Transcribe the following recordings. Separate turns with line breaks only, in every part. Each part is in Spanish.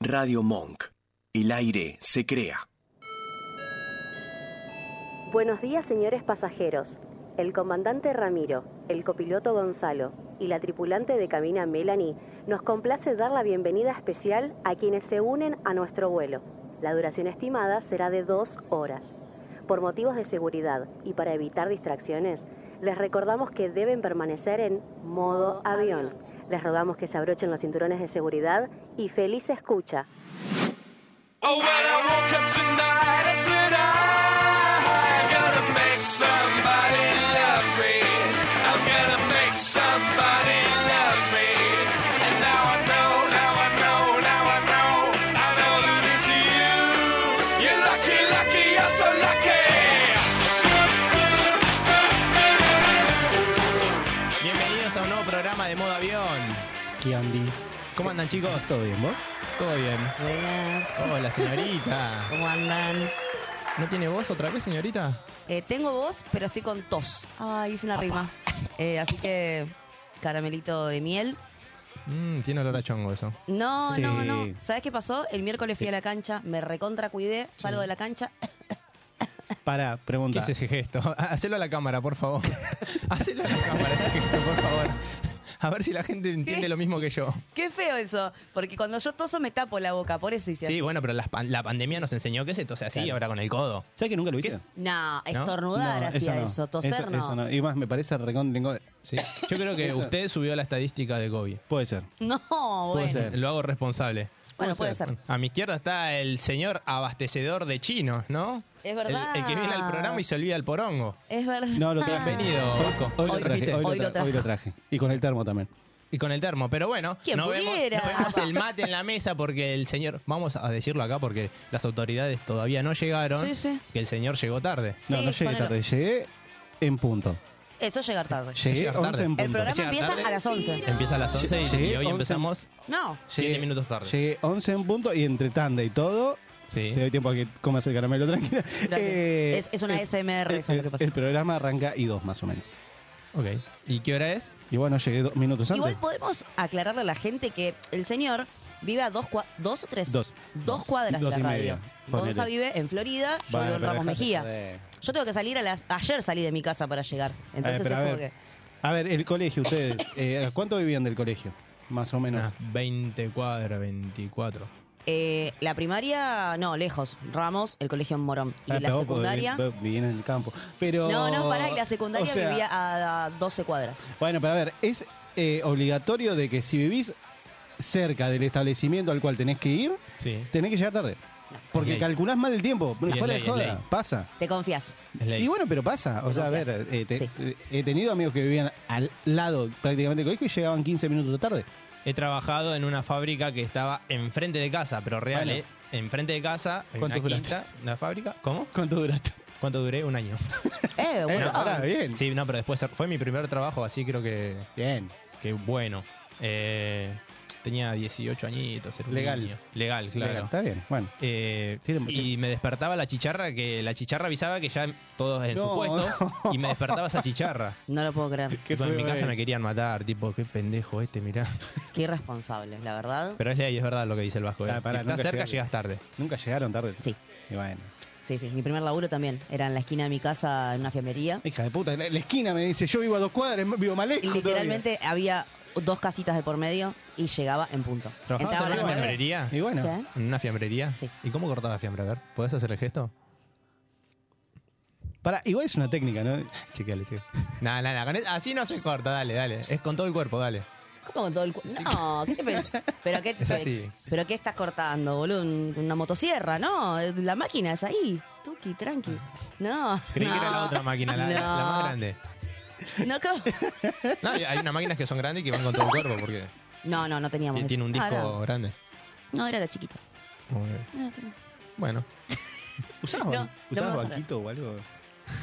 Radio Monk. El aire se crea.
Buenos días, señores pasajeros. El comandante Ramiro, el copiloto Gonzalo y la tripulante de cabina Melanie nos complace dar la bienvenida especial a quienes se unen a nuestro vuelo. La duración estimada será de dos horas. Por motivos de seguridad y para evitar distracciones, les recordamos que deben permanecer en modo avión. Les rogamos que se abrochen los cinturones de seguridad y feliz escucha.
Oh, when I woke up tonight, I said I'm gonna make somebody love me. I'm gonna make somebody love me. And now I know, now I know, now I know, I know that it's you. You're lucky, lucky, you're so lucky.
Bienvenidos a un nuevo programa de modo avión.
¿Qué ondis?
¿Cómo andan chicos?
¿Todo bien, vos?
Todo bien.
Buenas.
Hola Oh, señorita.
¿Cómo andan?
¿No tiene voz otra vez señorita?
Eh, tengo voz, pero estoy con tos. Ah, hice una rima. Eh, así que caramelito de miel.
Mm, tiene olor a chongo eso.
No,
Sí.
no, no. ¿Sabes qué pasó? El miércoles fui a la cancha, me recontra cuidé, salgo de la cancha.
Para,
¿Qué
pregunta.
es ese gesto? Ah, Hacelo a la cámara, por favor. Hacelo a la cámara ese gesto, por favor. A ver si la gente entiende lo mismo que yo.
Qué feo eso, porque cuando yo toso me tapo la boca, por eso hice
Sí,
así.
bueno, pero la, pan- la pandemia nos enseñó que se tose así,
Claro.
ahora con el codo.
¿Sabes que nunca lo hice?
es?
No,
¿No?
estornudar
No,
hacía
no.
eso, toser
Eso-
no.
eso Y más, me parece recontra.
Sí. Yo creo que
Eso.
usted subió la estadística de Gobi.
Puede ser.
No, Ah, bueno.
ser.
Lo hago responsable.
Bueno,
Puede
puede
ser.
ser.
A mi izquierda está el señor abastecedor de chinos, ¿no?
Es
El-
verdad.
El, que viene al programa y se olvida el porongo.
Es verdad.
No, lo traje.
Bienvenido, Vasco.
Hoy,
Hoy
lo traje,
trajiste.
hoy,
Hoy
lo
lo
traje.
traje.
Hoy lo traje. Y con el termo también.
Y con el termo, pero bueno,
¿Quién
no vemos,
pudiera? Eh,
no vemos el mate en la mesa porque el señor, vamos a decirlo acá porque las autoridades todavía no llegaron,
Sí, sí.
que el señor llegó tarde.
No,
Sí,
no llegué
ponelo.
tarde. Llegué en punto.
Eso es llegar tarde.
Llegué
Llegar
11
tarde.
en
El
punto.
El programa
Llegar
empieza
tarde.
a las 11.
Empieza a las 11 y,
Llegué
y hoy
11.
empezamos
No.
7 minutos tarde.
Llegué 11 en punto y entre tanda y todo,
Sí.
te doy tiempo a que comas el caramelo tranquila. Eh,
Es- es una
el-
ASMR, eso es lo que pasa.
El programa arranca y dos más o menos.
Ok. ¿Y qué hora es?
Y bueno, llegué dos minutos eh, antes.
Igual podemos aclararle a la gente que el señor vive a dos, cua- dos o tres.
Dos.
Dos cuadras
Dos
de
y
la
media,
radio.
ponele.
Gonza vive en Florida, yo
Vale,
vivo en
pero
Ramos
dejate
Mejía.
joder.
Yo tengo que salir a las... Ayer salí de mi casa para llegar. Entonces
Eh, pero
es como
a, ver,
que...
a ver, el colegio, ustedes, eh, ¿cuánto vivían del colegio? Más o menos.
Unas 20 cuadras, 24.
eh, la primaria, no, lejos. Ramos, el colegio en Morón. Y la
Ah, pero vos podés-
secundaria...
vos vivían en el campo. Pero,
No, no, pará, y la secundaria
o sea,
vivía a, a 12 cuadras.
Bueno, pero a ver, es eh, obligatorio de que si vivís cerca del establecimiento al cual tenés que ir,
Sí.
tenés que llegar tarde. Porque
ley.
calculás mal el tiempo. Bueno,
Sí, es
fuera de
ley, es
joda,
ley.
pasa.
Te confías.
Es ley.
Y bueno, pero pasa. O sea, a ver, eh, te-
Sí.
te- he tenido amigos que vivían al lado prácticamente del colegio y llegaban 15 minutos tarde.
He trabajado en una fábrica que estaba enfrente de casa, pero real,
Bueno.
¿eh? Enfrente de casa, en
¿Cuánto
una
duraste?
quinta, una fábrica. ¿Cómo?
¿Cuánto duraste?
¿Cuánto duré? Un año.
Eh,
Eh,
bueno.
pará, bien.
Sí, no, pero después fue mi primer trabajo, así creo que,
Bien.
que bueno. Eh, tenía 18 añitos, era un
Legal.
niño. Legal, claro.
Legal, Está bien. Bueno.
Eh,
Sí, te-
y me despertaba la chicharra, que la chicharra avisaba que ya todos en
No,
su puesto, y me despertaba esa chicharra.
No lo puedo creer.
Qué
Tipo, en mi
feo
casa
es.
me querían matar, tipo, qué pendejo este, mirá.
Qué irresponsable, la verdad.
Pero es ley, es verdad lo que dice el Vasco. ¿eh?
Ah, pará,
si estás
nunca
cerca,
llegaste.
llegas tarde.
Nunca llegaron tarde.
Sí.
Y bueno.
Sí, sí, mi primer laburo también. Era en la esquina de mi casa, en una fiambrería.
Hija de puta, la, la esquina me dice, yo vivo a dos cuadras, vivo mal lejos todavía".
Literalmente había dos casitas de por medio y llegaba en punto.
¿Trabajabas
Entraba
en una
a las nueve.
fiambrería?
Y bueno,
¿Sí?
¿En una fiambrería?
Sí.
¿Y cómo cortaba fiambre? A ver, ¿podés hacer el gesto?
para, Ah, igual es una técnica, ¿no?
Chequeale, chequeale. Nah, nah, nah, con el- así no se corta, dale, dale. Es con todo el cuerpo, dale.
¿Cómo con todo el cu- No, ¿qué te pensás? ¿Pero qué,
Es así.
¿Pero qué estás cortando, boludo? Un- Una motosierra, ¿no? La máquina es ahí. Tuki, tranqui. No.
Creí
no,
que era la otra máquina, la, la-
no,
la más grande.
No, ¿cómo?
No, hay hay unas máquinas que son grandes y que van con todo el cuerpo porque
no, no, no teníamos.
ti-
eso.
tiene un disco
Ah, no.
grande.
No, era la chiquita.
Bueno,
¿Usabas,
No, no
ban-
me
usabas
vas a
banquito o algo?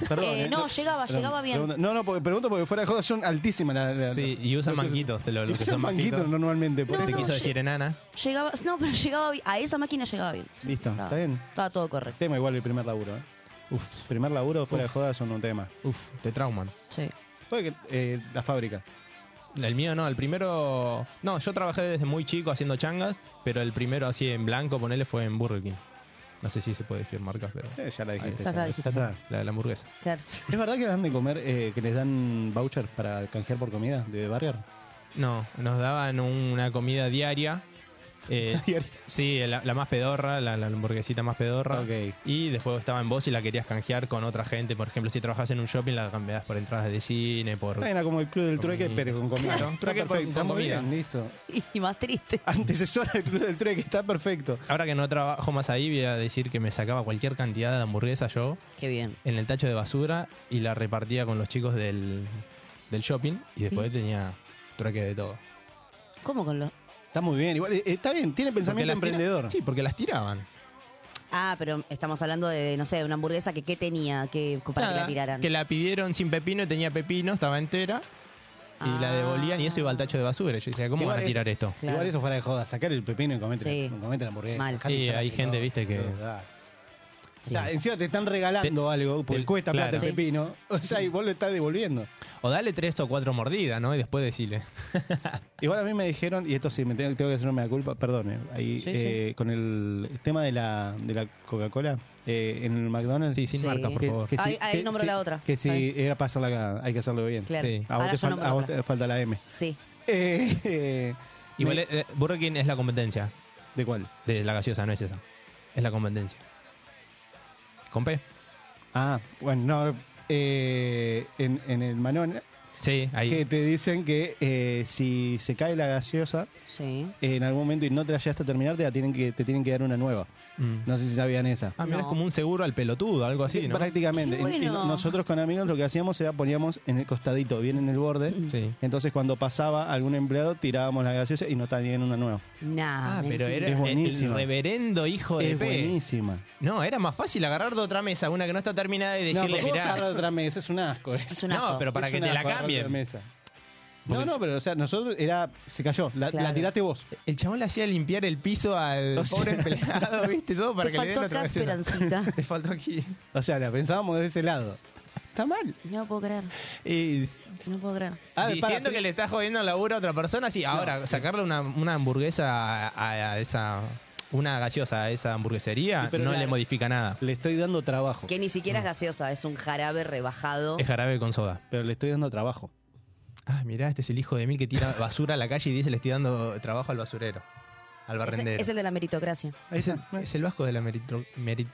Perdón,
Eh, no, llegaba, llegaba bien.
pregunta- no, no, porque pregunto porque fuera de joda son altísimas las... las-
sí, y usan manguitos, lo, lo que
Usan
son manguitos.
banquitos normalmente. por
No,
Te
eso.
no,
quiso
yo-
decir enana.
Llegaba, no, pero llegaba bien. A esa máquina llegaba bien. Sí, sí,
Listo,
estaba-
está bien.
Estaba todo correcto.
Tema igual el primer laburo, ¿eh?
Uf,
Primer laburo fuera de joda son un tema.
uf, te trauman.
Sí.
Puede que eh, la fábrica.
El mío no, el primero... No, yo trabajé desde muy chico haciendo changas, pero el primero así en blanco, ponele, fue en Burger King. No sé si se puede decir marcas, pero...
Eh, ya la dijiste.
Ya la
Ya
dijiste.
está.
La, la hamburguesa.
Claro.
¿Es verdad que dan de comer, eh, que les dan vouchers para canjear por comida de barrio?
No, nos daban una comida diaria. eh, sí, la, la más pedorra, la, la hamburguesita más pedorra.
Ok.
Y después estaba en vos y la querías canjear con otra gente. Por ejemplo, si trabajas en un shopping, la cambiás por entradas de cine, por...
Era como el club del trueque,
Comida.
pero con comida.
Claro,
Está
trueque con- con
perfecto, está muy
comida.
bien, listo.
Y, y más triste.
Antecesora del club del trueque, está perfecto.
Ahora que no trabajo más ahí, voy a decir que me sacaba cualquier cantidad de hamburguesa yo
Qué bien.
en el tacho de basura y la repartía con los chicos del, del shopping. Y después tenía trueque de todo.
¿Cómo con los.?
Está muy bien, igual, eh, está bien, tiene
Porque
pensamiento
las tira-
emprendedor.
Sí, porque las tiraban.
Ah, pero estamos hablando de, no sé, de una hamburguesa que qué tenía que, para que
Nada,
la tiraran.
que la pidieron sin pepino, tenía pepino, estaba entera. Y la
Ah.
devolvían y eso iba al tacho de basura. Yo decía, ¿cómo
Igual
van a
es-
tirar esto?
Claro.
Igual eso fuera de joda, sacar el pepino y comete,
Sí.
comete la hamburguesa.
Mal.
dejate
Sí,
echar la
hay
pelota,
gente, viste, que-
verdad. O
Sí.
sea, encima te están regalando algo, porque
te-
cuesta
claro.
plata el
Sí.
pepino. O sea, y vos lo estás devolviendo.
O dale tres o cuatro mordidas, ¿no? Y después decirle.
Igual a mí me dijeron, y esto sí, me tengo, tengo que hacer una mea culpa, perdone, ahí,
Sí,
eh, con el tema de la, de la Coca-Cola, eh, en el McDonald's.
Sí, sin
Sí.
marca, por
que-
favor.
que
Ahí- ahí nombró
si-
la otra.
Que
Está
si
bien.
era para hacerla acá, hay que hacerlo bien.
Claro.
Sí.
A vos,
Ahora
te
yo
falta,
nombro
a vos
otra.
te falta la M.
Sí.
Eh, eh,
Igual
me-
eh, Burger King es la competencia
¿De cuál?
de la gaseosa, no es esa. Es la competencia. ¿Con P?
Ah, bueno, no. eh, en, en el Manón,
Sí, ahí.
que te dicen que eh, si se cae la gaseosa
Sí.
en algún momento y no te la llegaste a terminar, te, la tienen que, te tienen que dar una nueva.
Mm.
No sé si sabían esa.
Ah, mira,
No.
es como un seguro al pelotudo, algo así, ¿no?
Prácticamente.
Qué bueno.
Y no- nosotros con amigos lo que hacíamos era poníamos en el costadito, bien en el borde.
Mm.
Sí.
Entonces cuando pasaba algún empleado tirábamos la gaseosa y no tenían una nueva.
Nah.
Ah, pero
mentira.
era el-
Es
el
buenísimo.
reverendo hijo de
es
P.
buenísima.
No, era más fácil agarrar de otra mesa, una que no está terminada, y
No,
decirle,
pero vos
mirá.
agarrás otra mesa, es un asco. es-
Es un asco.
No, pero para
es
que
un
te la
asco agarrar otra
cambien.
mesa. No,
Porque-
no, pero o sea, nosotros era. Se cayó, la,
Claro.
la tiraste vos.
El chabón le hacía limpiar el piso al
O sea-
pobre empleado, ¿viste? Todo para
Te
que le den
faltó
otra
acá
vez una.
esperancita.
Te faltó aquí.
O sea, la pensábamos de ese lado. Está mal.
No puedo creer.
Y
No puedo creer.
Ah,
diciendo
para-
que le está jodiendo el laburo a otra persona, sí. Ahora, sacarle una, una hamburguesa a, a- a esa. Una gaseosa a esa hamburguesería
Sí, pero
no
la-
le modifica nada.
Le estoy dando trabajo.
Que ni siquiera es gaseosa, es un jarabe rebajado.
Mm. Es jarabe con soda.
Pero le estoy dando trabajo.
Ah, mirá, este es el hijo de mí que tira basura a la calle y dice le estoy dando trabajo al basurero, al
Es,
barrendero.
es el de la meritocracia.
Ahí está.
Es el vasco de la meritro- merit-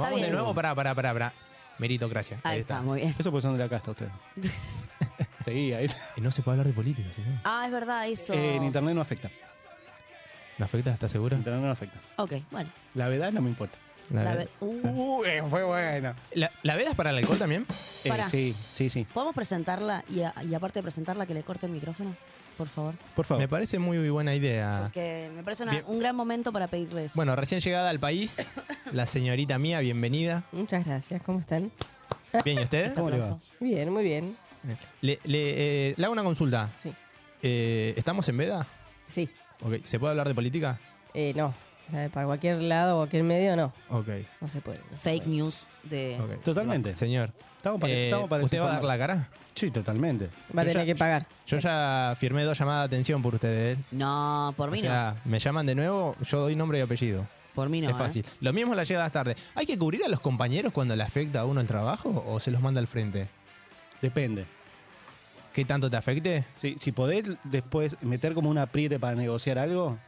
Bueno, está
vamos de
bien.
nuevo. Pará, pará, pará, pará. Meritocracia.
Ahí está, muy bien.
Eso pues son de la casta ustedes. Seguía. ahí.
Y no se puede hablar de política, señor.
Ah, es verdad, eso.
Eh, en internet no afecta.
¿Me afecta? ¿Estás seguro?
En internet no afecta.
Ok, bueno.
La verdad no me importa.
La,
La
ve-
ve- Uh,
Uh, eh, fue buena.
la- ¿la veda es para el alcohol también?
Eh,
Pará.
sí, sí, sí.
¿Podemos presentarla y, a- y aparte de presentarla que le corte el micrófono? Por favor.
Por favor.
Me parece muy buena idea.
Porque me parece una-
Ah. Bien.
un gran momento para pedirle eso.
Bueno, recién llegada al país, la señorita mía, bienvenida.
Muchas gracias, ¿cómo están?
Bien, ¿y usted?
¿Cómo le va?
Aplauso.
Bien, muy bien.
Le, le, eh, le hago una consulta.
Sí.
Eh, ¿Estamos en veda?
Sí,
Ok, ¿Se puede hablar de política?
eh, no. Eh, Para cualquier lado, cualquier medio, no.
Ok.
No se puede. no se
Fake
puede.
news de...
ok.
Totalmente.
Señor,
Estamos para,
eh,
estamos para
¿usted va a dar
desinformar.
la cara?
Sí, totalmente.
Va a
Yo
tener
ya-
que pagar.
Yo ya firmé dos llamadas de atención por ustedes.
No, por
O
mí
sea, me llaman de nuevo, yo doy nombre y apellido.
no. Por mí no.
es
¿eh?
fácil. Lo mismo la llegada tarde. ¿Hay que cubrir a los compañeros cuando le afecta a uno el trabajo o se los manda al frente?
Depende.
¿Qué tanto te afecte?
Sí, si podés después meter como un apriete para negociar algo,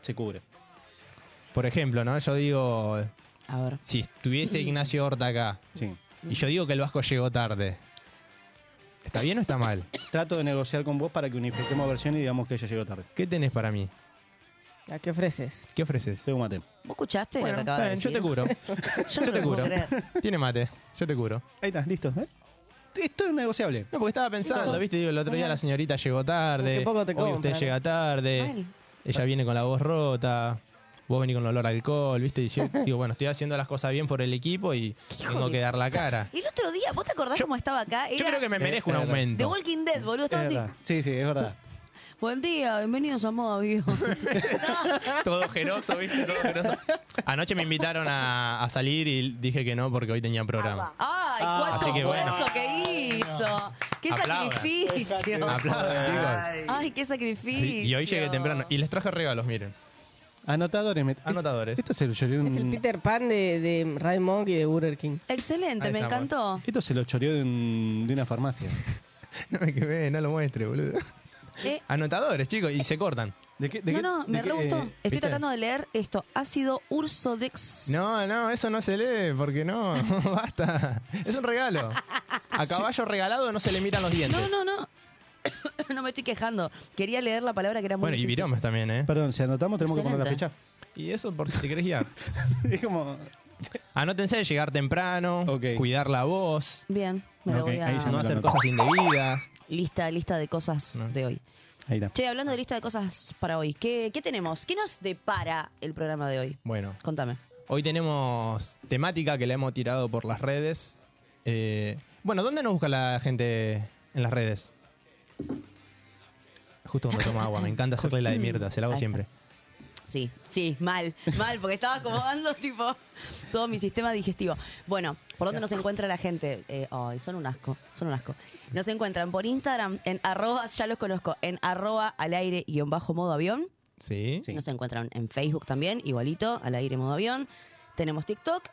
se cubre.
Por ejemplo, ¿no? Yo digo,
A ver.
si estuviese Ignacio Horta acá
Sí.
y yo digo que el Vasco llegó tarde, ¿está bien o está mal?
Trato de negociar con vos para que unifiquemos versiones y digamos que ella llegó tarde.
¿Qué tenés para mí?
¿A qué ofreces?
¿Qué ofreces?
Soy un mate.
¿Vos escuchaste
Bueno,
lo que
está
acaba de
bien,
decir?
yo te
Yo
curo.
no
Yo te
lo puedo
curo.
creer.
Tiene mate. Yo te curo.
Ahí está, listo. ¿eh? Esto es negociable.
No, porque estaba pensando,
Listo.
viste, digo, el otro día la señorita llegó tarde.
Porque poco te
hoy usted
compran.
llega tarde.
Mal.
Ella viene con la voz rota. Vos venís con olor a alcohol, viste. Y yo digo, bueno, estoy haciendo las cosas bien por el equipo y
hijo
tengo
de-
que dar la cara.
El otro día, ¿vos te acordás
Yo-
cómo estaba acá? Eh,
Yo creo que me merezco un
era-
The
aumento.
Walking Dead, boludo. Estaba
Es
así.
verdad. Sí, sí, es verdad.
Buen día, bienvenidos a Moda Vivo.
Todo generoso, viste, todo generoso. Anoche me invitaron a, a salir y dije que no porque hoy tenía programa.
Ay,
Ah,
cuánto
así que bueno.
esfuerzo que hizo. ¡Qué
Aplaudan.
sacrificio!
Aplaudan, chicos.
¡Ay, qué sacrificio!
Y, y hoy llegué temprano. Y les traje regalos, miren.
Anotadores. met-
Anotadores.
Esto se lo choreó
Es el
un,
Peter Pan de, de Ray Monk y de Burger King.
Excelente,
Ahí
me
estamos.
encantó.
esto se lo choreó de, un- de una farmacia.
No me quemé, no lo muestre, boludo.
Eh,
Anotadores, chicos, y se cortan.
¿De qué, de
no,
qué-
no,
de
me
qué-
re gustó.
eh,
Estoy
¿viste?
tratando de leer esto. Ácido ursodex.
No, no, eso no se lee, porque no, basta. Es un regalo. A caballo regalado no se le miran los dientes.
No, no, no. no me estoy quejando. Quería leer la palabra que era muy
Bueno, y
difícil.
viromes también, ¿eh?
Perdón, si anotamos tenemos que poner
Excelente.
la
Y eso por si te querés guiar.
fecha. es como...
Anótense de llegar temprano,
Ok.
cuidar la voz,
Bien, me lo
Ok,
voy a...
ahí ya
no
me lo
hacer
anoto.
cosas indebidas.
Lista, lista de cosas
No.
de hoy.
Ahí está.
Che, hablando de lista de cosas para hoy, ¿qué, qué tenemos? ¿Qué nos depara el programa de hoy?
Bueno,
Contame.
hoy tenemos temática que la hemos tirado por las redes. Eh, bueno, ¿dónde nos busca la gente en las redes? Justo cuando toma agua, me encanta hacerle la de mierda, se la hago
Ahí
siempre.
Sí, sí, mal, mal, porque estaba acomodando tipo todo mi sistema digestivo. Bueno, ¿por dónde nos encuentra la gente? Eh, Ay, son un asco, son un asco. Nos encuentran por Instagram en arroba, ya los conozco, en arroba al aire guión bajo modo avión.
¿Sí?
Nos encuentran en Facebook también, igualito, al aire modo avión. Tenemos TikTok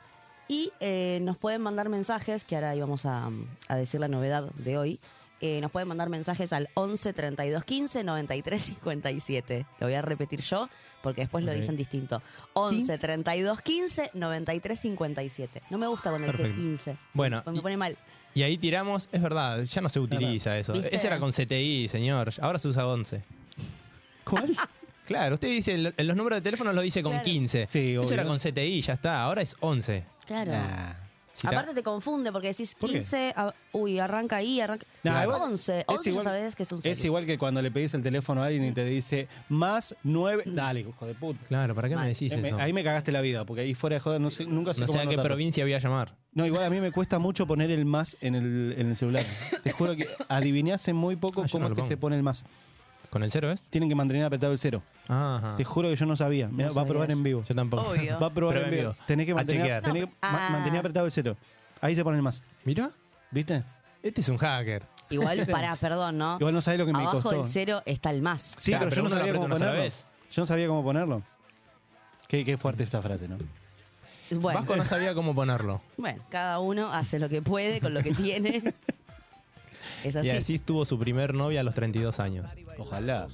y eh, nos pueden mandar mensajes, que ahora íbamos a, a decir la novedad de hoy. Eh, nos pueden mandar mensajes al 11 32 15 93 57. Lo voy a repetir yo porque después lo
Ok.
dicen distinto. 11 32 15 93 57. No me gusta cuando dice
Perfecto.
15.
Bueno,
Me pone mal.
y ahí tiramos, es verdad, ya no se utiliza eso.
¿Viste?
Ese era con CTI, señor, ahora se usa 11.
¿Cuál?
Claro, usted dice, lo- los números de teléfono lo dice con
Claro.
15.
Sí,
eso
obvio.
era con CTI, ya está, ahora es 11.
Claro.
Nah.
Si la-
Aparte te confunde porque decís
¿Por qué?
15, a- uy, arranca ahí, arranca.
Nah, igual-
11, 11 ya
igual-
sabes que es un
Es
celu.
igual que cuando le pedís el teléfono a alguien y te dice más nueve... Dale, hijo de puta.
Claro, ¿para qué
Mal.
me decís
Eh, me-
eso?
ahí me cagaste la vida, porque ahí fuera de joda no sé, nunca sé
no sé
cómo
a qué
anotarlo.
provincia voy a llamar.
No, igual a mí me cuesta mucho poner el más en el, en el celular. Te juro que adiviné hace muy poco
Ah, yo
cómo
no
es
lo
que
pongo.
se pone el más.
¿Con el cero es?
Tienen que mantener apretado el cero.
Ajá.
Te juro que yo no sabía. Mirá, va a probar en vivo.
Ah. Yo tampoco.
Obvio.
Va a probar
Prueba
en
en
vivo.
vivo.
Tenés que
A
mantener,
chequear.
tenés que ma-
Ah.
mantener apretado el cero. Ahí se pone el más.
Mira,
¿Viste?
este es un hacker.
Igual, pará, perdón, ¿no?
Igual no sabés lo que me
Abajo
costó.
del cero está el más.
Sí,
Claro,
pero,
pero
yo no
uno lo
sabía
aprieta
cómo
una sola
ponerlo.
vez.
Yo no sabía cómo ponerlo. Qué, qué fuerte esta frase, ¿no?
Bueno,
Vasco no sabía cómo ponerlo.
bueno, cada uno hace lo que puede con lo que tiene. Es así.
Y así tuvo su primer novia a los 32 años.
Ojalá.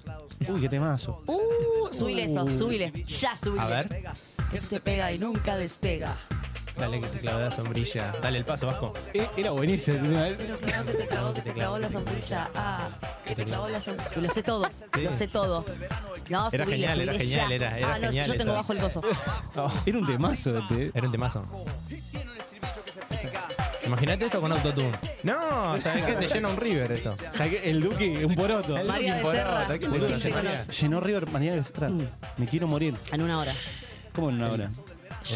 Uy, qué temazo.
Uh, subile eso, subile. Ya subile.
A ver,
Este pega y nunca despega.
dale que te clavó la sombrilla. Dale el paso, Vasco.
Eh, Era buenísimo.
Pero claro que te clavó, que te clavó la sombrilla. Ah, que te clavó la sombrilla. Lo sé todo, lo sé todo. No,
Era
subile,
genial, era
subile
genial,
ya.
era- era
ah, no,
genial
yo tengo
esa.
bajo el coso.
Era un temazo. este.
Era un temazo. Imagínate esto con autotune. No, ¿sabes qué? Te llena un river esto.
Saqué El Duki, un poroto.
El
María
Duki
Becerra.
Forado, ¿a quién le
Boludo,
conoce
yo
María?
conozco.
Llenó River María del Strat. Me quiero morir.
Mm. En una hora.
¿Cómo en una hora?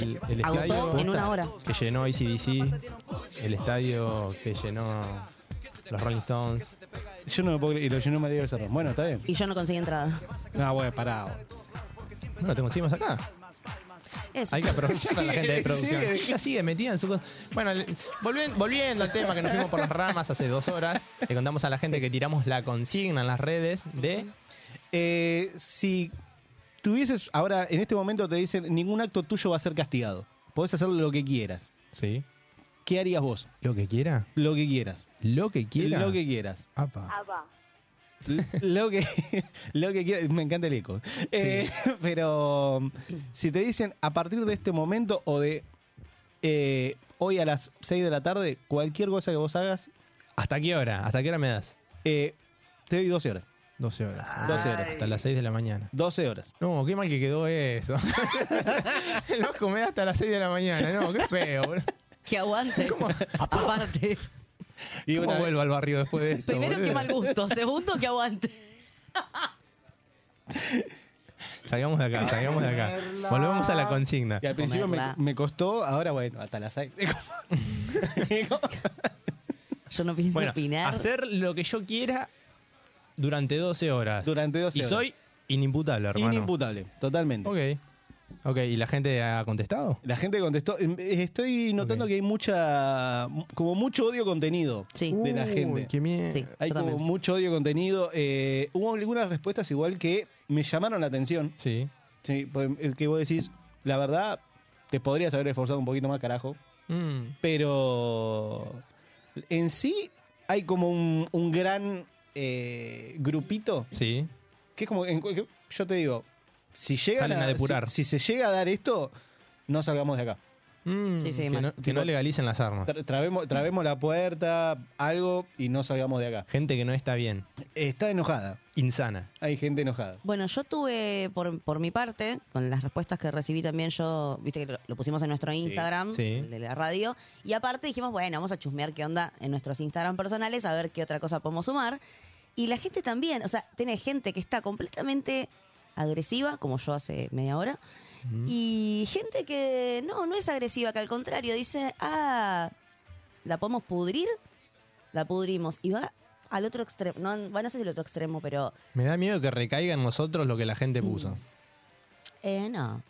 El, el
Agotó
estadio
en una hora.
que llenó ACDC, el estadio que llenó los Rolling Stones.
Yo no lo puedo creer. Y lo llenó María del Cerro. Bueno, está bien.
Y yo no conseguí entrada.
No, bueno, parado.
No, te conseguimos acá.
Eso.
Hay que aprovechar a la gente de
Sigue,
producción.
sigue.
Sigue, sigue metida en su cosa. Bueno, le- volven- volviendo al tema que nos fuimos por las ramas hace dos horas, le contamos a la gente que tiramos la consigna en las redes de.
Eh, si tuvieses. Ahora, en este momento te dicen: ningún acto tuyo va a ser castigado. Podés hacer lo que quieras.
Sí.
¿Qué harías vos?
Lo que quiera.
Lo que quieras.
Lo que quiera. Ah.
Lo que quieras.
Apa.
lo que, lo que quieras. Me encanta el eco. Eh, pero um, si te dicen a partir de este momento o de eh, hoy a las 6 de la tarde, cualquier cosa que vos hagas,
¿Hasta qué hora? ¿Hasta qué hora me das?
eh, te doy 12 horas.
12 horas.
12 horas.
Hasta las 6 de la mañana.
12 horas.
No, qué mal que quedó eso. El vasco me da hasta las 6 de la mañana. No, qué feo. boludo.
Que aguante. Aparte.
Y
¿Cómo
una-
vuelvo al barrio después de esto?
Primero,
boludo?
que mal gusto. Segundo, que aguante.
Salgamos de acá, salgamos de acá. Volvemos a la consigna.
y al principio me,
Comerla.
me costó, ahora bueno, hasta las 6.
Yo no pienso
Bueno,
opinar.
hacer lo que yo quiera durante 12 horas.
Durante 12
y
horas.
soy inimputable, hermano.
Inimputable, totalmente.
Ok. Ok, ¿y la gente ha contestado?
La gente contestó. em, eh, Estoy notando
Ok.
que hay mucha. como mucho odio contenido
Sí.
de la
Uy,
gente.
qué mie-
Sí,
Hay
yo
como
también.
mucho odio contenido. Eh, hubo algunas respuestas igual que me llamaron la atención.
Sí.
Sí, pues, el que vos decís, la verdad, te podrías haber esforzado un poquito más, carajo.
Mm,
Pero en sí hay como un, un gran eh, grupito
sí.
que es como, en cu- que- yo te digo, si llega
Salen a depurar.
Si, si se llega a dar esto, no salgamos de acá.
Mm,
Sí, sí,
que,
mal.
no, que no legalicen las armas.
Tra- Trabemos, trabemos la puerta, algo, y no salgamos de acá.
Gente que no está bien.
Está enojada.
Insana.
Hay gente enojada.
Bueno, yo tuve, por, por mi parte, con las respuestas que recibí también, yo, viste que lo, lo pusimos en nuestro Instagram,
sí.
el de la radio, y aparte dijimos, bueno, vamos a chusmear qué onda en nuestros Instagram personales, a ver qué otra cosa podemos sumar. Y la gente también, o sea, tiene gente que está completamente agresiva, como yo hace media hora, y gente que no, no es agresiva, que al contrario dice, ah, la podemos pudrir, la pudrimos, y va al otro extremo, no, bueno, no sé si el otro extremo, pero...
Me da miedo que recaiga en nosotros lo que la gente puso.
Mm. Eh, no.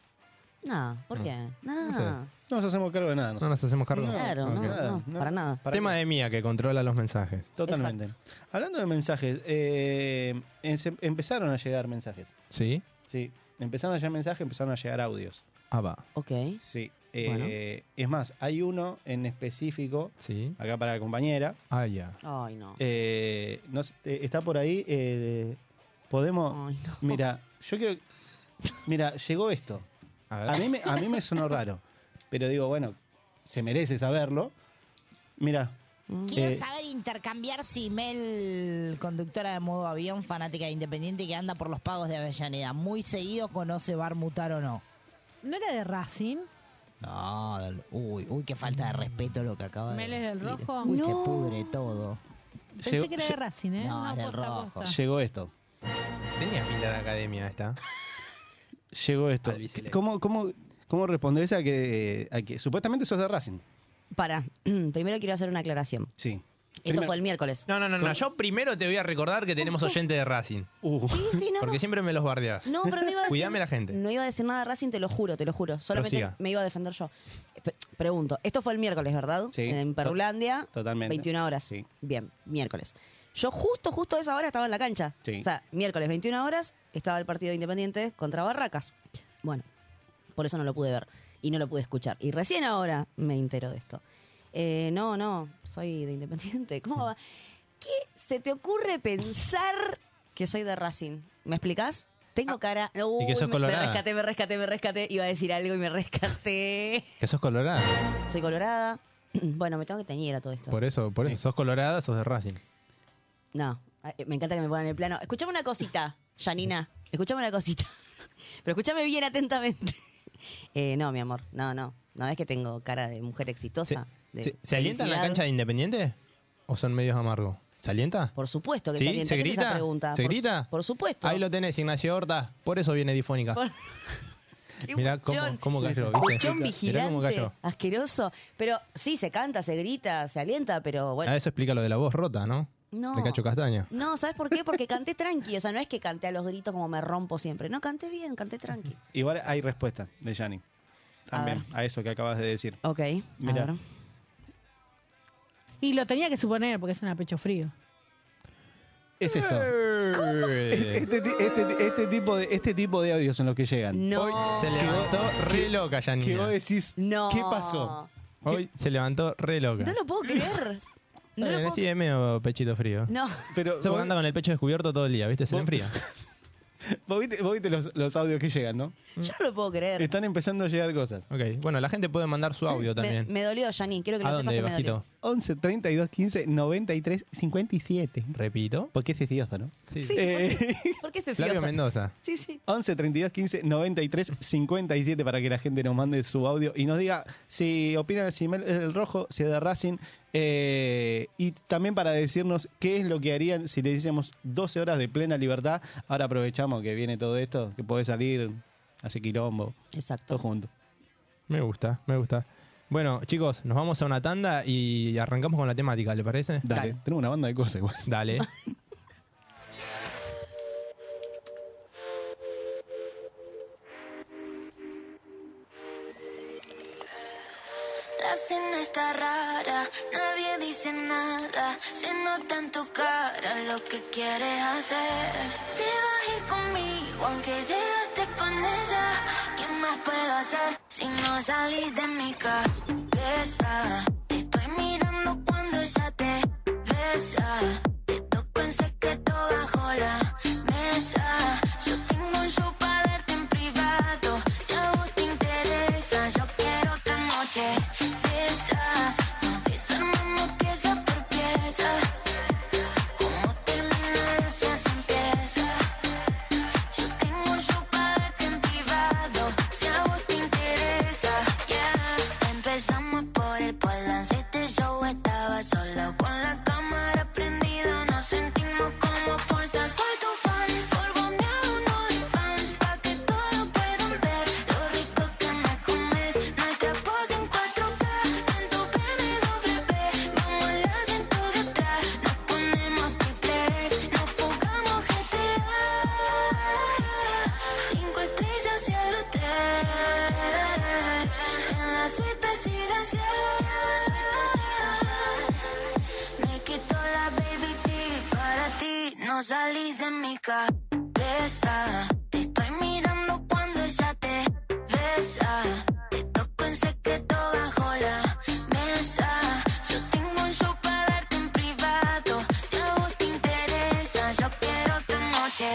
No, ¿por
No.
qué? No.
sé.
No nos hacemos cargo de nada.
No
nosotros.
nos hacemos cargo.
Ah. Claro, no,
Ok.
no,
no.
para nada.
Para
Tema
que-
de mía que controla los mensajes.
Totalmente. Hablando de mensajes, eh, en- empezaron a llegar mensajes.
¿Sí?
Sí. Empezaron a llegar mensajes, empezaron a llegar audios.
Ah, va.
Ok.
Sí. Eh,
Bueno.
Es más, hay uno en específico,
Sí.
acá para la compañera.
Ah, ya.
Ay, no.
Eh, no sé, eh, está por ahí. eh, podemos.
Ay, no.
Mira, yo quiero. Mira, llegó esto.
A ver.
A mí, me, a mí me sonó raro. Pero digo, bueno, se merece saberlo. Mira,
Quiero
Eh,
saber intercambiar si Mel, conductora de modo avión, fanática de independiente que anda por los pagos de Avellaneda, muy seguido conoce Bar Mutar o no.
¿No era de Racing?
No, del- uy, uy, qué falta de respeto lo que acaba
¿Mel
de
es del
decir.
rojo?
Uy, se
No.
pudre todo.
Pensé
Llegó-
que era de Racing, ¿eh?
No, es del
posta,
rojo.
posta.
llegó esto.
Tenía pinta de academia esta.
Llegó esto.
Al Vicelec.
¿Cómo, cómo, cómo respondés a que, a que supuestamente sos de Racing?
Para, primero quiero hacer una aclaración.
Sí.
Esto fue el miércoles.
No, no, no, no. Yo primero te voy a recordar que tenemos oyente de Racing.
Sí, sí, no,
Porque
no.
siempre me los bardeás.
No, pero no iba a decir...
Cuidame la gente.
No iba a decir nada de Racing, te lo juro, te lo juro. Solamente
Prosiga.
me iba a defender yo. Eh, pe- pregunto, esto fue el miércoles, ¿verdad?
Sí.
En Perulandia.
Totalmente.
21 horas.
Sí.
Bien, miércoles. Yo justo, justo a esa hora estaba en la cancha.
Sí.
O sea, miércoles 21 horas estaba el partido de Independiente contra Barracas. Bueno, por eso no lo pude ver y no lo pude escuchar. Y recién ahora me entero de esto. Eh, no, no, soy de Independiente. ¿Cómo va? ¿Qué se te ocurre pensar que soy de Racing? ¿Me explicás? Tengo cara... Uy,
Ah, que sos
me-
colorada.
Me rescaté, me rescaté, me rescaté. Iba a decir algo y me rescaté.
Que sos colorada.
Soy colorada. Bueno, me tengo que teñir a todo esto.
Por eso, por eso. Sos colorada, sos de Racing.
No, eh, me encanta que me pongan el plano. Escuchame una cosita, Janina. Escuchame una cosita. Pero escúchame bien atentamente. Eh, no, mi amor, no, no. ¿No ves que tengo cara de mujer exitosa?
¿Se,
de
se- se alienta en la
felicidad?
cancha de Independiente? ¿O son medios amargos? ¿Se alienta?
Por supuesto que
¿Sí?
se alienta.
¿Se
¿Qué es esa
grita?
pregunta?
¿Se
Por-
grita?
Por, supuesto.
Ahí lo tenés, Ignacio Horta. Por eso viene difónica.
Por- Qué
Mirá cómo,
buchón.
cómo cayó, ¿viste?
Buchón
Mirá cómo
vigilante,
cayó.
asqueroso. Pero sí, se canta, se grita, se alienta, pero bueno.
A Ah, eso explica lo de la voz rota, ¿no?
No.
De Cacho Castaña.
No, ¿sabes por qué? Porque canté tranqui. O sea, no es que canté a los gritos como me rompo siempre. No, canté bien, canté tranqui.
Igual hay respuesta de Yanni. También a, eso que acabas de decir.
Ok,
Mirá.
a ver.
Y lo tenía que suponer porque es una pecho frío.
Es esto.
Eh,
Este, ti- este- este tipo de, este tipo de audios son los que llegan.
No.
Hoy se levantó re loca,
Que vos
Yanina.
decís,
No.
¿qué pasó?
Hoy se levantó re loca.
No lo puedo creer. No
Está
lo
bien,
puedo
sí, es medio pechito frío.
No.
Pero
Eso porque
vos,
anda con el pecho descubierto todo el día, ¿viste? Se le
Vos-
enfría.
vos viste, vos viste los, los audios que llegan, ¿no?
Yo no lo puedo creer.
Están empezando a llegar cosas.
Ok, bueno, la gente puede mandar su audio
Me,
también.
me dolió, Janine. Quiero que lo
¿A
sepas
dónde,
que me dolió.
bajito?
11 32 15 93 57.
Repito.
Porque es fastidioso, ¿no?
Sí.
Sí,
Eh,
¿Por qué se
Flavio
fiosa?
Mendoza.
Sí, sí.
11 32 15 93 57 para que la gente nos mande su audio y nos diga si opinan si Mel es el rojo, si es de Racing eh, y también para decirnos qué es lo que harían si le hiciéramos 12 horas de plena libertad. Ahora aprovechamos que viene todo esto, que podés salir, hace quilombo, todo
Exacto.
junto.
Me gusta, me gusta. Bueno, chicos, nos vamos a una tanda y arrancamos con la temática, ¿le parece?
Dale,
Dale.
tenemos una banda de cosas igual.
Dale.
La cena está rara, nadie dice nada. Se nota en tu cara lo que quieres hacer. Te vas a ir conmigo, aunque llegaste con ella. ¿Qué más puedo hacer si no salís de mi cabeza? Te estoy mirando cuando ella te besa. Te toco en secreto bajo la mesa. Yo tengo un show para darte en privado. Si a vos te interesa, yo quiero otra noche. de esas. Nos desarmamos pieza por pieza. Como termina, así se empieza. Yo tengo un show para darte en privado. Si a vos te interesa, yeah. Empezamos por el polance. Este show estaba solo con la cámara prendida. Nos sentimos como postas. Soy tu fan. Por me hago un OnlyFans. Pa' que todos puedan ver lo rico que me comes. Nuestra pose en 4K. En tu BMW. Vamos al asiento de atrás. Nos ponemos triple X. Nos fugamos GTA. Cinco estrellas y al hotel. En la suite presidencial. Me quito la baby tee para ti. No salís de mi cabeza. Te estoy mirando cuando ella te besa. Te toco en secreto bajo la mesa. Yo tengo un show para darte en privado. Si a vos te interesa, yo quiero otra noche.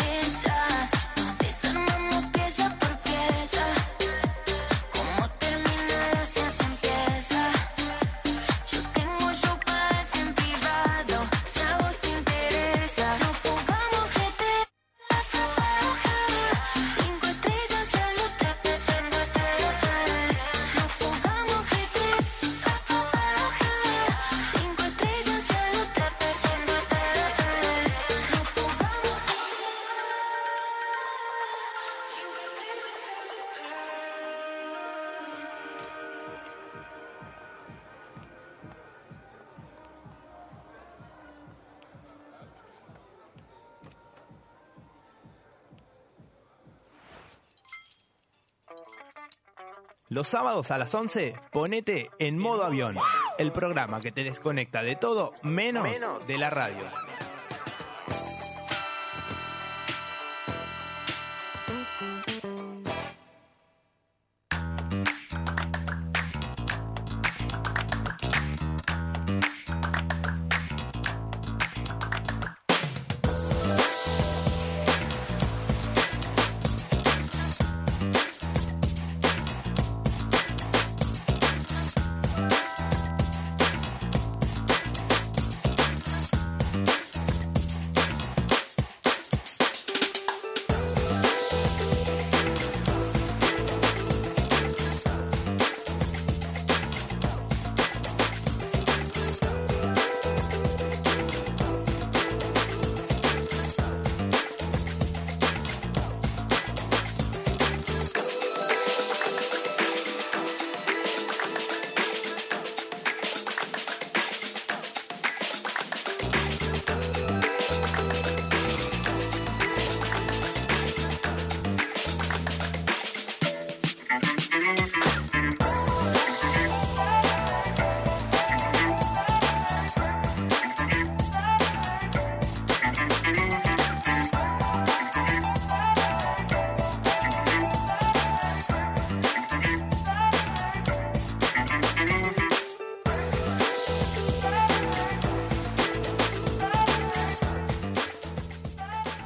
de esas. Nos desarmamos pieza por pieza. Como termina, así se empieza. Yo tengo un show para darte en privado. Si a vos te interesa, nos jugamos GTA. Cinco estrellas y al hotel. Nos jugamos GTA. Cinco estrellas y al hotel. Nos jugamos
Los sábados a las 11, ponete en modo avión, el programa que te desconecta de todo menos,
Menos.
de la radio.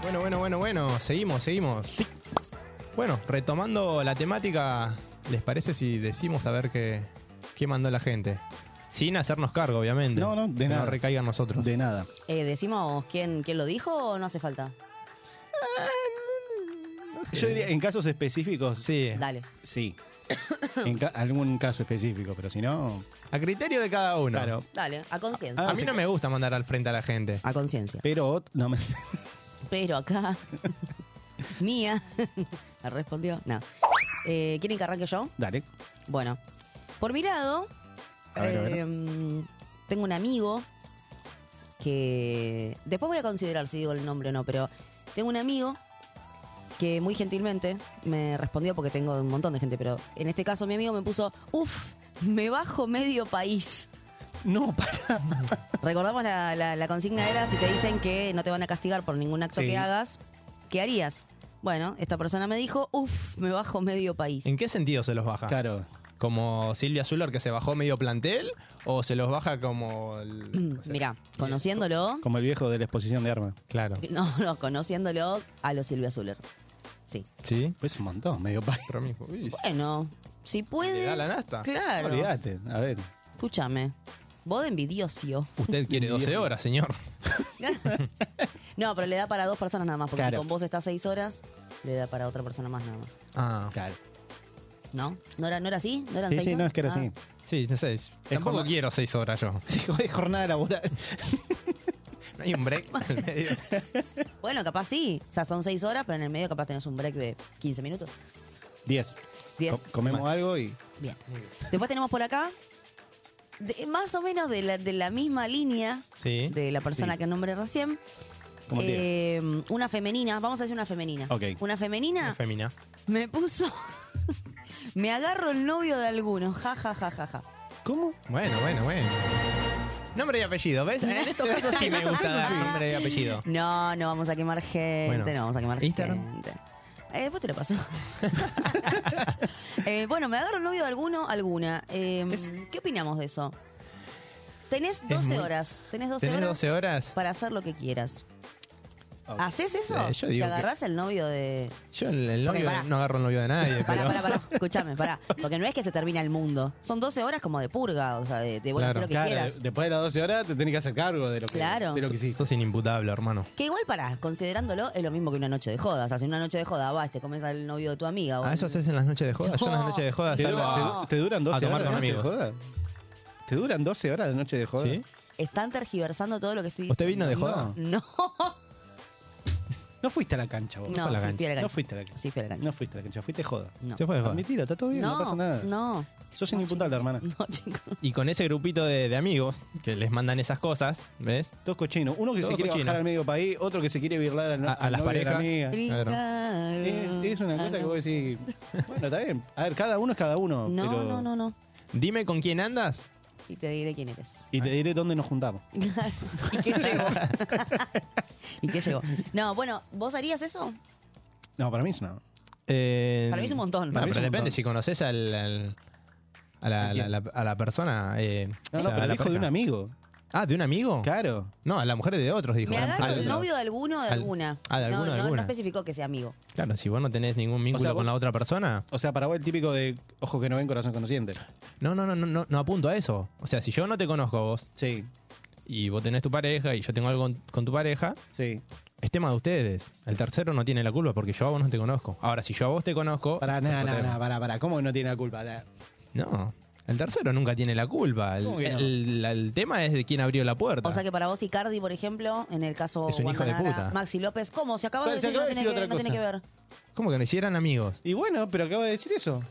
Bueno, bueno, bueno, bueno, seguimos, seguimos. Bueno, retomando la temática, ¿les parece si decimos a ver qué, qué mandó la gente? Sin hacernos cargo, obviamente.
No, no, de
Que
nada.
No recaiga en nosotros.
De nada.
Eh, decimos quién, quién lo dijo o no hace falta.
Yo diría, en casos específicos,
Sí.
Dale.
sí. En ca- algún caso específico, pero si no.
A criterio de cada uno.
Claro.
Dale, a
Ah,
conciencia.
A mí no me gusta mandar al frente a la gente.
A conciencia.
Pero ot- no me-
Pero acá. Mía. me respondió. No. Eh, ¿Quieren que arranque yo?
Dale.
Bueno. Por mi lado.
A ver, a ver.
eh, Tengo un amigo. Que. Después voy a considerar si digo el nombre o no, pero. Tengo un amigo. que muy gentilmente me respondió, porque tengo un montón de gente, pero en este caso mi amigo me puso, uff, me bajo medio país.
No, para.
Recordamos la, la- la consigna era, si te dicen que no te van a castigar por ningún acto
Sí.
que hagas, ¿qué harías? Bueno, esta persona me dijo, uff, me bajo medio país.
¿En qué sentido se los baja?
Claro.
¿Como Silvia Zuller que se bajó medio plantel? ¿O se los baja como el.
Mira, conociéndolo,
Como el viejo de la exposición de armas.
Claro.
no, no, conociéndolo a los Silvia Zuller. Sí.
¿Sí?
Pues un montón, medio país.
Bueno, si puede...
¿Le da la nasta?
Claro.
Olvídate, a ver.
Escúchame, vos de envidioso.
Usted quiere 12 horas, señor.
No, pero le da para dos personas nada más, porque
Claro.
si con vos está seis horas, le da para otra persona más nada más.
Ah.
Claro.
¿No? ¿No era, no era así? ¿No eran
Sí,
seis
sí, no,
horas?
es que era
Ah.
así. Sí, no sé. Tampoco
jornada-
quiero 6 horas yo.
Es jornada laboral.
No hay un break en el medio.
Bueno, capaz sí. O sea, son seis horas, pero en el medio capaz tenés un break de 15 minutos.
10.
Diez.
comemos algo y.
Bien. Después tenemos por acá, de- más o menos de la, de la misma línea
Sí.
de la persona
Sí.
que nombré recién,
Como
eh, una femenina, vamos a decir una femenina.
Ok.
Una femenina
Femina.
me puso, me agarro el novio de alguno, ja, ja, ja, ja, ja.
¿Cómo?
Bueno, bueno, bueno. Nombre y apellido, ¿ves? En estos casos sí me gusta dar nombre y apellido.
No, no vamos a quemar gente,
Bueno.
no vamos a quemar
Instagram.
gente. Eh, después te lo paso. Eh, bueno, me agarro el novio de alguno, alguna. Eh, ¿Qué opinamos de eso? Tenés 12
muy-
horas. Tenés 12
¿Tenés
horas.
12 horas?
Para hacer lo que quieras.
Ok.
¿Haces eso?
Eh, yo
¿Te
digo que-
agarrás el novio de...?
Yo el, el
Porque
novio,
pará.
no agarro el novio de nadie, pero...
Escúchame, pará. Porque no es que se termina el mundo. Son 12 horas como de purga, o sea, de, de bueno, hacer lo que quieras.
de- después de las 12 horas te tenés que hacer cargo de lo que,
Claro.
de lo que hiciste.
Sos inimputable, hermano.
Que igual para, considerándolo, es lo mismo que una noche de joda. O sea, si en una noche de joda vas, te comes al novio de tu amiga. O
¿A Ah, eso haces en las noches de joda? Yo en las noches de joda
¿Te,
salgo
dura-
a,
te- te duran 12
a tomar
horas
con
de noche
amigos.
de joda? ¿Te duran 12 horas de noche de joda?
¿Sí?
Están tergiversando todo lo que estoy
¿Usted vino de joda?
No.
No fuiste a la cancha, vos.
No, No fue a la sí cancha. fui a la cancha.
No fuiste a la cancha.
Sí, fui a la cancha.
No fuiste a la cancha, fuiste joda.
No.
Se fue de joda.
Admitilo, está todo bien, no,
No,
pasa nada.
No.
Sos inimputable, hermana.
No, chicos.
Y con ese grupito de, de amigos que les mandan esas cosas, ¿ves?
Todos cochinos. Uno que se quiere bajar al medio país, otro que se quiere virlar al-
A- a
al
las
novio de la
parejas.
amiga.
Claro.
Es, es una cosa que vos decís. Bueno, está bien. A ver, cada uno es cada uno.
No,
pero-
no, no, no.
Dime con quién andas
Y te diré quién eres.
Y te diré dónde nos juntamos.
¿Y qué llegó? ¿Y qué llegó? No, bueno, ¿vos harías eso?
No, para mí es una.
Para mí es un montón.
No,
Para mí es
Eh, pero
un
depende
montón.
si conoces al, al- a, la, la- la- a la persona. eh,
No,
o
no,
sea,
pero
a la
dijo de
pareja.
un amigo.
Ah, ¿de un amigo?
Claro.
No, a la mujer de otros dijo.
Me agarro
Al-
el novio de alguno o de
al-
alguna.
ah, de alguno,
no,
de
no,
alguna.
no especificó que sea amigo.
Claro, si vos no tenés ningún vínculo
sea,
con
vos-
la otra persona.
O sea, para vos el típico de ojo que no ven, corazón conociente.
No, no, no, no, no, no apunto a eso. O sea, si yo no te conozco a vos.
Sí.
Y vos tenés tu pareja y yo tengo algo con, con tu pareja.
Sí.
Es tema de ustedes. El tercero no tiene la culpa porque yo a vos no te conozco. Ahora, si yo a vos te conozco.
Para,
es otro
nada, nada,
tema.
nada, para, para. ¿Cómo que no tiene la culpa? La-
No. El tercero nunca tiene la culpa. El,
¿Cómo que no?
el- la- el tema es de quién abrió la puerta.
O sea que para vos, Icardi, por ejemplo, en el caso
Es un hijo de
Guantanara,
puta.
Maxi López, ¿cómo? Se acaba de
Se
decir que no
acaba de
tiene
decir
que,
otra
no tiene que
cosa.
ver.
¿Cómo que no hicieran amigos?
Y bueno, pero acabo de decir eso.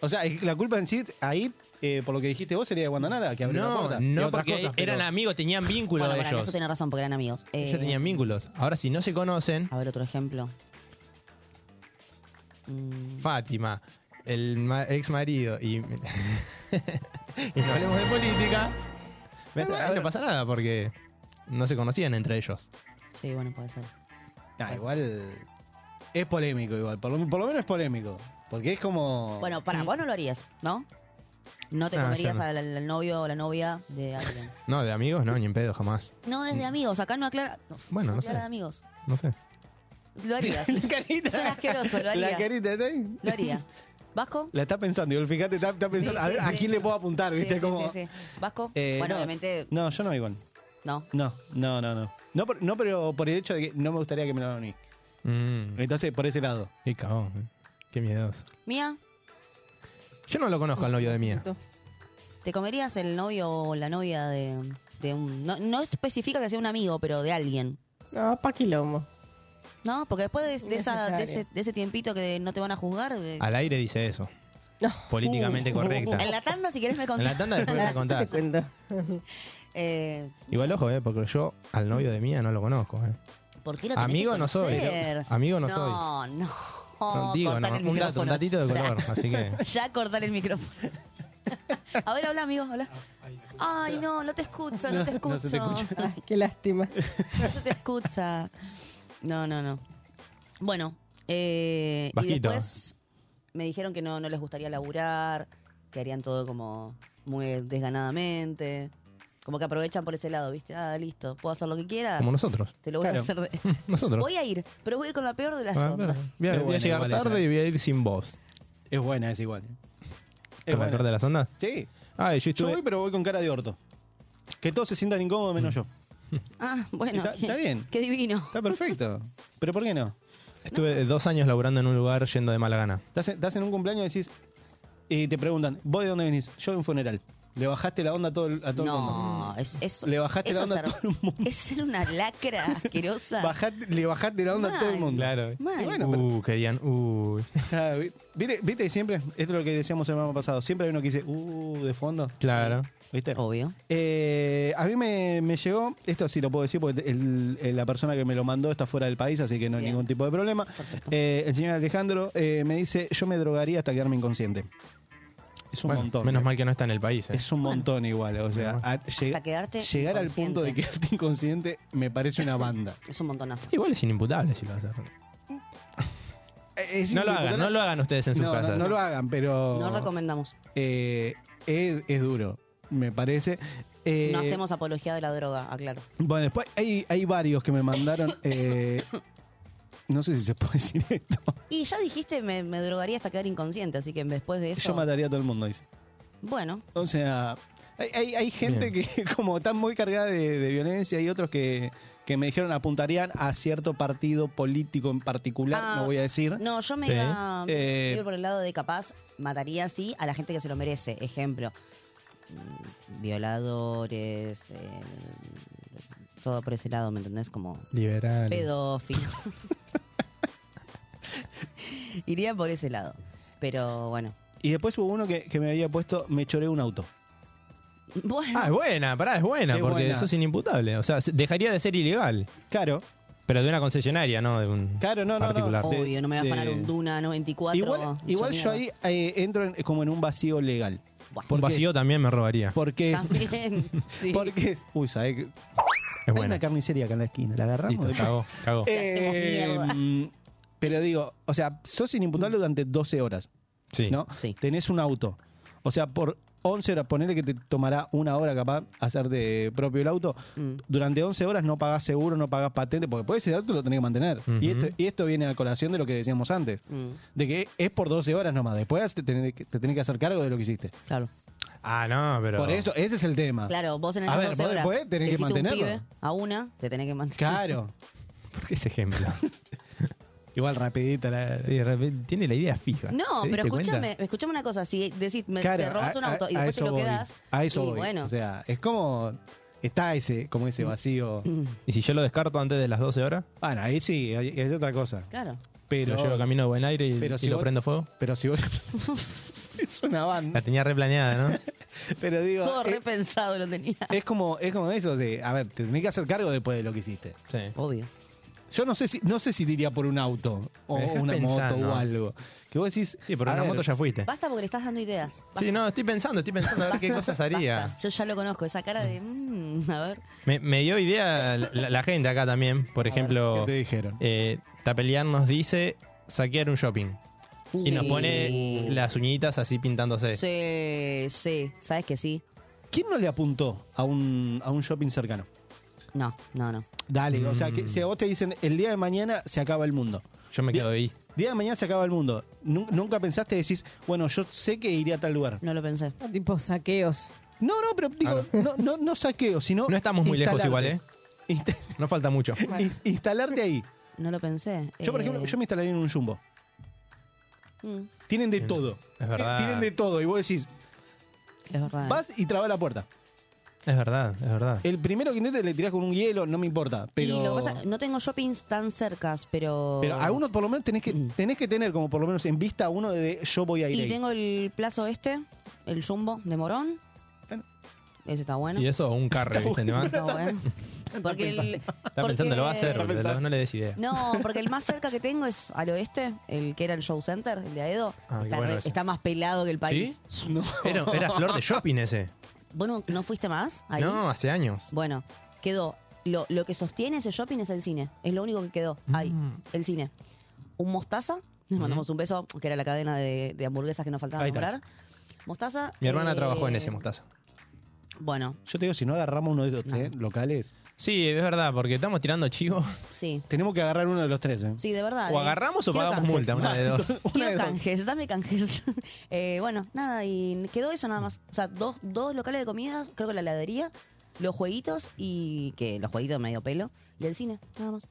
O sea, es- la culpa en sí, ahí, eh, por lo que dijiste vos, sería de Guandanara, que abrió la
No,
puerta.
no,
y otras
porque
cosas, pero-
eran amigos, tenían vínculos
Bueno, pará, en
ellos.
eso tenés razón, porque eran amigos. Eh,
Ellos tenían vínculos. Ahora, si no se conocen,
A ver, otro ejemplo.
Mm.
Fátima, el ma- ex marido y. y no hablemos de política. ¿Ves? Ahí no pasa nada porque no se conocían entre ellos.
Sí, bueno, puede ser.
Nah, igual. Es polémico, igual. Por lo, por lo menos es polémico. Porque es como.
Bueno, para, vos no lo harías, ¿no? No te
No, yo
comerías
Ah, no.
al, al novio o la novia de alguien.
No, de amigos no, ni en pedo, jamás.
No, desde amigos, acá no aclara. no,
Bueno, no
aclara
sé.
de amigos.
No sé.
Lo harías. la
carita.
Son asqueroso, lo
La
haría.
carita está ahí.
Lo haría. ¿Vasco?
La está pensando, igual, fíjate, está, está pensando.
Sí,
a
sí,
ver, ¿a
sí.
quién le puedo apuntar,
Sí,
viste?
sí,
como...
sí, sí. ¿Vasco?
Eh,
bueno,
no,
obviamente,
No, yo no, igual.
no.
No, no, no, no. No, por- no, pero por el hecho de que no me gustaría que me lo hagan a mí.
Mm,
Entonces, por ese lado.
qué cagón. eh. Qué miedos.
Mía,
Yo no lo conozco al novio de mía.
¿te comerías el novio o la novia de, de un. No, no especifica que sea un amigo, pero de alguien.
No, pa' quilombo.
¿No? Porque después de, de esa, de,
Innecesario.
ese, de ese tiempito que no te van a juzgar. eh,
Al aire dice eso. Políticamente Ah, correcta.
En la tanda, si querés, me
En
contás.
la tanda después me la contás.
Eh,
Igual, ojo, eh, porque yo al novio de mía no lo conozco. Eh.
¿Por qué lo tenés
Amigo
que
no soy. ¿eh?
conocer?
Amigo no, soy.
No, no.
No, digo,
cortar
no,
el
un dato,
micrófono.
un datito de color,
Pará.
así que.
Ya cortar el micrófono. A ver, habla, amigo, habla. Ay, no, no te escucho, no, te escucho.
No se te escucha. Ay, qué lástima.
No se te escucha. No, no, no. Bueno, eh, y
Bajito.
después me dijeron que no, no les gustaría laburar, que harían todo como muy desganadamente. Como que aprovechan por ese lado, ¿viste? Ah, listo, puedo hacer lo que quiera.
Como nosotros.
Te lo voy
Claro.
a hacer de...
Nosotros.
Voy a ir, pero voy a ir con la peor de las
Ah, claro.
ondas.
Voy a, voy
Qué
a
buena
llegar
igual esa,
tarde
eh.
y voy a ir sin voz.
Es buena, es igual.
¿Con
Es
la
buena.
peor de las ondas?
Sí.
Ay, yo
Yo
estuve.
voy, pero voy con cara de orto. Que todos se sientan incómodos
Mm.
menos yo.
Ah, bueno.
Está-
qué-
está bien.
Qué divino.
Está perfecto. Pero ¿por qué no?
Estuve dos años laburando en un lugar yendo de mala gana.
Estás en, estás en un cumpleaños y decís. Y te preguntan, ¿vos de dónde venís? Yo de un funeral. Le bajaste la onda a todo el, a todo el mundo.
No, es, es-
Le bajaste
eso
la onda a
es ar-
todo el mundo.
Es ser una lacra asquerosa.
Bajaste- le bajaste la onda a todo el
Mal.
mundo.
Claro.
Mal.
Y bueno, pero-
Uh, querían. Uh.
Ah, vi- ¿viste, viste siempre, esto es lo que decíamos el programa pasado, siempre hay uno que dice, uh, de fondo.
Claro.
¿Viste?
Obvio.
Eh, a mí me, me llegó, esto sí lo puedo decir porque el- el- la persona que me lo mandó está fuera del país, así que no hay
Bien.
ningún tipo de problema. Eh, el señor Alejandro eh, me dice, yo me drogaría hasta quedarme inconsciente. Es un
Bueno,
montón.
menos mal que no está en el país. eh.
Es un montón igual, o sea,
Bueno.
a- lleg-
Hasta quedarte
llegar al punto de
inconsciente.
quedarte inconsciente me parece una banda.
Es un montonazo.
Igual es inimputable si lo hacen.
Es
No lo hagan,
impresionante.
no lo hagan ustedes en sus
No, no,
casas.
no lo hagan, pero...
No recomendamos.
Eh, es, es duro, me parece. Eh,
No hacemos apología de la droga, aclaro.
Bueno, después hay, hay varios que me mandaron. eh, no sé si se puede decir esto.
Y ya dijiste, me, me drogaría hasta quedar inconsciente, así que después de eso.
Yo mataría a todo el mundo, dice.
Bueno,
O sea, hay, hay- hay gente
Bien.
que como está muy cargada de, de violencia y otros que, que me dijeron apuntarían a cierto partido político en particular,
Ah,
no voy a decir.
no, yo me
Sí.
iba,
Eh,
iba por el lado de capaz, mataría sí a la gente que se lo merece. Ejemplo, mm, violadores, eh, todo por ese lado, ¿me entendés? Como
Liberal.
pedófilo. Iría por ese lado. Pero bueno.
Y después hubo uno que, que me había puesto, me choré un auto.
Bueno,
Ah, es buena, pará, es buena,
Es
porque
buena.
eso es inimputable. O sea, se- dejaría de ser ilegal,
Claro,
pero de una concesionaria, no de un
claro, no, no, no.
particular.
de-
obvio, no me va a afanar
de-
un Duna 94.
Igual,
hecho
igual yo
mierda.
ahí eh, entro en- como en un vacío legal.
Buah.
Un
porque-
vacío también me robaría.
Porque es,
También, sí.
porque es- uy, ¿sabés que
Es
Hay
buena.
una carnicería acá en la esquina, la agarramos.
Listo, cagó, cagó.
Eh,
Te hacemos
mm, pero digo, o sea, sos inimputable durante 12 horas,
Sí.
¿no?
Sí.
Tenés un auto. O sea, por 11 horas, ponele que te tomará una hora capaz hacerte propio el auto.
Mm.
Durante 11 horas no pagás seguro, no pagás patente, porque después ese auto lo tenés que mantener. y,
Ujú.
esto, y esto viene a colación de lo que decíamos antes,
Mm,
de que es por 12 horas nomás. Después te tenés que, te tenés que hacer cargo de lo que hiciste.
claro.
Ah, no, pero.
Por eso, ese es el tema.
Claro, vos en
A
esas
ver,
12
vos
horas
después
le
tenés que
hiciste un
mantenerlo.
pibe a una, te tenés que mantener.
Claro.
¿Por qué ese ejemplo?
Igual rapidita la...
Sí, de repente tiene la idea fija.
No,
¿Te
pero
diste cuenta?
escúchame, escúchame una cosa. Si decís, me,
Claro,
te robas
a-
un auto
a-
y
a
después te
eso
lo
voy.
quedas.
A eso
y
voy.
bueno.
O sea, es como. Está ese, como ese vacío.
¿Y si yo lo descarto antes de las 12 horas?
Bueno, ahí sí, ahí- es otra cosa.
Claro.
Pero.
lo llevo camino de buen aire y,
pero
y
si
lo
vos-
prendo fuego.
Pero si vos. es una
La
banda.
tenía replaneada, ¿no?
Pero digo. eh,
Todo
Es,
repensado lo tenía.
es como, es como eso de. A ver, te tenés que hacer cargo después de lo que hiciste.
sí.
Obvio.
Yo no sé si, no sé si diría por un auto. O
Me dejás
una moto
pensando.
o algo. Que vos decís.
Sí, por
a
una
ver,
moto ya fuiste.
Basta porque le estás dando ideas. Basta,
Sí, no, estoy pensando, estoy pensando a ver qué cosas haría.
basta. Yo ya lo conozco. Esa cara de. mm, a ver.
Me, me dio idea la, la- la gente acá también. Por
¿Qué
ejemplo,
te dijeron?
eh, Tapeliar nos dice saquear un shopping. Y nos pone las uñitas así pintándose.
Sí, Eh, sí. ¿Sabes que sí?
¿Quién no le apuntó a un, a un shopping cercano?
No, no, no.
Dale, o sea, que si a vos te dicen el día de mañana se acaba el mundo.
Mm. Yo me quedo ahí.
Día de mañana se acaba el mundo. Nun- Nunca pensaste decís, bueno, yo sé que iría a tal lugar.
No lo pensé.
Tipo saqueos.
No, no, pero digo, no, no, no saqueo, sino.
No estamos muy lejos igual, ¿eh?
Insta-
No falta mucho.
in- instalarte ahí.
No lo pensé.
Yo, por
Eh,
ejemplo, yo me instalaría en un jumbo.
mm,
Tienen de todo. Eh,
Es verdad.
Tienen de todo. Y vos decís,
Es verdad.
vas y trabas la puerta.
Es verdad, es verdad.
El primero que intentes le tirás con un hielo, no me importa. Pero.
Y lo que pasa- no tengo shoppings tan cercas, pero.
Pero a uno por lo menos tenés que, tenés que tener como por lo menos en vista a uno de yo voy a ir
Mm. Y
ahí.
tengo el plazo este, el jumbo de Morón.
Bueno.
Eso está bueno.
Y eso, o un carre, ¿viste? Te va-
Está bueno. Porque el,
Está pensando, lo va a hacer,
Está
boludo,
pensando.
no le des idea.
no, porque el más cerca que tengo es al oeste, el que era el show center, el de Aedo.
Ah, qué
está,
bueno
re-
ese.
está más pelado que el país.
¿Sí? Era, era flor de shopping ese.
Bueno, ¿no fuiste más? Ahí?
No, hace años.
Bueno, quedó. Lo, lo que sostiene ese shopping es el cine. Es lo único que quedó. Ahí,
Mm.
el cine. Un mostaza. Les mandamos un beso, que era la cadena de, de hamburguesas que nos faltaba
Ahí está.
nombrar. Mostaza.
Mi hermana
eh,
trabajó en ese mostaza.
Bueno.
Yo te digo, si no agarramos uno de los tres locales,
Sí, es verdad, porque estamos tirando chivos.
Sí.
tenemos que agarrar uno de los tres, ¿eh?
Sí, de verdad.
O
eh.
agarramos o
Quiero
pagamos
canjes.
multa, una de dos.
Quiero canjes, dame canjes. Eh, bueno, nada, y quedó eso nada más. O sea, dos, dos locales de comidas, creo que la heladería, los jueguitos y que los jueguitos medio pelo y el cine, nada más.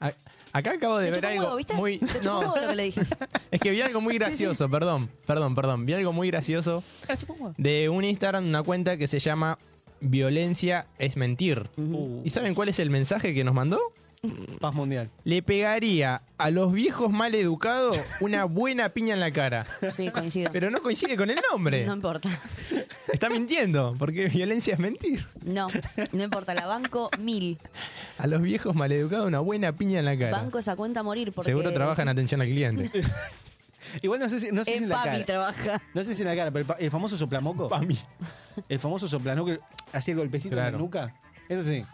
A- Acá acabo de
Te
ver
chupó un
algo
huevo, ¿viste?
muy.
Te chupó
no.
un huevo lo que le dije.
Es que vi algo muy gracioso, perdón, perdón, perdón. Vi algo muy gracioso
Ah,
de un Instagram, una cuenta que se llama Violencia es mentir. ¿Y saben cuál es el mensaje que nos mandó?
Paz mundial.
Le pegaría a los viejos mal educados una buena piña en la cara.
Sí, coincido.
Pero no coincide con el nombre.
No importa.
Está mintiendo, porque violencia es mentir.
No, no importa. La banco mil.
A los viejos maleducados una buena piña en la cara.
Banco esa cuenta a morir. Porque
Seguro trabaja en atención al cliente.
Igual no sé si, no sé si
En
en la
Papi
cara.
trabaja.
No sé si en la cara, pero el, pa- el famoso soplamoco.
Pami.
El famoso soplamoco que hacía el golpecito en
Claro.
la nuca. Eso sí.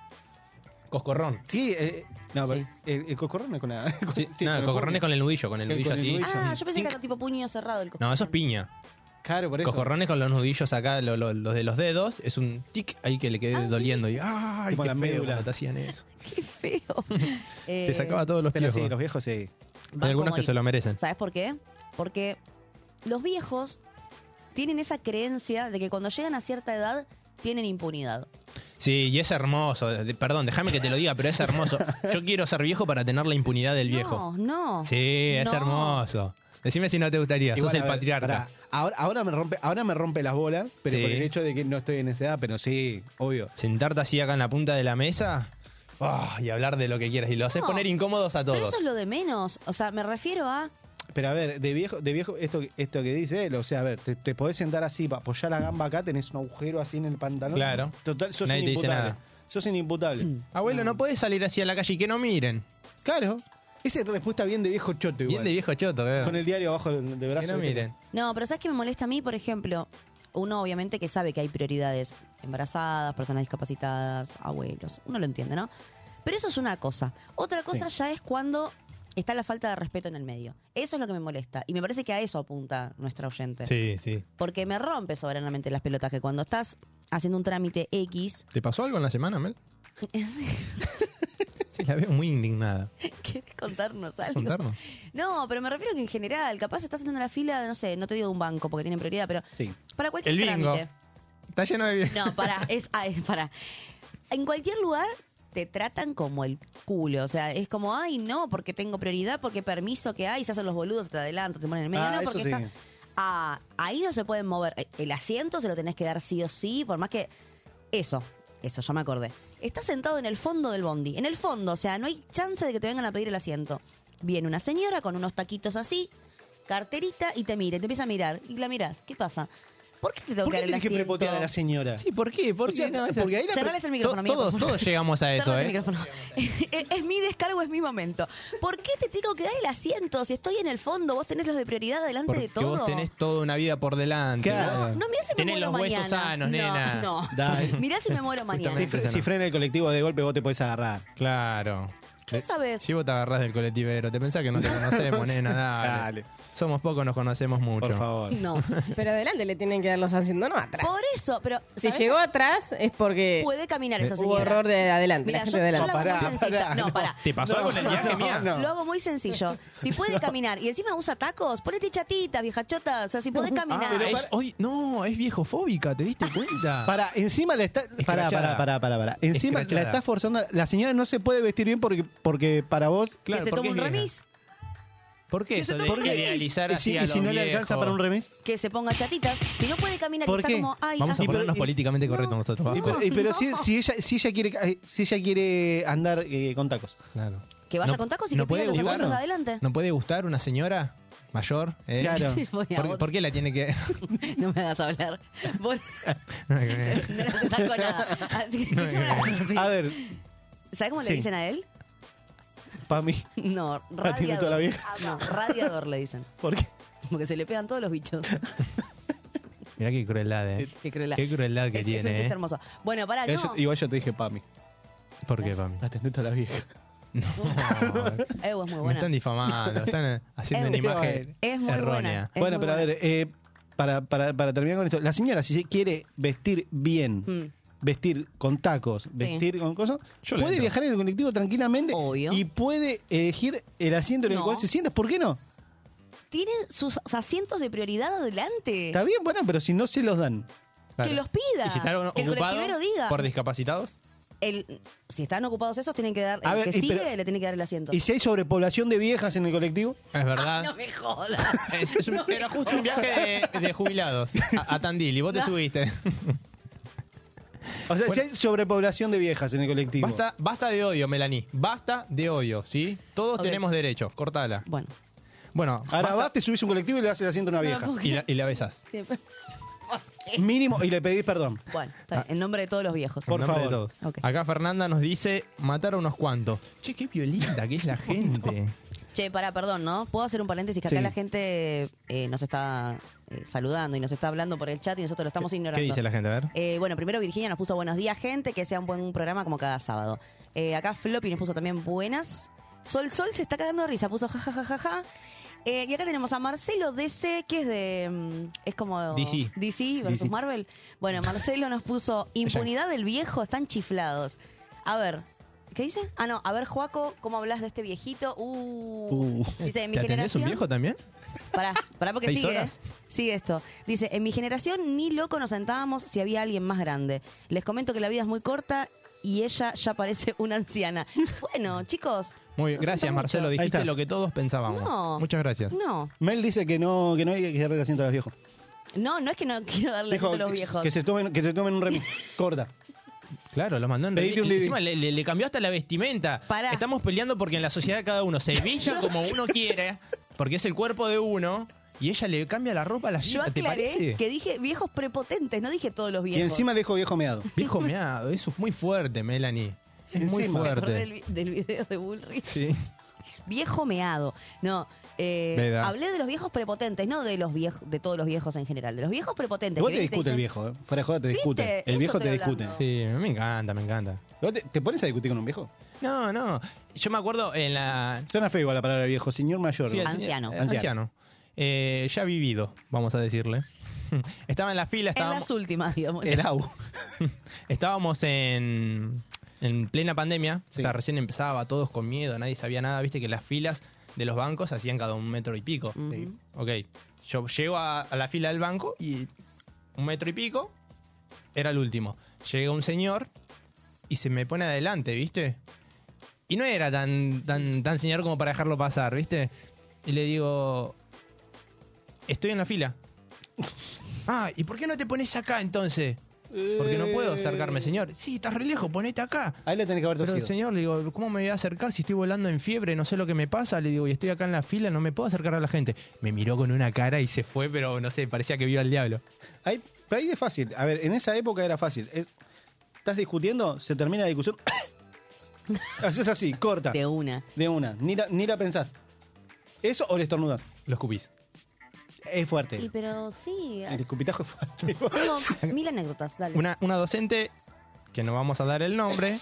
Coscorrón.
Sí, eh, no,
Sí.
pero el, el coscorrón no es con nada.
Sí, no, el coscorrón es con el nudillo, con el
Con-
nudillo
con el
así.
nudillo.
Ah, yo pensé que era tipo puño cerrado el
No, eso es piña.
Claro, por eso.
Coscorrones con los nudillos acá, lo- lo- los de los dedos, es un tic ahí que le quede
Ah,
doliendo. Y, ¡ay,
Como
qué
la
feo
médula.
cuando te hacían eso!
Qué feo. Eh,
te sacaba todos los
Pero
piojos.
sí, los viejos sí.
Hay algunos que se lo merecen.
¿Sabes por qué? Porque los viejos tienen esa creencia de que cuando llegan a cierta edad tienen impunidad.
Sí, y es hermoso. De- Perdón, déjame que te lo diga, pero es hermoso. Yo quiero ser viejo para tener la impunidad del viejo.
No, no.
Sí, es
No.
hermoso. Decime si no te gustaría.
Igual,
Sos el
a ver,
patriarca.
pará. Ahora, ahora, me rompe, ahora me rompe las bolas, pero
Sí.
por el hecho de que no estoy en esa edad, pero sí, obvio.
Sentarte así acá en la punta de la mesa ah, y hablar de lo que quieras. Y lo haces
No.
poner incómodos a todos.
Pero eso es lo de menos. O sea, me refiero a.
Pero a ver, de viejo, de viejo esto, esto que dice él, o sea, a ver, te, te podés sentar así, pa- apoyar la gamba acá, tenés un agujero así en el pantalón.
Claro.
¿Ah, Total, sos
Nadie te dice
inimputable.
nada.
Sos inimputable.
Abuelo, Mm. no puedes salir así a la calle y que no miren.
Claro. Esa es respuesta bien de viejo choto igual.
Bien de viejo choto, creo.
Con el diario abajo del del brazo.
Que no
¿viste?
miren.
No, pero ¿sabes qué me molesta a mí? Por ejemplo, uno obviamente que sabe que hay prioridades. Embarazadas, personas discapacitadas, abuelos. Uno lo entiende, ¿no? Pero eso es una cosa. Otra cosa ya es cuando está la falta de respeto en el medio. Eso es lo que me molesta. Y me parece que a eso apunta nuestra oyente.
Sí, sí.
Porque me rompe soberanamente las pelotas que cuando estás haciendo un trámite X,
¿Te pasó algo en la semana, Mel?
es-
Sí, la veo muy indignada.
¿querés contarnos algo?
Contarnos.
No, pero me refiero que en general, capaz estás haciendo la fila, no sé, no te digo de un banco porque tienen prioridad, pero
Sí.
para cualquier
El bingo.
trámite.
Está lleno de viejos.
No, para, es, ah, es para. En cualquier lugar te tratan como el culo, o sea, es como, ay, no, porque tengo prioridad, porque permiso que hay, se hacen los boludos, te adelantan, te ponen en el medio,
Ah,
no,
eso
porque
sí.
está- Ah, ahí no se pueden mover. Eh, El asiento se lo tenés que dar sí o sí, por más que. Eso, eso, ya me acordé. Estás sentado en el fondo del bondi, en el fondo, o sea, no hay chance de que te vengan a pedir el asiento. Viene una señora con unos taquitos así, carterita, y te mira, y te empieza a mirar, y la mirás. ¿Qué pasa? ¿Por qué te tengo
¿Por
que
qué
dar el
tenés que
asiento?
prepotear a la señora?
Sí, ¿por qué? ¿Por
O sea,
qué? No, eso-
porque ahí la pre-
Cerrales el micrófono,
To-
amigo,
todos,
por favor.
todos llegamos a eso,
Cerrás el
¿eh?
micrófono. es, es mi descargo, es mi momento. ¿Por qué te tengo que dar el asiento? Si estoy en el fondo, vos tenés los de prioridad delante
Porque
de todo.
vos tenés toda una vida por delante.
Claro.
¿no?
No, no, mirá si me
Tenés
muero
los huesos
mañana.
sanos,
no,
nena.
No,
Dale.
Mirá si me muero mañana.
Si,
Justamente.
fre- si frena el colectivo de golpe, vos te podés agarrar.
Claro.
¿Qué sabes?
Si vos te agarrás del colectivero, te pensás que no te conocemos, nena, dale.
Dale.
Somos pocos, nos conocemos mucho.
Por favor.
No.
Pero adelante le tienen que dar los asientos, no atrás.
Por eso, pero
Si
¿sabés?
llegó atrás es porque
puede caminar esa
hubo
señora.
error de adelante.
Mira,
la
yo,
gente
yo
de
lo
adelante.
hago
Pará,
muy sencilla.
pará,
no,
no.
pará.
¿Te pasó algo en el viaje, mía?
no.
Lo hago muy sencillo. Si puede caminar y encima usa tacos, ponete chatita, vieja chota. O sea, si puede
Ah,
caminar.
es- hoy, no, es viejofóbica, ¿te diste cuenta?
Para, encima la está. Para,
Escrachada.
para, para, para, para. Encima
Escrachada.
la está forzando. La señora no se puede vestir bien porque, porque para vos.
que se
porque
tome un
es vieja.
remis,
¿Por qué
Que se
eso de
tome un remis.
idealizar
Y
así
si,
a
y si
los
no le alcanza
viejos?
para un remis.
que se ponga chatitas. Si no puede caminar y
¿Por
está
qué?
como, ay, eh,
Vamos a
así-
ponernos
y-
políticamente correctos nosotros.
Y
vamos.
pero, y pero si, si ella, si, ella quiere, eh, si ella quiere andar eh, con tacos.
Claro.
que vaya
No-
con tacos y
no
que pida
puede
los
gustar.
asientos de adelante.
¿No puede gustar una señora? mayor. ¿eh?
Claro. Voy a
¿Por,
vos.
por qué la tiene que.?
No me hagas hablar. Vos no te saco nada. Así que
No,
escuchame una cosa, sí.
Eh. A ver,
¿Sabés cómo le
Sí.
dicen a él?
para mí.
No,
La tiene
radiador. Ah,
toda la vieja.
No, radiador le dicen.
¿Por qué?
Porque se le pegan todos los bichos.
Mirá qué crueldad, ¿eh?
Qué crueldad.
Qué crueldad que
es, es un
tiene,
chiste
¿eh?
hermoso. Bueno, pará,
Igual
no. Eh.
yo- igual yo te dije Pami.
¿Por qué, Pami?
Atendé a la vieja.
Evo es muy
Me
buena.
están difamando, están haciendo
Eh,
una
qué
imagen
Es muy
errónea.
buena. Es
bueno,
muy
pero a
buena.
ver, eh, para, para, para terminar con esto, la señora si se quiere vestir bien,
Mm.
vestir con tacos, vestir con cosas,
Yo le
puede
entro.
viajar en el colectivo tranquilamente
Obvio.
y puede elegir el asiento en el
No.
cual se sienta. ¿Por qué no?
Tiene sus asientos de prioridad adelante.
Está bien, bueno, pero si no se los dan.
Que los pida.
Y si están
que el colectivero
ocupados
diga.
por discapacitados,
El- si están ocupados esos, tienen que dar.
A
el
ver,
que
y
sigue
pero-
le tiene que dar el asiento.
¿Y si Ah. hay sobrepoblación de viejas en el colectivo?
es verdad.
Ah, No me jodas.
Es- es un- era justo un viaje de, de jubilados a, a Tandil y vos te subiste.
O sea, si
Bueno.
hay sobrepoblación de viejas en el colectivo.
Basta, basta de odio, Melanie. Basta de odio, ¿sí? Todos
Ok.
tenemos derecho. Cortala.
Bueno.
Bueno,
Ahora
basta-
vas, te subís a un colectivo y le das el asiento a una vieja.
y la, y la besás.
Siempre-
Mínimo, y le pedís perdón. Ah.
Bueno, está bien, en nombre de todos los viejos.
Por
En nombre de
favor.
todos.
Ok.
Acá Fernanda nos dice matar a unos cuantos. Che, qué violenta que es la gente.
Che, pará, perdón, ¿no? ¿Puedo hacer un paréntesis? Que acá
Sí.
la gente eh, nos está eh, saludando y nos está hablando por el chat y nosotros lo estamos ignorando.
¿Qué dice la gente? A ver.
Eh, bueno, primero Virginia nos puso buenos días, gente, que sea un buen programa como cada sábado. Eh, acá Floppy nos puso también buenas. Sol Sol se está cagando de risa, puso jajajajaja. Eh, y acá tenemos a Marcelo DC, que es de. mm, Es como.
DC.
DC versus
DC.
Marvel. Bueno, Marcelo nos puso impunidad del viejo, están chiflados. A ver, ¿qué dice? Ah, no, a ver, Joaco, ¿cómo hablas de este viejito? Uh.
Uh.
Dice, en mi
¿Te atendés un
generación.
viejo también?
Pará, pará porque
¿Seis
sigue.
horas?
¿eh? Sigue esto. Dice, en mi generación ni loco nos sentábamos si había alguien más grande. Les comento que la vida es muy corta y ella ya parece una anciana. Bueno, chicos.
Muy
lo
bien, gracias
siento
Marcelo,
mucho.
Ahí
dijiste
está.
lo que todos pensábamos.
No.
Muchas gracias.
No,
Mel dice que no, que no hay que darle el asiento a los viejos.
no, no es que no quiero darle
Dijo
a los viejos.
Que se tomen, que se tomen un remis. Corta.
Claro, los mandó en
Pedite
revi-
un Didi.
Encima le, le- le cambió hasta la vestimenta.
Pará.
Estamos peleando porque en la sociedad cada uno se villa como uno quiere, porque es el cuerpo de uno, y ella le cambia la ropa a la
Yo
chica, ¿te
aclaré
parece?
que dije viejos prepotentes, no dije todos los
Y
viejos.
encima le dijo viejo meado.
Viejo meado, eso es muy fuerte, Melanie. Es muy
Encima.
Me acordé del,
fuerte.
vi- del video de Bullrich.
Sí.
Viejo meado. No, eh,
Veda.
hablé de los viejos prepotentes, no de los viejos, de todos los viejos en general, de los viejos prepotentes.
Igual
que
te
vienen y
discute
dicen-
el viejo, ¿eh? Fuera de joda te
¿Viste?
discute.
Eso
El viejo te
estoy
discute.
hablando.
Sí, me encanta, me encanta.
¿Vos ¿Te, te pones a discutir con un viejo?
No, no. Yo me acuerdo en la.
Suena feo igual la palabra viejo, señor mayor.
Ah. Sí,
¿no?
al-
Anciano.
eh, Anciano. Eh, ya vivido, vamos a decirle. Estaba en la fila,
En
estábamos.
las últimas, digamos.
El AU.
Estábamos en, en plena pandemia,
Sí.
o sea, recién empezaba, todos con miedo, nadie sabía nada, viste que las filas de los bancos hacían cada un metro y pico.
Ujú.
Ok, yo llego a, a la fila del banco y un metro y pico era el último. Llega un señor y se me pone adelante, viste. Y no era tan, tan, tan señor como para dejarlo pasar, viste. Y le digo, estoy en la fila. Ah, ¿y por qué no te pones acá entonces? Porque no puedo acercarme, señor. Sí, estás re lejos, ponete acá.
Eh. Ahí le tenés que haber
Pero
torcido.
señor, le digo, ¿cómo me voy a acercar si estoy volando en fiebre? No sé lo que me pasa. Le digo, y estoy acá en la fila, no me puedo acercar a la gente. Me miró con una cara y se fue, pero no sé, parecía que vio al diablo.
Ahí, ahí es fácil. A ver, en esa época era fácil. Es- estás discutiendo, se termina la discusión. Haces así, corta.
De una.
De una. Ni la, ni la pensás. ¿Eso o le estornudas?
Los cupís.
Es
Y
fuerte.
pero sí.
El escupitajo es fuerte.
Tengo mil anécdotas, dale.
Una, una docente, que no vamos a dar el nombre,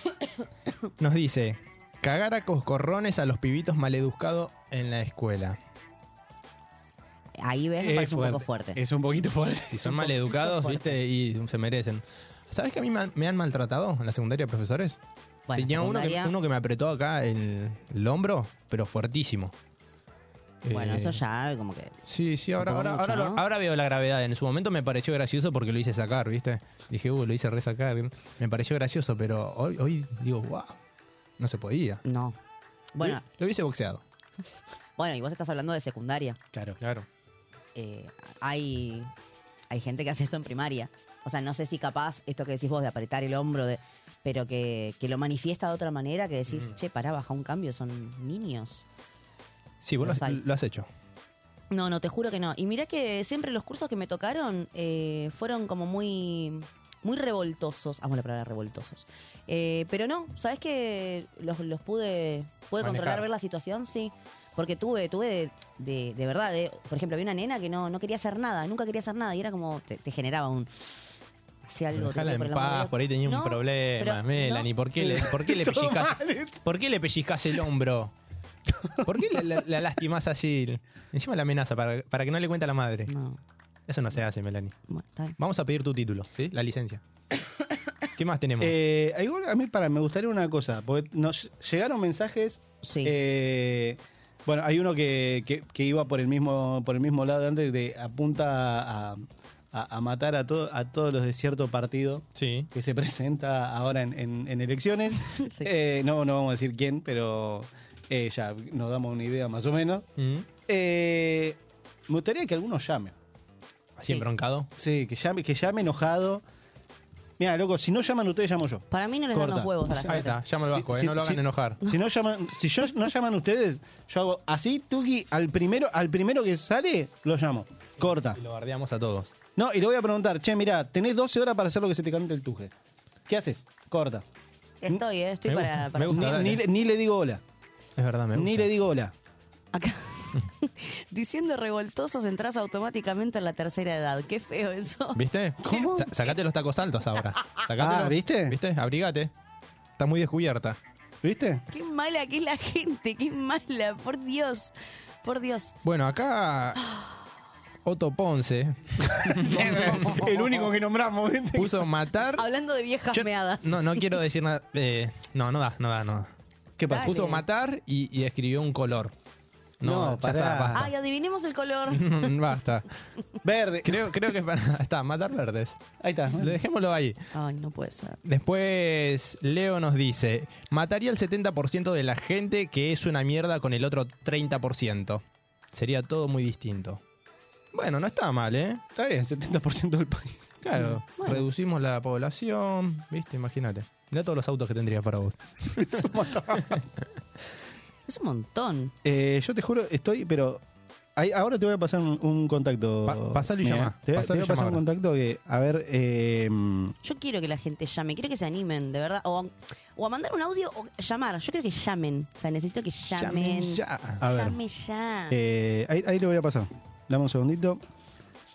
nos dice, cagar a coscorrones a los pibitos maleducados en la escuela.
Ahí ves, me parece un poco fuerte.
Es un poquito fuerte.
Si son maleducados, viste, y se merecen. ¿Sabes que a mí me han- me han maltratado en la secundaria, profesores?
Bueno,
Tenía uno que,
secundaria,
uno que me apretó acá el, el hombro, pero fuertísimo.
bueno,
Eh,
eso ya como que...
Sí, sí, ahora,
tampoco
ahora,
mucho,
ahora, lo-
¿no?
ahora veo la gravedad. En su momento me pareció gracioso porque lo hice sacar, ¿viste? Dije, uh, lo hice resacar. Me pareció gracioso, pero hoy, hoy digo, wow, no se podía.
No. Bueno,
Lo hubiese boxeado.
bueno, y vos estás hablando de secundaria.
Claro.
Claro.
Eh, hay, hay gente que hace eso en primaria. O sea, no sé si capaz esto que decís vos de apretar el hombro, de, pero que, que lo manifiesta de otra manera, que
Mm.
decís, che, pará, baja un cambio, son niños.
Sí, vos lo
Los
has,
hay.
lo has hecho.
No, no, te juro que no. Y mirá que siempre los cursos que me tocaron eh, fueron como muy, muy revoltosos. Amo la palabra revoltosos. Eh, pero no, ¿sabes que los, los pude, pude
Manejar.
controlar, ver la situación? Sí. Porque tuve, tuve de, de- de verdad, de- por ejemplo, había una nena que no, no quería hacer nada, nunca quería hacer nada y era como, te, te generaba un... Hacía algo.
Dejala
te-
en
el amor de
paz,
Dios.
por ahí tenía
No,
un problema,
pero-
Melanie.
no.
¿Por qué le, por qué le
Todo
pellizcas? ¿Por qué le pellizcas el hombro? ¿Por qué la, la- la lastimas así? Encima la amenaza para, para que no le cuente a la madre. Eso no se hace, Melanie. Vamos a pedir tu título, ¿sí? La licencia. ¿Qué más tenemos?
Eh, igual a mí para, me gustaría una cosa, porque nos llegaron mensajes. eh, bueno, hay uno que, que- que iba por el mismo, por el mismo lado de antes, de apunta a, a- a matar a, todo, a todos los de cierto partido que se presenta ahora en, en- en elecciones. Eh, no, no vamos a decir quién, pero eh, ya nos damos una idea más o menos.
Mm.
Eh, me gustaría que algunos llamen.
¿Así embroncado?
Sí, que llame, que llame enojado. Mira, loco, si no llaman ustedes, llamo yo.
Para mí no les dan los huevos a la
Ahí
gente.
está,
llama al Vasco, eh, no lo hagan enojar.
Si no llaman, si yo no llaman ustedes, yo hago así, Tuki, al primero, al primero que sale, lo llamo. Corta.
Lo bardeamos a todos.
No, y le voy a preguntar, che, mirá, tenés 12 horas para hacer lo que se te cante el tuje. ¿Qué haces? Corta.
Estoy, eh, estoy para... para-
ni, ni- ni le digo hola.
Es verdad, me
Ni le digo hola.
Diciendo revoltosos entras automáticamente a la tercera edad. Qué feo eso.
¿Viste? ¿Cómo? sacate los tacos altos ahora. Sacátelos.
Ah, ¿viste?
¿Viste? Abrigate. Está muy descubierta.
¿Viste?
Qué mala que es la gente, qué mala, por Dios. Por Dios.
Bueno, acá Otto Ponce.
El único que nombramos.
Puso matar.
Hablando de viejas meadas.
No, no quiero decir nada. eh, no, no da, no da, no da.
¿Qué
pasa?
Puso
Dale.
matar y, y escribió un color.
No,
No, para
pará.
Ay, adivinemos el color.
basta.
Mm, Verde.
Creo, creo que es para. Está, matar verdes.
Ahí está.
Dejémoslo ahí.
Ay, no puede ser.
Después, Leo nos dice: Mataría el 70% de la gente que es una mierda con el otro 30%. Sería todo muy distinto. Bueno, no está mal, ¿eh?
Está bien, 70% del país.
Claro,
Mm,
Bueno.
reducimos la población, ¿viste? Imagínate. Mirá todos los autos que tendrías para vos.
Es un montón.
Eh, yo te juro, estoy, pero. ahí- ahora te voy a pasar un, un contacto.
Pa- pasalo y
Mira,
llamá.
Te, voy a- te
Pasalo
voy
y
a pasar
llamá
un contacto que, a ver. eh,
Yo quiero que la gente llame, quiero que se animen, de verdad. O, o a mandar un audio o llamar. Yo creo que llamen. O sea, necesito que llamen.
Llamen ya. A ver.
Llame ya.
eh, ahí, ahí lo voy a pasar. Dame un segundito.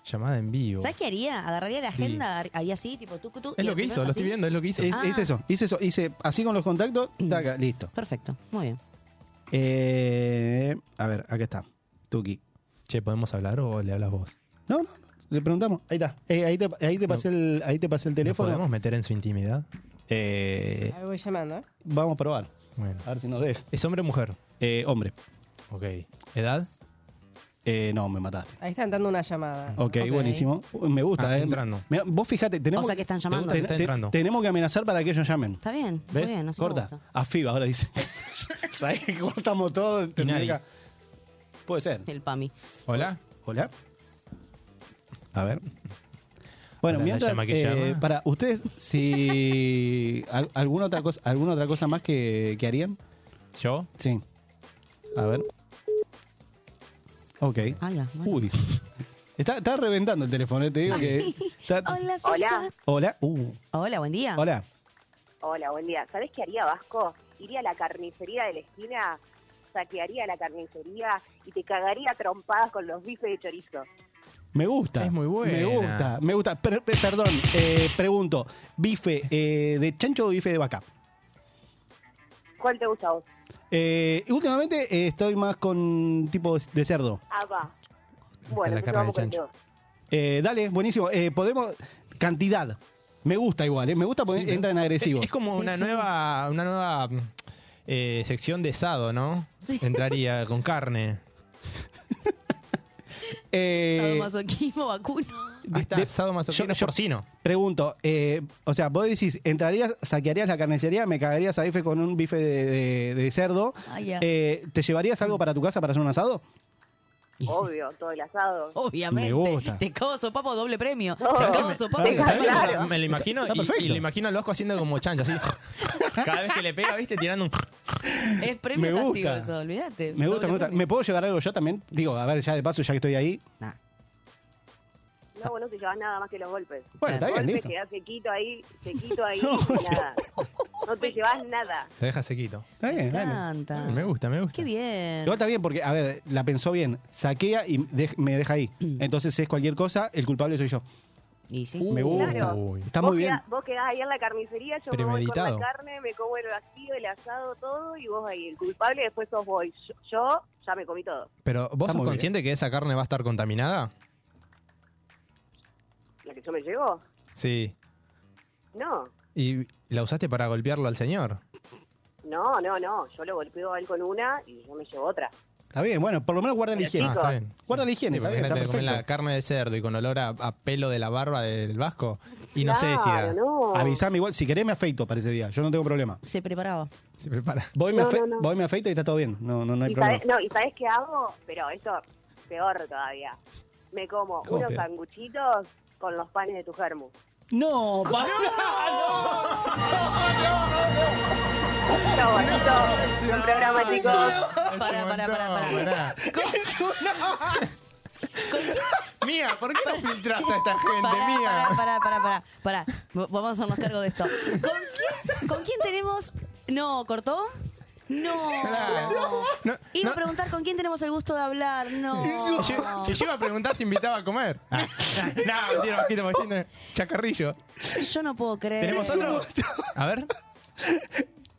Llamada en vivo.
¿Sabes qué haría? Agarraría la
Sí.
agenda, ahí así, tipo tú, tú.
Es lo que hizo, lo estoy viendo,
es lo que hizo.
Es, es
Ah. Mm.
eso, hice eso, hice así con los contactos, taca, listo. Eh,
Perfecto, muy bien.
a ver, acá está. Tuki.
Che, ¿podemos hablar o le hablas vos?
No, no, no, le preguntamos. Ahí está. Eh, ahí, te, ahí, te pasé el, ahí te pasé el teléfono.
¿Podemos meter en su intimidad?
Eh,
Ahí voy llamando. ¿eh?
vamos a probar.
Bueno.
A ver si nos deja. Eh,
¿Es hombre o mujer?
hombre.
Ok. ¿Edad?
Eh, no, me mataste.
Ahí están dando una llamada.
Ok, buenísimo. Uy, Me gusta,
Ah,
eh.
entrando.
Mirá, vos fíjate, tenemos,
O sea que están llamando.
ten-
Está
ten-
entrando.
tenemos que amenazar para que ellos llamen.
Está bien,
¿Ves?
muy bien, así me
Corta.
gusta.
A FIBA ahora dice. ¿Sabés que cortamos todo? ¿Entendés?
nadie.
Acá. Puede ser.
El PAMI.
¿Hola?
Hola. A ver.
Hola,
Bueno,
la
mientras
llama que
eh,
llama.
para ustedes si al- alguna otra cosa, alguna otra cosa más que, que harían?
¿Yo?
Sí. A ver. Ok. Uy. Está, está reventando el teléfono, eh, te digo que está-
Hola, Sosa. Hola.
Hola. Uh.
buen día.
Hola.
Hola, buen día. ¿Sabes qué haría Vasco? Iría a la carnicería de la esquina, saquearía la carnicería y te cagaría a trompadas con los bifes de chorizo.
Me gusta.
Es muy buena.
Me gusta, me gusta. Per- per- perdón, eh, pregunto, bife eh, de chancho o bife de vaca?
¿Cuál te gusta a vos?
Eh, y últimamente eh, estoy más con tipo de cerdo.
Ah, va. Bueno,
la
entonces
carne
vamos
de
con el
chancho.
de vos.
Eh, dale, buenísimo. Eh, podemos. Cantidad. Me gusta igual, eh, me gusta porque entra en agresivo.
Es, es como una nueva, una nueva mm, eh, sección de sado, ¿no? Entraría con carne.
Eh,
Sadomasoquismo vacuno.
Ahí está,
de-
sado más
yo- yo
porcino.
Pregunto, eh, o sea, vos decís, entrarías, saquearías la carnicería, me cagarías a bife con un bife de, de- de cerdo,
Ah, ya.
Eh, ¿te llevarías algo para tu casa para hacer un asado?
Y sí.
Obvio, todo el asado.
Obviamente.
Me gusta.
Te coso, papo, doble premio.
Oh.
Te coso, papo.
Me, lo imagino
Está
y,
perfecto.
y lo imagino loco haciendo como chancho, así. Cada vez que le pega, viste, tirando un.
Es premio
Me
castigo
gusta.
eso, olvídate.
Me gusta, me gusta. ¿Me puedo llevar algo yo también? Digo, a ver, ya de paso, ya que estoy ahí.
No, vos no te llevas nada más que los golpes.
Bueno, está bien,
golpes,
listo.
quedás sequito ahí, sequito ahí,
No,
y
sí.
nada. No te llevas nada.
Te deja sequito.
Está bien, está bien.
Canta.
Me gusta, me gusta.
Qué bien.
Igual está bien porque, a ver, la pensó bien. Saquea y dej- me deja ahí. Entonces, es cualquier cosa, el culpable soy yo.
Mm. Y sí.
Me gusta.
Claro.
Está
Vos
muy bien.
quedás- vos quedás ahí en la carnicería, yo me voy con la
Premeditado.
carne, me como el vacío, el asado, todo, y vos ahí, el culpable, después sos vos. Yo, yo ya me comí todo.
Pero vos sos
muy
consciente que esa carne va a estar contaminada?
¿La que yo me llevo?
Sí.
No,
Y la usaste para golpearlo al señor.
no, no, no. Yo lo golpeo a él con una y yo me llevo otra.
Está bien, bueno, por lo menos guarda la
Pero
higiene.
chicos. Ah, está bien.
Guarda la
Sí,
higiene, está
porque
bien, está
imagínate comer
perfecto.
la carne de cerdo y con olor a, a pelo de la barba del vasco y no sé si
Claro, no.
Avisame igual, si querés me afeito para ese día, yo no tengo problema.
Se preparaba.
Se prepara.
Voy, me,
No,
afe-
no, no.
voy, me afeito y está todo bien, no, no, no hay
¿Y
problema.
sabes, no, ¿Y sabes qué hago? Pero esto, peor todavía. Me como
¿Cómo
unos
peor?
sanguchitos con los panes de tu germu.
No, pa-
Chau, bonito. Buen programa, chicos.
Para, para, para, para.
Mía, ¿por qué Ah, no filtras a esta gente,
Pará,
mía?
pará, pará, pará, pará, pará. V- Vamos a hacernos cargo de esto. ¿Con quién, con quién tenemos...? No, ¿cortó? No.
No,
Iba
no.
a preguntar con quién tenemos el gusto de hablar. No.
Yo, que yo iba a preguntar si invitaba a comer. Ah, no, mentira, bajito, bajito. Chacarrillo.
Yo no puedo creer.
¿Tenemos otro? A ver.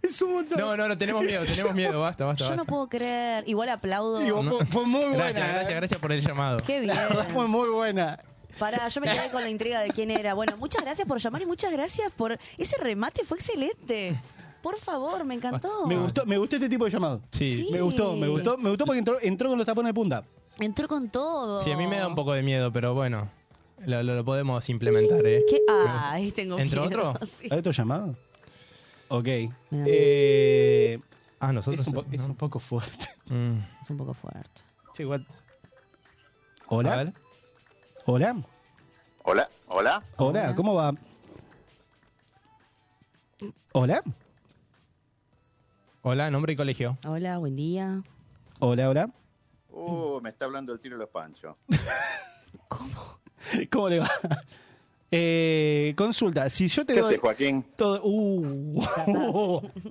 es un montón.
No, no, no, tenemos miedo, tenemos miedo. Basta, basta.
Yo
basta.
no puedo creer. Igual aplaudo.
Digo,
No.
fue, fue muy buena.
Gracias, gracias, gracias por el llamado.
Qué bien.
La verdad fue muy buena.
Pará, yo me quedé con la intriga de quién era. Bueno, muchas gracias por llamar y muchas gracias por. Ese remate fue excelente. Por favor, me encantó.
Me gustó, me gustó este tipo de llamado.
Sí.
Me gustó, me gustó, me gustó porque entró, entró con los tapones de punta.
Entró con todo.
Sí, a mí me da un poco de miedo, pero bueno, lo, lo- lo podemos implementar, ¿eh?
¿Qué? Ah, ahí tengo
¿Entró
miedo.
otro?
Sí.
¿Hay otro llamado? Ok.
Me da
Eh,
Ah, nosotros.
es, un po-
¿no?
es un poco fuerte.
Mm.
Es un poco fuerte.
Che, igual.
A
Hola.
ver.
Hola.
Hola, hola.
Hola, ¿cómo va? Hola.
Hola, nombre y colegio.
Hola, buen día.
Hola, hola.
Uh, me está hablando el tiro de los panchos.
¿Cómo le va? Eh, consulta, si yo te
¿Qué
doy
haces, Joaquín?
todo... Uh,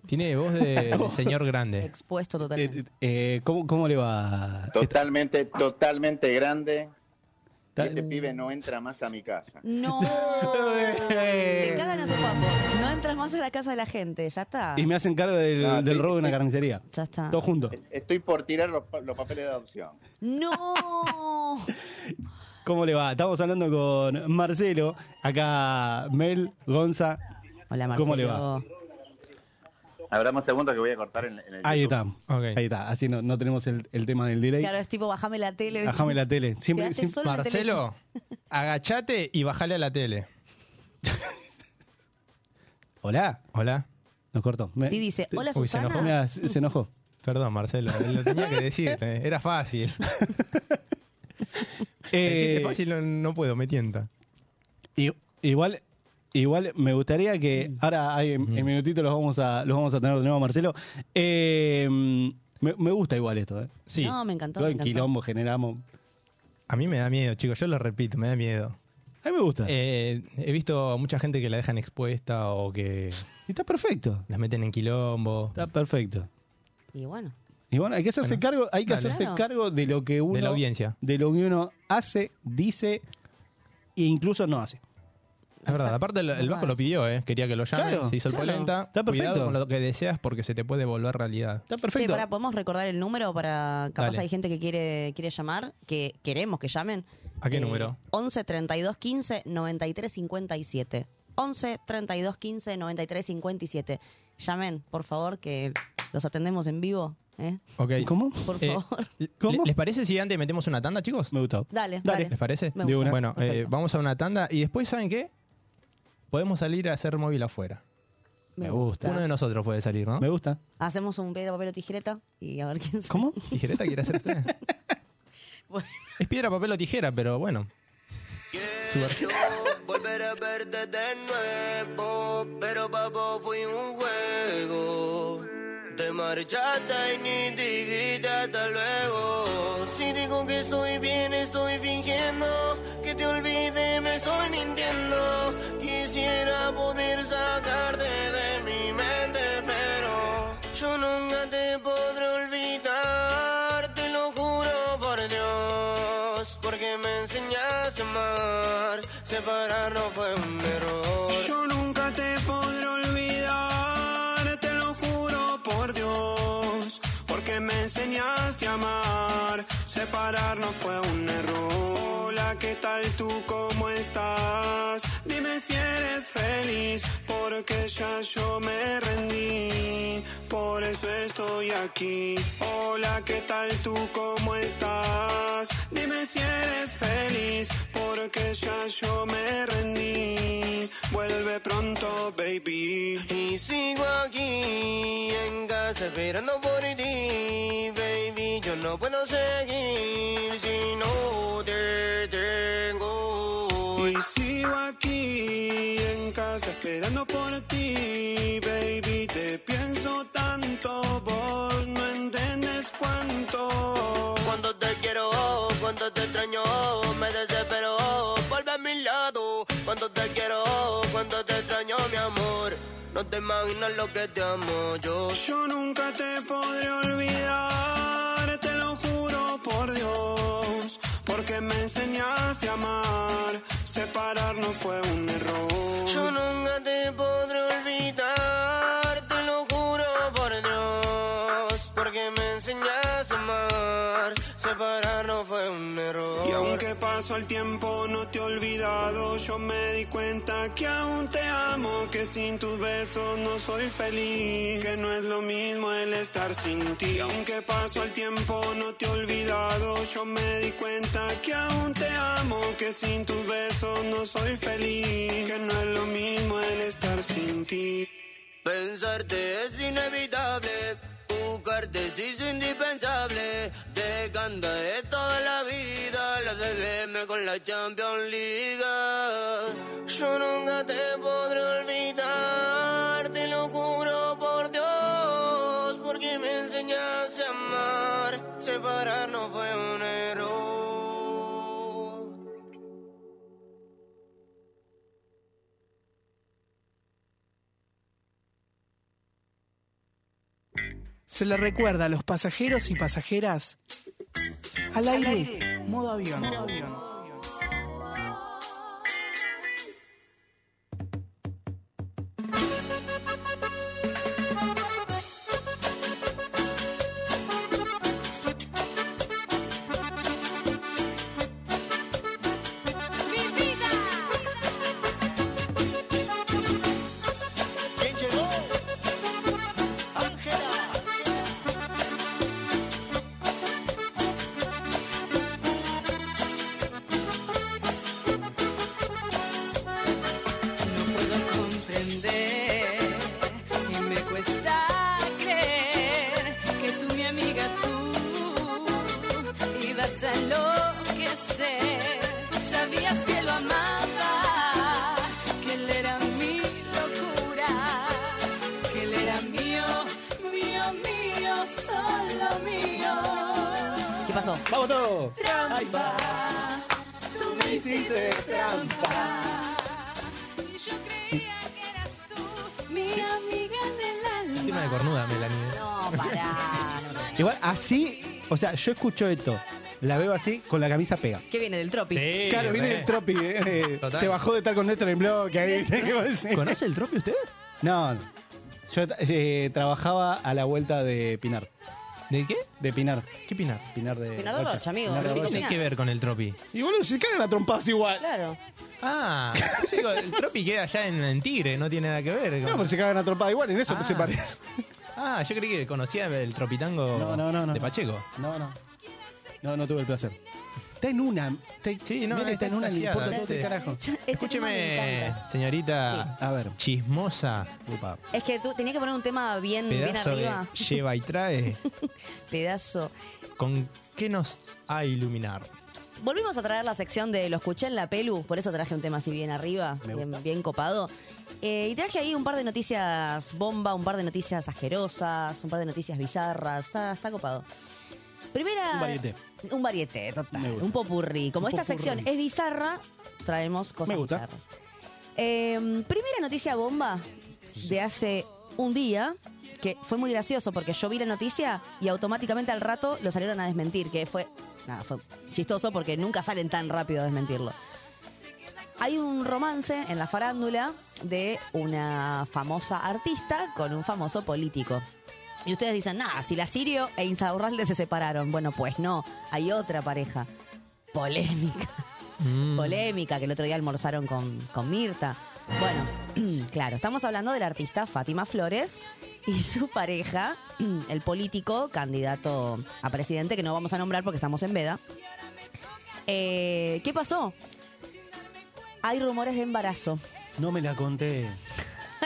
Tiene voz de señor grande.
Expuesto totalmente.
Eh, eh, ¿cómo, cómo le va?
Totalmente, totalmente grande.
Ta-
Este pibe no entra más a mi casa.
No.
Eh.
Te cagan a su papo. No entras más a la casa de la gente. Ya está.
Y me hacen cargo del,
Ah,
del
sí, Eh.
robo de una
sí.
carnicería.
Eh, Ya está.
Todos juntos.
Estoy por tirar los, pa- los papeles de adopción.
No.
¿Cómo le va? Estamos hablando con Marcelo, acá Mel, Gonza.
Hola, Marcelo.
¿Cómo le va?
Habrá un segundo que voy a cortar en, en el.
Ahí
YouTube.
está.
Ok.
Ahí está. Así no, no tenemos el, el tema del delay.
Claro, es tipo, bajame la tele. ¿viste?
Bajame la tele. Siempre,
Quedaste
siempre-
solo en el teléfono.
Marcelo, agachate y bajale a la tele.
Hola.
Hola.
Nos cortó. Me-
Sí, dice, Eh, hola,
Uy, se
Susana.
enojó.
Mira, se se enojó.
Perdón, Marcelo, lo tenía que decirte. Era fácil. El
Eh,
chiste fácil no, no puedo, me tienta.
I- Igual, igual me gustaría que
Mm.
ahora hay- en,
Mm.
en minutito los vamos a los vamos a tener de nuevo, Marcelo. Eh, me, me gusta igual esto, ¿eh?
Sí.
No, me encantó.
Todo
me
el
encantó.
quilombo generamos.
A mí me da miedo, chicos. Yo lo repito, me da miedo.
A mí me gusta.
Eh, he visto a mucha gente que la dejan expuesta o que
Y está perfecto.
las meten en quilombo.
Está perfecto.
Y bueno.
Y bueno, hay que hacerse
Bueno,
cargo, hay que
dale.
hacerse
Claro.
cargo de lo que uno
De la audiencia.
de lo que uno hace, dice e incluso no hace.
Es verdad, aparte el, el Vasco lo pidió, ¿eh? quería que lo llamen,
Claro,
se hizo el
claro.
polenta.
Está perfecto.
Cuidado con lo que deseas porque se te puede volver realidad.
Está
Che,
perfecto.
pará, ¿podemos recordar el número para capaz
Dale.
hay gente que quiere quiere llamar, que queremos que llamen? Eh,
¿A qué número?
11 32 15 93 57. 11 32 15 93 57. Llamen, por favor, que los atendemos en vivo, ¿eh?
Ok.
¿Cómo?
Por
Eh,
favor.
le-
¿Cómo?
¿Les parece si antes metemos una tanda, chicos?
Me gustó.
Dale,
Dale.
dale.
¿Les parece?
Me
De gusta. una.
Bueno, eh,
Perfecto.
vamos a una tanda y después, ¿saben qué? Podemos salir a hacer móvil afuera.
Me gusta.
Uno de nosotros puede salir, ¿no?
Me gusta.
Hacemos un pedo papel o tijereta y a ver quién se...
¿Cómo?
¿Tijereta quiere hacer usted? Es piedra, papel o tijera, pero bueno. Suerte.
Volver a verte de nuevo, pero para vos fui un juego. Te marchaste y ni dijiste hasta luego. Si digo que estoy bien, estoy fingiendo. Que te olvide, me estoy mintiendo. Quisiera poder sacarte de mi mente, pero yo nunca te podré olvidar. Te lo juro por Dios, porque me enseñaste a amar. Separarnos fue un error.
Yo nunca te podré olvidar, te lo juro por Dios, porque me enseñaste a amar. Separarnos fue un error. Hola, ¿qué tal tú? ¿Cómo estás? Dime si eres feliz, porque ya yo me rendí. Por eso estoy aquí. Hola, ¿qué tal tú? ¿Cómo estás? Dime si eres feliz, porque ya yo me rendí. Vuelve pronto, baby.
Y sigo aquí en casa esperando por ti, baby. Yo no puedo seguir si no te tengo.
Y sigo aquí en casa esperando por ti, baby. Te pienso tanto, vos no entiendes cuánto.
Cuando te quiero, cuando te extraño, me desespero. Vuelve a mi lado. Cuando te quiero, cuando te extraño, mi amor. No te imaginas lo que te amo yo.
Yo nunca te podré olvidar, te lo juro por Dios, porque me enseñaste a amar. Separarnos fue un error.
Yo nunca te podré olvidar, te lo juro por Dios, porque me enseñaste a amar, separarnos fue un error.
Y aunque pasó el tiempo no te he olvidado, yo me di cuenta que aún te amo, que sin tus besos no soy feliz, que no es lo mismo el estar sin ti. Y aunque pasó el tiempo no te he olvidado, yo me di cuenta que aún te amo, que sin tus besos no soy feliz, que no es lo mismo el estar sin ti.
Pensarte es inevitable, buscarte sí es indispensable. Te cantaré toda la vida, la DBM con la Champions League. Yo nunca te podré olvidar, te lo juro por Dios, porque me enseñaste a amar. Separarnos fue un error.
Se le recuerda a los pasajeros y pasajeras al aire, modo avión.
¿Quién llegó? Ángela.
comprender y me cuesta creer que tú, mi amiga, tú ibas a enloquecer. Sabías que lo amaba, que él era mi locura, que él era mío, mío, mío, solo mío.
¿Qué pasó?
¡Vamos todos!
Trampa, tú me hiciste trampa. Y yo creía que eras tú, mi amiga del alma.
Tema de cornuda, Melanie.
No, pará.
Igual así, o sea, yo escucho esto, la veo así, con la camisa pega.
¿Qué viene del tropi?
claro, viene el tropi. eh, eh,
Total.
se bajó de estar con Néstor en bloque. Ahí,
¿Conoce el tropi usted?
No, yo eh, trabajaba a la vuelta de Pinar.
¿De qué?
De Pinar.
¿Qué Pinar?
Pinar de.
Pinar de Rocha, amigo,
Pinar de
¿qué
Rocha.
tiene que ver con el tropi?
Y boludo, se cagan a trompadas igual.
Claro.
Ah, yo digo, el tropi queda allá en, en Tigre, no tiene nada que ver.
No, pero se cagan a trompadas igual, en eso
Ah.
se parece.
Ah, yo creí que conocía el tropitango
No, no, no, no.
de Pacheco.
No, no. No, no tuve el placer. Está en una. sí,
no,
está,
está
en una, le
extasiada,
importa todo
este-
el carajo.
Escúcheme, señorita
a ver.
chismosa,
Es que tú tenías que
Mm,
poner un tema bien, bien
pedazo de
arriba.
lleva y trae,
Pedazo.
con ¿Qué nos ha iluminado?
Volvimos a traer la sección de Lo escuché en la pelu, por eso traje un tema así bien arriba, bien, bien copado. Eh, y traje ahí un par de noticias bomba, un par de noticias asquerosas, un par de noticias bizarras. Está, está copado. Primera.
Un variete.
Un variete, total.
Me gusta.
Un popurrí. Como
Un
esta
popurrí.
sección es bizarra, traemos cosas
Me gusta.
bizarras. Eh, primera noticia bomba de hace un día, que fue muy gracioso porque yo vi la noticia y automáticamente al rato lo salieron a desmentir, que fue, nada, fue chistoso porque nunca salen tan rápido a desmentirlo. Hay un romance en la farándula de una famosa artista con un famoso político. Y ustedes dicen, nada, si la Sirio e Insaurralde se separaron. Bueno, pues no, hay otra pareja. Polémica Mm.
Mm.
polémica, que el otro día almorzaron con, con Mirta. Bueno, claro, estamos hablando del artista Fátima Flores y su pareja, el político candidato a presidente, que no vamos a nombrar porque estamos en veda. Eh, ¿Qué pasó? Hay rumores de embarazo.
No me la conté.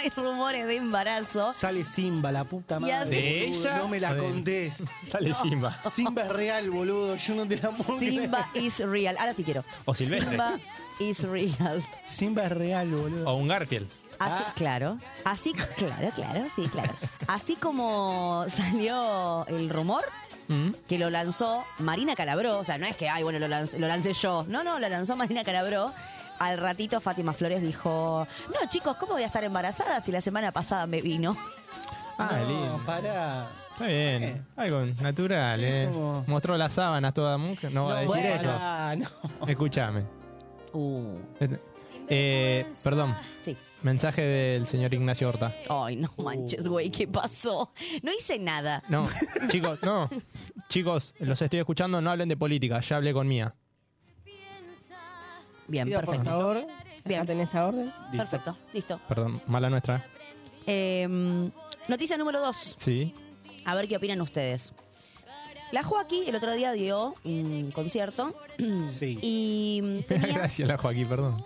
Hay rumores de embarazo.
Sale Simba, la puta
Y
madre.
así- ¿De
boludo,
ella?
No me la
A ver.
contés.
Sale Simba.
Simba es real, boludo. Yo no te la puedo creer.
Simba is real. Ahora sí quiero.
O Silvestre.
Simba is real.
Simba es real, boludo. Ah.
O un Garfield.
Así, Claro, así, claro, claro, sí, claro. Así como salió el rumor
Mm.
que lo lanzó Marina Calabró, o sea, no es que, ay, bueno, lo lancé, lo lancé yo. No, no, lo lanzó Marina Calabró. Al ratito Fátima Flores dijo, no, chicos, ¿cómo voy a estar embarazada si la semana pasada me vino?
Ah,
No,
lindo.
pará.
Está bien. Algo natural,
Es
eh.
como-
Mostró las sábanas toda mujer. No va a
No,
decir
pará,
eso. Escúchame.
Uh.
Eh, perdón.
Sí.
Mensaje del señor Ignacio Horta.
Ay, no manches, güey, ¿qué pasó? No hice nada.
Uh. No, chicos, no. Chicos, los estoy escuchando, no hablen de política, ya hablé con Mía.
Bien,
Pido,
perfecto.
Por favor,
Bien.
acá tenés esa orden.
Perfecto, listo.
Perdón, mala nuestra.
Em, noticia número dos.
Sí.
A ver qué opinan ustedes. La Joaquín el otro día dio un concierto
Sí.
y mm,
Me da
tenía
gracia la Joaquín, perdón.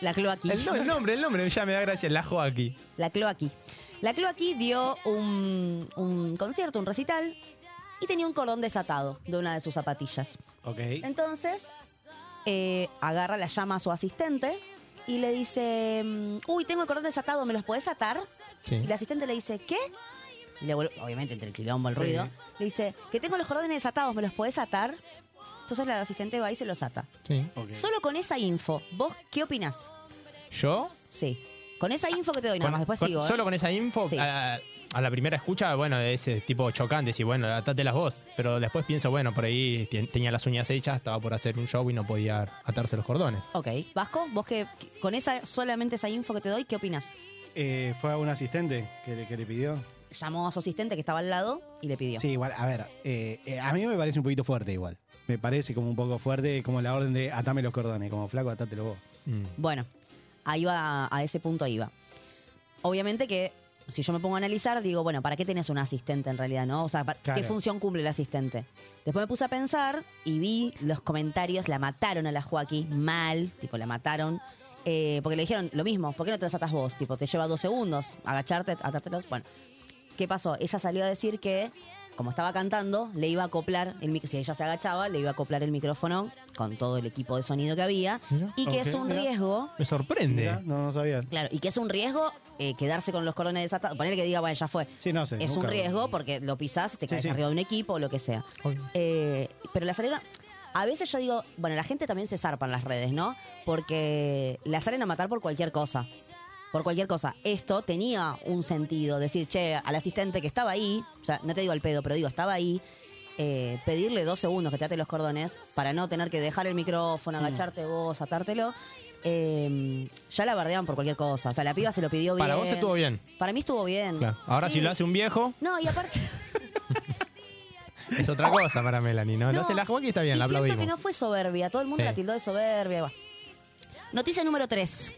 la Cloaqui.
El, no- el nombre, el nombre ya me da gracia, la Joaquín.
La Cloaqui. La Cloaqui dio un, un concierto, un recital y tenía un cordón desatado de una de sus zapatillas.
Ok.
Entonces, eh, agarra, la llama a su asistente y le dice, mm, uy, tengo el cordón desatado, ¿me los podés atar?
Sí.
Y la asistente le dice, ¿qué? Y le vuelve- obviamente entre el quilombo, el
Sí.
ruido, le dice, que tengo los cordones desatados, ¿me los podés atar? Entonces la asistente va y se los ata.
Sí.
Solo con esa info, ¿vos qué opinás?
¿Yo?
Sí. Con esa info que te doy, nada
Con-
más después
con-
sigo. ¿eh?
Solo con esa info, a, a la primera escucha, bueno, es eh, tipo chocante, y bueno, las vos. Pero después pienso, bueno, por ahí tien- tenía las uñas hechas, estaba por hacer un show y no podía atarse los cordones.
Ok, Vasco, vos que con esa solamente esa info que te doy, ¿qué opinas?
Eh, fue a un asistente que le, que le pidió.
Llamó a su asistente que estaba al lado y le pidió.
Sí, igual, a ver, eh, eh, a mí me parece un poquito fuerte igual. Me parece como un poco fuerte, como la orden de atame los cordones, como flaco, atátelo vos.
Mm.
Bueno, ahí va, a ese punto iba. Obviamente que si yo me pongo a analizar, digo, bueno, ¿para qué tenés un asistente en realidad, no? O sea, ¿para-
Claro.
¿qué función cumple el asistente? Después me puse a pensar y vi los comentarios, la mataron a la Joaquín mal, tipo, la mataron. eh, porque le dijeron lo mismo, ¿por qué no te los atas vos? Tipo, te lleva dos segundos agacharte, atártelos. Bueno, ¿qué pasó? Ella salió a decir que, como estaba cantando, le iba a acoplar, el mic- si ella se agachaba, le iba a acoplar el micrófono con todo el equipo de sonido que había y que
Ok,
es un
mira.
riesgo
Me sorprende.
Mirá, No, no sabía.
Claro, y que es un riesgo eh, quedarse con los cordones desatados. Poner que diga, bueno, ya fue.
Sí, no sé.
es un
nunca-
riesgo porque lo pisás, te
Sí,
caes
sí.
arriba de un equipo o lo que sea. Eh, pero la salieron. A veces yo digo, bueno, la gente también se zarpa en las redes, ¿no? Porque la salen a matar por cualquier cosa. Por cualquier cosa. Esto tenía un sentido. Decir, che, al asistente que estaba ahí, o sea, no te digo al pedo, pero digo, estaba ahí. eh, pedirle dos segundos que te ate los cordones para no tener que dejar el micrófono,
Mm.
agacharte vos, atártelo. Eh, ya la bardeaban por cualquier cosa. O sea, la piba se lo pidió bien.
Para vos estuvo bien.
Para mí estuvo bien.
Claro. Ahora si
Sí.
lo hace un viejo,
No, y aparte.
es otra cosa para Melanie, ¿no? Lo hace la Joaquín está bien,
y
la
siento
aplaudimos.
que no fue soberbia. Todo el mundo
Sí.
la tildó de soberbia. va. Noticia número 3.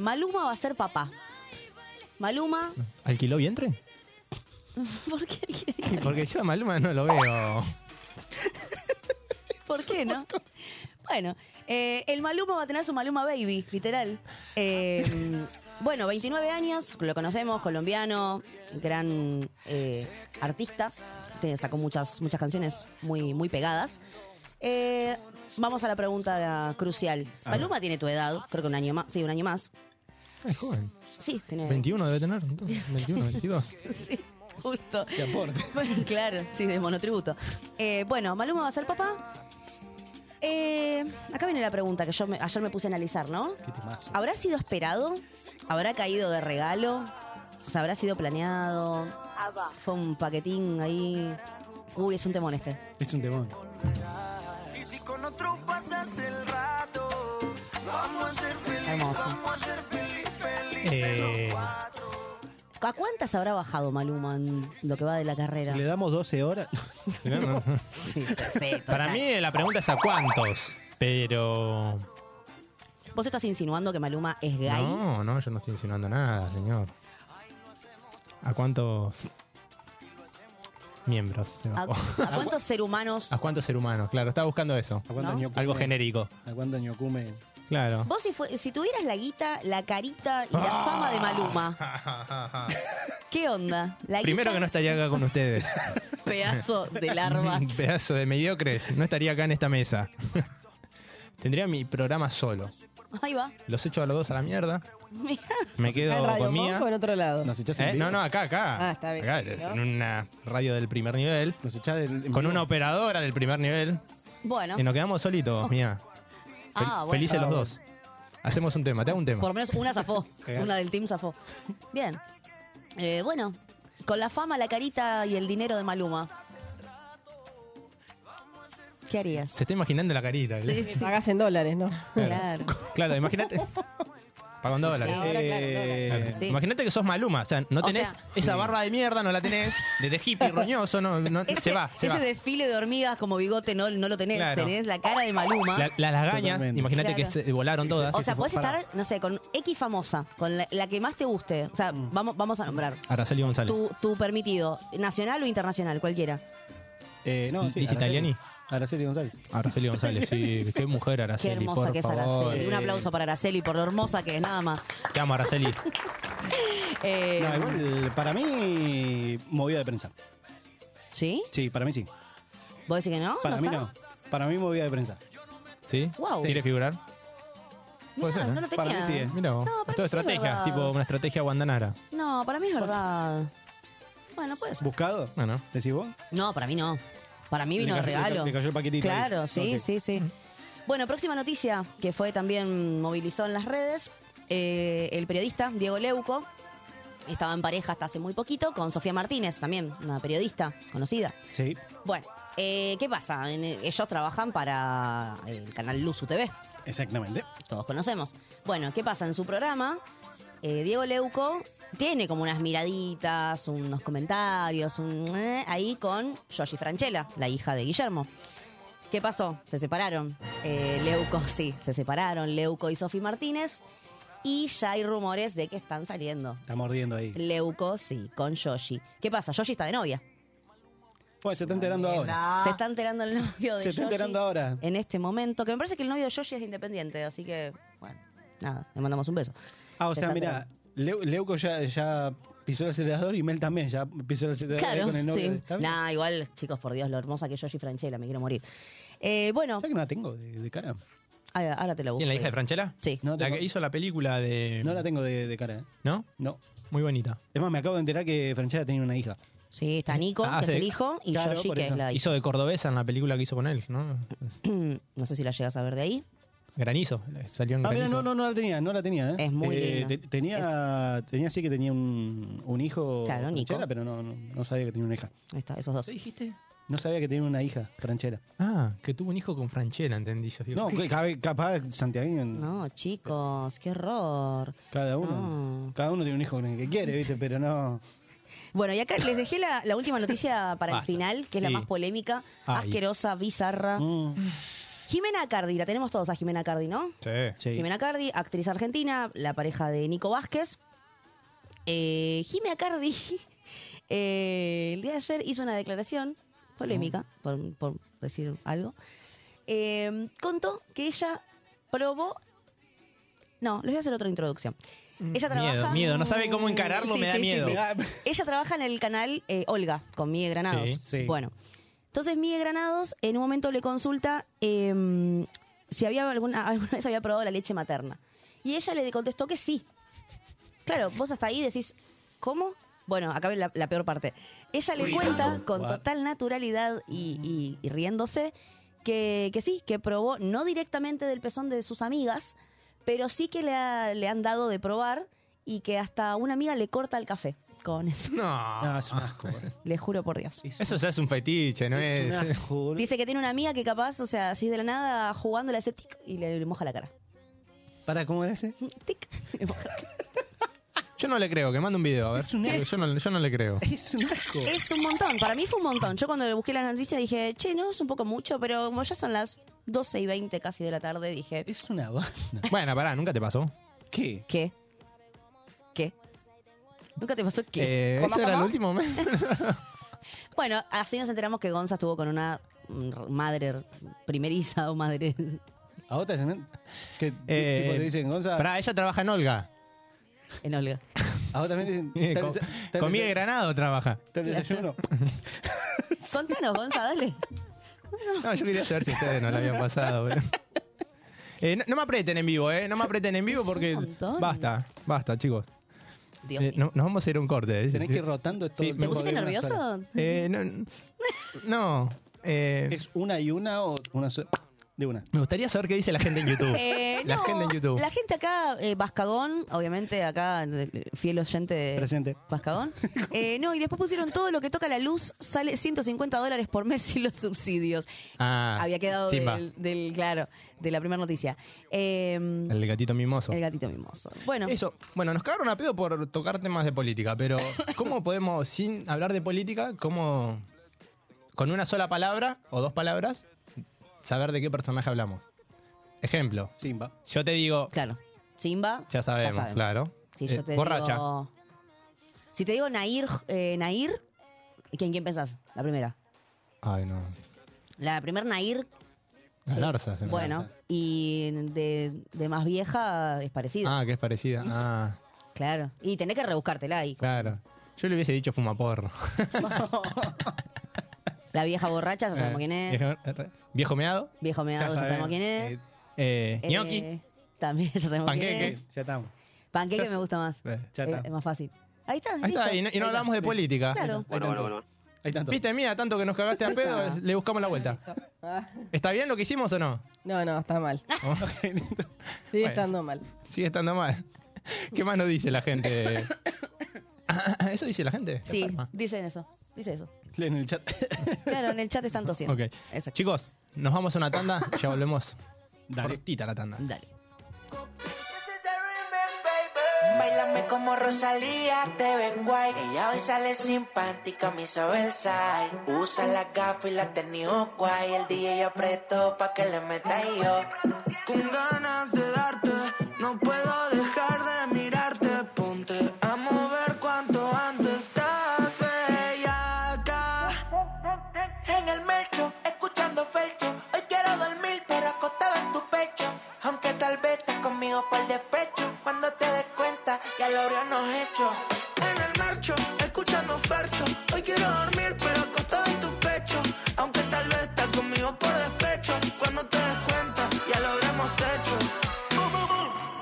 Maluma va a ser papá. Maluma,
¿Alquiló vientre?
¿por qué,
Porque yo a Maluma no lo veo.
por qué no? Bueno, eh, el Maluma va a tener su Maluma Baby, literal. Eh, bueno, 29 años, lo conocemos, colombiano, gran eh, artista. Te sacó muchas, muchas canciones muy, muy pegadas. Eh, vamos a la pregunta crucial.
A ver.
Maluma tiene tu edad, creo que un año más. Sí, un año más.
Es joven.
Sí, tiene.
21 debe tener, entonces. 21, 22.
Sí, justo. Bueno, claro, sí, de monotributo. Eh, bueno, Maluma va a ser papá. Eh, acá viene la pregunta que yo me- ayer me puse a analizar, ¿no? ¿Habrá sido esperado? ¿Habrá caído de regalo? O sea, ¿habrá sido planeado? ¿Fue un paquetín ahí? Uy, es un temón este.
Es un temón.
Y si con otro pasas el rato, vamos a ser feliz,
Hermoso.
vamos a ser feliz, feliz.
Eh, ¿A cuántas habrá bajado Maluma en lo que va de la carrera?
Si le damos 12 horas.
Para mí la pregunta es a cuántos, pero...
¿Vos estás insinuando que Maluma es gay?
No, no, yo no estoy insinuando nada, señor. ¿A cuántos miembros se
¿A,
bajó?
a cuántos seres humanos?
¿A cuántos seres humanos? Claro, estaba buscando eso.
cuántos ¿No? ñocumen?
Algo genérico.
¿A cuántos ñocumen?
Claro.
Vos si, fue- si tuvieras la guita, la carita y
Ah.
la fama de Maluma, ¿qué onda? La
Primero que no estaría acá con ustedes.
guita, pedazo de larvas.
Pedazo de mediocres. No estaría acá en esta mesa. Tendría mi programa solo.
Ahí va.
Los echo a los dos a la mierda.
Mirá.
Me quedo
¿En Radio
con mía.
Monk o en otro lado?
¿Eh? No, no, acá, acá.
Ah, está bien.
Acá, es
¿No?
en una radio del primer nivel. con una operadora del primer nivel.
Bueno,
Y nos quedamos solitos, mía. Fel-
Oh. Ah, bueno.
Felices
Ah,
los
bueno.
dos. Hacemos un tema, te hago un tema.
por lo menos una zafó.
Cagá.
una del team zafó. Bien. Eh, bueno, con la fama, la carita y el dinero de Maluma. ¿Qué harías?
Se está imaginando la carita. ¿eh?
Sí, sí. Pagás en dólares, ¿no?
Claro.
Claro, imagínate. Pagan dólares.
ahora, claro,
Claro.
Sí.
Imagínate que sos Maluma. O sea, no
O
tenés
sea-
esa
Sí.
barba de mierda, no la tenés. Desde hippie roñoso, no, no-
Ese,
se va. Se
ese
va.
desfile de hormigas como bigote no, no lo tenés.
Claro.
Tenés la cara de Maluma.
La- las lagañas,
Totalmente.
imagínate que
Claro.
se volaron todas.
O sea, podés estar, no sé, con X famosa, con la, la que más te guste. O
Mm.
sea, vamos, vamos a nombrar.
Araceli González.
Tu, tu permitido, nacional o internacional, cualquiera.
Eh, no, sí.
Liz Italiani.
Araceli González.
Araceli González, sí. Qué mujer, Araceli.
Qué hermosa
por
que es
favor.
Araceli. Un aplauso para Araceli por lo hermosa que es, nada más.
Te amo, Araceli.
Eh,
No, igual, para mí, movida de prensa.
¿Sí?
Sí, para mí sí.
¿Vos decís que no?
Para mí
está?
no. Para mí, movida de prensa.
¿Sí?
Wow.
¿Quieres figurar?
Mirá,
Puede ser, ¿eh?
no lo tenía.
Para mí sí, eh.
Mira vos.
No, para
Es
mí
todo
sí es
estrategia,
verdad.
tipo una estrategia guandanara.
No, para mí es verdad. Bueno, puede ser.
¿Buscado?
Bueno.
¿Decís vos?
No, para mí no. Para mí
Le
vino de
cayó- le
regalo.
ca- le cayó el paquetito ahí.
Claro, sí,
Ok.
sí, sí. Bueno, próxima noticia que fue también movilizó en las redes. Eh, el periodista Diego Leuco estaba en pareja hasta hace muy poquito con Sofía Martínez, también una periodista conocida.
Sí.
Bueno, eh, ¿qué pasa? En- ellos trabajan para el canal Luzu TV.
Exactamente.
Todos conocemos. Bueno, ¿qué pasa? En su programa, eh, Diego Leuco tiene como unas miraditas, unos comentarios, un, eh, ahí con Yoshi Franchella, la hija de Guillermo. ¿Qué pasó? Se separaron. Eh, Leuco, sí, se separaron. Leuco y Sofi Martínez. Y ya hay rumores de que están saliendo.
Está mordiendo ahí.
Leuco, sí, con Yoshi. ¿qué pasa? Yoshi está de novia.
Pues se está enterando ahora.
Se está enterando el novio de
Se está
Yoshi
enterando ahora.
En este momento, que me parece que el novio de Yoshi es independiente, así que, bueno, nada, le mandamos un beso.
Ah, o
Se
sea,
está
mira, Leu- Leuco ya, ya pisó el acelerador y Mel también ya pisó el acelerador ahí
Claro,
con el novio.
sí.
¿Está bien?
Nah, igual, chicos, por Dios, lo hermosa que es Yoshi Franchella, me quiero morir. Eh, bueno.
¿Sabes que no la tengo de, de cara?
Ah, Ahora te la busco.
¿Quién, la hija de Franchella?
Sí.
la que hizo la película de...
No la tengo de, de cara. ¿eh?
¿No?
No.
Muy bonita.
Es más, me acabo de enterar que Franchella tenía una hija.
Sí, está Nico,
Ah,
que
sí.
es el hijo, y
Claro,
Yoshi,
por
que
eso.
es la hija.
Hizo de cordobesa en la película que hizo con él, ¿no?
no sé si la llegas a ver de ahí.
Granizo. Salió en
Ah, mira,
granizo.
no, no, no la tenía, no la tenía. ¿eh?
Es muy
Eh,
linda.
te- tenía, tenía sí que tenía un, un hijo.
Claro, Nico.
Franchella, pero no, no, no sabía que tenía una hija.
Ahí está, esos dos.
dijiste?
No sabía que tenía una hija, Franchella.
Ah, que tuvo un hijo con Franchella, entendí yo. Digo,
No,
¿qué?
que cabe- capaz santiagueño.
No, chicos, qué horror.
Cada uno. Cada uno tiene un hijo con el que quiere, ¿viste? Pero no.
Bueno, y acá les dejé la, la última noticia para el
Basta.
final, que es la
Sí.
más polémica,
Ay.
asquerosa, bizarra.
Mm.
Jimena Cardi, la tenemos todos a Jimena Cardi, ¿no?
Sí.
Jimena Cardi, actriz argentina, la pareja de Nico Vázquez. Eh, Jimena Cardi eh, el día de ayer hizo una declaración polémica, por, por decir algo, eh, contó que ella probó... No, les voy a hacer otra introducción. Ella trabaja...
Mm, Miedo, miedo. No sabe cómo encararlo,
Sí,
me da
sí, sí,
miedo.
sí. Ella trabaja en el canal eh, Olga, con Miguel Granados.
Sí, sí.
Bueno, entonces Miguel Granados en un momento le consulta eh, si había alguna, alguna vez había probado la leche materna. Y ella le contestó que sí. Claro, vos hasta ahí decís, ¿cómo? Bueno, acá viene la, la peor parte. Ella le cuenta con
What?
total naturalidad y, y- y riéndose que, que sí, que probó no directamente del pezón de sus amigas, pero sí que le, ha- le han dado de probar y que hasta una amiga le corta el café con eso.
No.
No, es un asco. eh.
Le juro por Dios.
Eso ya es un fetiche, ¿no es? eh.
Es un asco, boludo.
Dice que tiene una amiga que capaz, o sea, así de la nada, jugando le hace tic y le, le moja la cara.
¿Para cómo le hace?
Yo no le creo, que mande un video, a ver. Porque Yo no, yo no le creo.
Es un asco.
Es un montón, para mí fue un montón. Yo cuando le busqué la noticia dije, che, no, es un poco mucho, pero como ya son las 12 y 20 casi de la tarde, dije...
Es una
Bueno, pará, nunca te pasó.
¿Qué?
¿Qué? ¿Qué? ¿Nunca te pasó
Eh,
qué?
¿Eso era el último mes?
Bueno, así nos enteramos que Gonza estuvo con una mm, madre primeriza o madre...
¿A otra también? ¿Qué tipo le dicen, Gonza?
Eh, Pará, ella trabaja en Olga.
En Olga.
¿A vos también te
Eh,
dicen?
con, con Miguel Granado trabaja.
¿Te desayuno?
Contanos, Gonza, dale.
No, yo quería saber si ustedes no la habían pasado. pero- Eh, no, no me aprieten en vivo, ¿eh? No me aprieten en vivo
Es un
porque...
montón.
Basta, basta, chicos.
Dios
Eh, no- nos vamos a ir a un corte. ¿eh?
Tenés que ir rotando esto.
Sí,
todo
¿Te
el
pusiste
tiempo de una
nervioso?
sola.
Eh, no. no, eh,
¿Es una y una o una sola? De una.
Me gustaría saber qué dice la gente en YouTube.
Eh,
la
no,
gente en YouTube.
La gente acá, eh, Vascagón, obviamente acá, eh, fiel oyente de
Presente.
Vascagón. Eh, no, y después pusieron todo lo que toca la luz, sale 150 dólares por mes y los subsidios.
Ah,
Había quedado
Simba.
del, del- claro, de la primera noticia. Eh,
El gatito mimoso. El
gatito mimoso. Bueno.
Eso. Bueno, nos cagaron a pedo por tocar temas de política, pero ¿cómo podemos, sin hablar de política, cómo con una sola palabra o dos palabras saber de qué personaje hablamos? Ejemplo.
Simba.
Yo te digo.
Claro. Simba.
Ya sabemos, claro.
Si yo
Eh,
te
borracha.
digo- si te digo Nair, eh, Nair, ¿quién, ¿quién pensás? La primera.
Ay, no.
La primera Nair,
La Larsa. se me
bueno,
hace.
y de, de más vieja es parecida.
Ah, que es parecida. Ah,
Claro. Y tenés que rebuscártela ahí.
claro. Yo le hubiese dicho fumaporro.
La vieja borracha, ya sabemos
Eh,
quién es.
Viejo, viejo meado.
Viejo meado, ya sabemos quién es.
Eh,
Eh,
gnocchi.
También ya sabemos quién
Panqueque.
es.
Ya estamos.
Panqueque me gusta más.
Eh,
ya
Eh,
está.
Es más fácil. Ahí está.
Ahí está,
listo.
y no, y no
Ahí está.
hablamos de política.
Claro.
Bueno, bueno, bueno. Ahí tanto.
Viste, mira, tanto que nos cagaste a pedo, le buscamos la vuelta. ¿Está bien lo que hicimos o no?
Ah, No, no, está mal. Sigue
Bueno.
estando mal.
Sigue estando mal. ¿Qué más nos dice la gente? Ah, ¿Eso dice la gente?
Sí,
Enferma.
dicen eso. Dice eso.
En el chat.
Claro, en el chat están tosiendo.
Ok. Chicos, nos vamos a una tanda, ya volvemos. Cortita la tanda.
Dale.
Bailame como Rosalía, te ves guay. Ella hoy sale sin panty, camisa Versace. Usa la gafa y la tenis guay. El DJ ya apretó pa' que le meta y yo.
Con ganas de darte, no puedo dejar de mirarte. Ponte a mover cuanto antes estás bellaca.
En el melcho, escuchando felcho. Hoy quiero dormir, pero acostada en tu pecho. Aunque tal vez estás conmigo por despecho. Cuando te des cuenta, ya lo habríamos hecho.
En el marcho, escuchando fercho. Hoy quiero dormir, pero acostado en tu pecho. Aunque tal vez estás conmigo por despecho. Cuando te des cuenta, ya lo habremos hecho.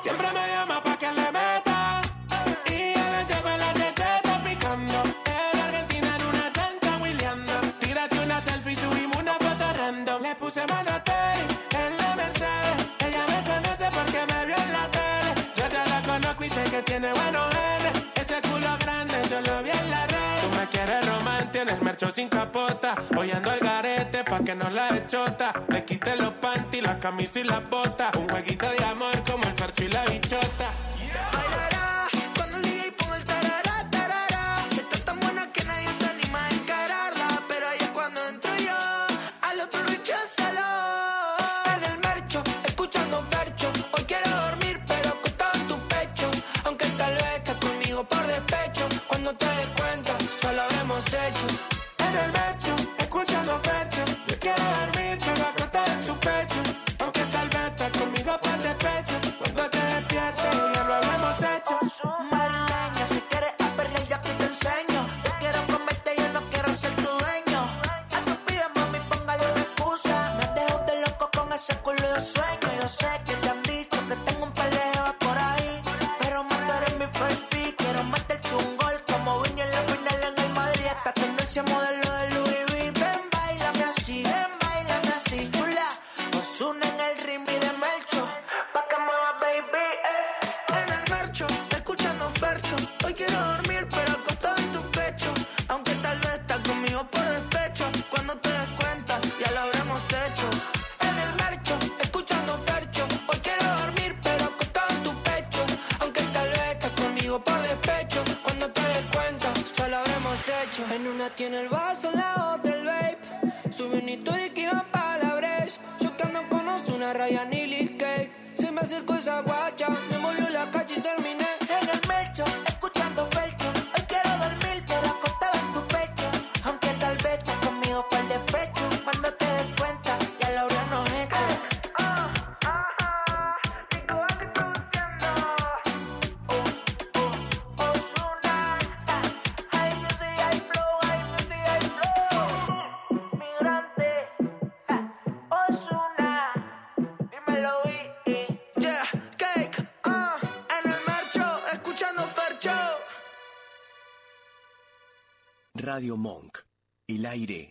Siempre me llama pa' que le meta. Y yo le entrego la receta picando. En Argentina en una chanta wheeleando. Tírate una selfie, subimos una foto random. Le puse monotone en la Mercedes. Ella me conoce porque me vio en la tele. Yo ya la conozco y sé que tiene buenos genes. Ese culo grande yo lo vi en la red. Tú me quieres román, tienes mercho sin capota. Hoy ando al garete pa' que no la echota. Le quité los panty, la camisa y las botas. Un jueguito de amor como el fercho y la bichota.
Bailará cuando el DJ ponga el tarará, tarará. Está tan buena que nadie se anima a encararla. Pero ahí es cuando entro yo, al otro recházalo.
En el marcho, escuchando fercho. Hoy quiero dormir, pero acostado en tu pecho. Aunque tal vez estás conmigo por despecho. Cuando te des cuenta, ya lo habremos hecho.
En el mercho, escuchando fercho. Yo quiero dormir, pero acostado en tu pecho.
eh. Hoy quiero dormir, pero acostado en tu pecho. Aunque tal vez estás conmigo por despecho. Cuando te des cuenta, ya lo habremos hecho. En el marcho, escuchando fercho. Hoy quiero dormir, pero acostado en tu pecho. Aunque tal vez estás conmigo por despecho. Cuando te des cuenta, ya lo habremos hecho. En una tiene el vaso, en la otra el vape. Subí una historia que iba para la brecha. Yo que ando con una raya ni Lee cake. Se me acercó esa guacha, me movió la calle y terminé en el melcho, escuchando felcho. Hoy quiero dormir, pero acostado en tu pecho. Aunque tal vez estás conmigo por el despecho. Cuando te des cuenta, ya lo habremos hecho. Yeah, cake, ah, en el marcho, escuchando Fercho.
Radio Monk. El aire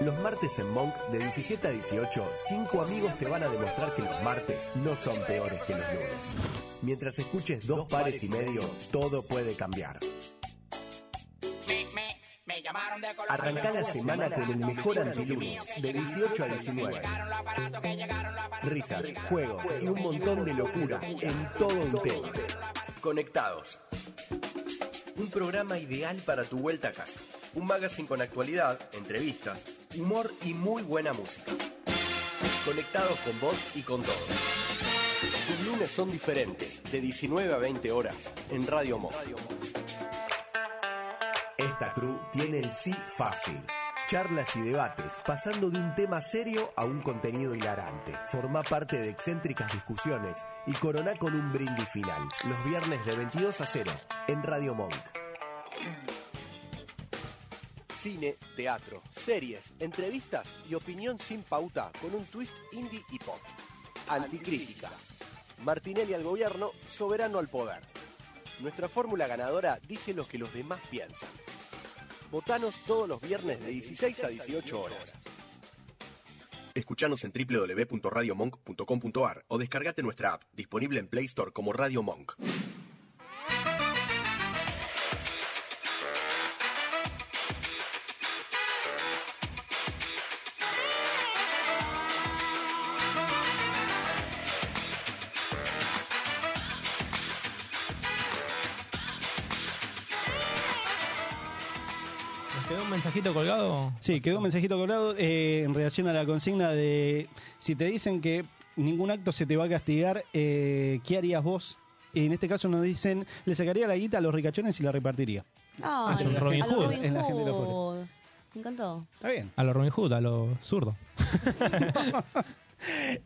Los martes en Monk, de 17 a 18, cinco amigos te van a demostrar que los martes no son peores que los lunes. Mientras escuches dos pares y medio, todo puede cambiar. Arranca
Pues,
la semana con el mejor antilunes, de 18 a 19.
Risas, juegos y un montón de locura en todo un tema. Conectados. Un programa ideal para tu vuelta a casa. Un magazine con actualidad, entrevistas, humor y muy buena música. Conectados con vos y con todos. Tus lunes son diferentes, de 19 a 20 horas, en Radio Mo.
Esta crew tiene el sí fácil. Charlas y debates, pasando de un tema serio a un contenido hilarante. Forma parte de excéntricas discusiones y coroná con un brindis final. Los viernes de 22 a 0 en Radio Monk.
Cine, teatro, series, entrevistas y opinión sin pauta con un twist indie y pop. Anticrítica. Martinelli al gobierno, soberano al poder. Nuestra fórmula ganadora dice lo que los demás piensan. Votanos todos los viernes de 16 a 18 horas. Escuchanos en www.radiomonk.com.ar o descargate nuestra app, disponible en Play Store como Radio Monk.
¿Nos quedó un mensajito colgado?
Sí, quedó un mensajito colgado eh, en relación a la consigna de si te dicen que ningún acto se te va a castigar, eh, ¿qué harías vos? En este caso nos dicen, le sacaría la guita a los ricachones y la repartiría.
Ah,
Ay,
Es un Robin
a los
Hood.
Robin
En la gente de la pobre.
Hood. Me encantó.
Está bien.
A los Robin Hood, a los zurdos.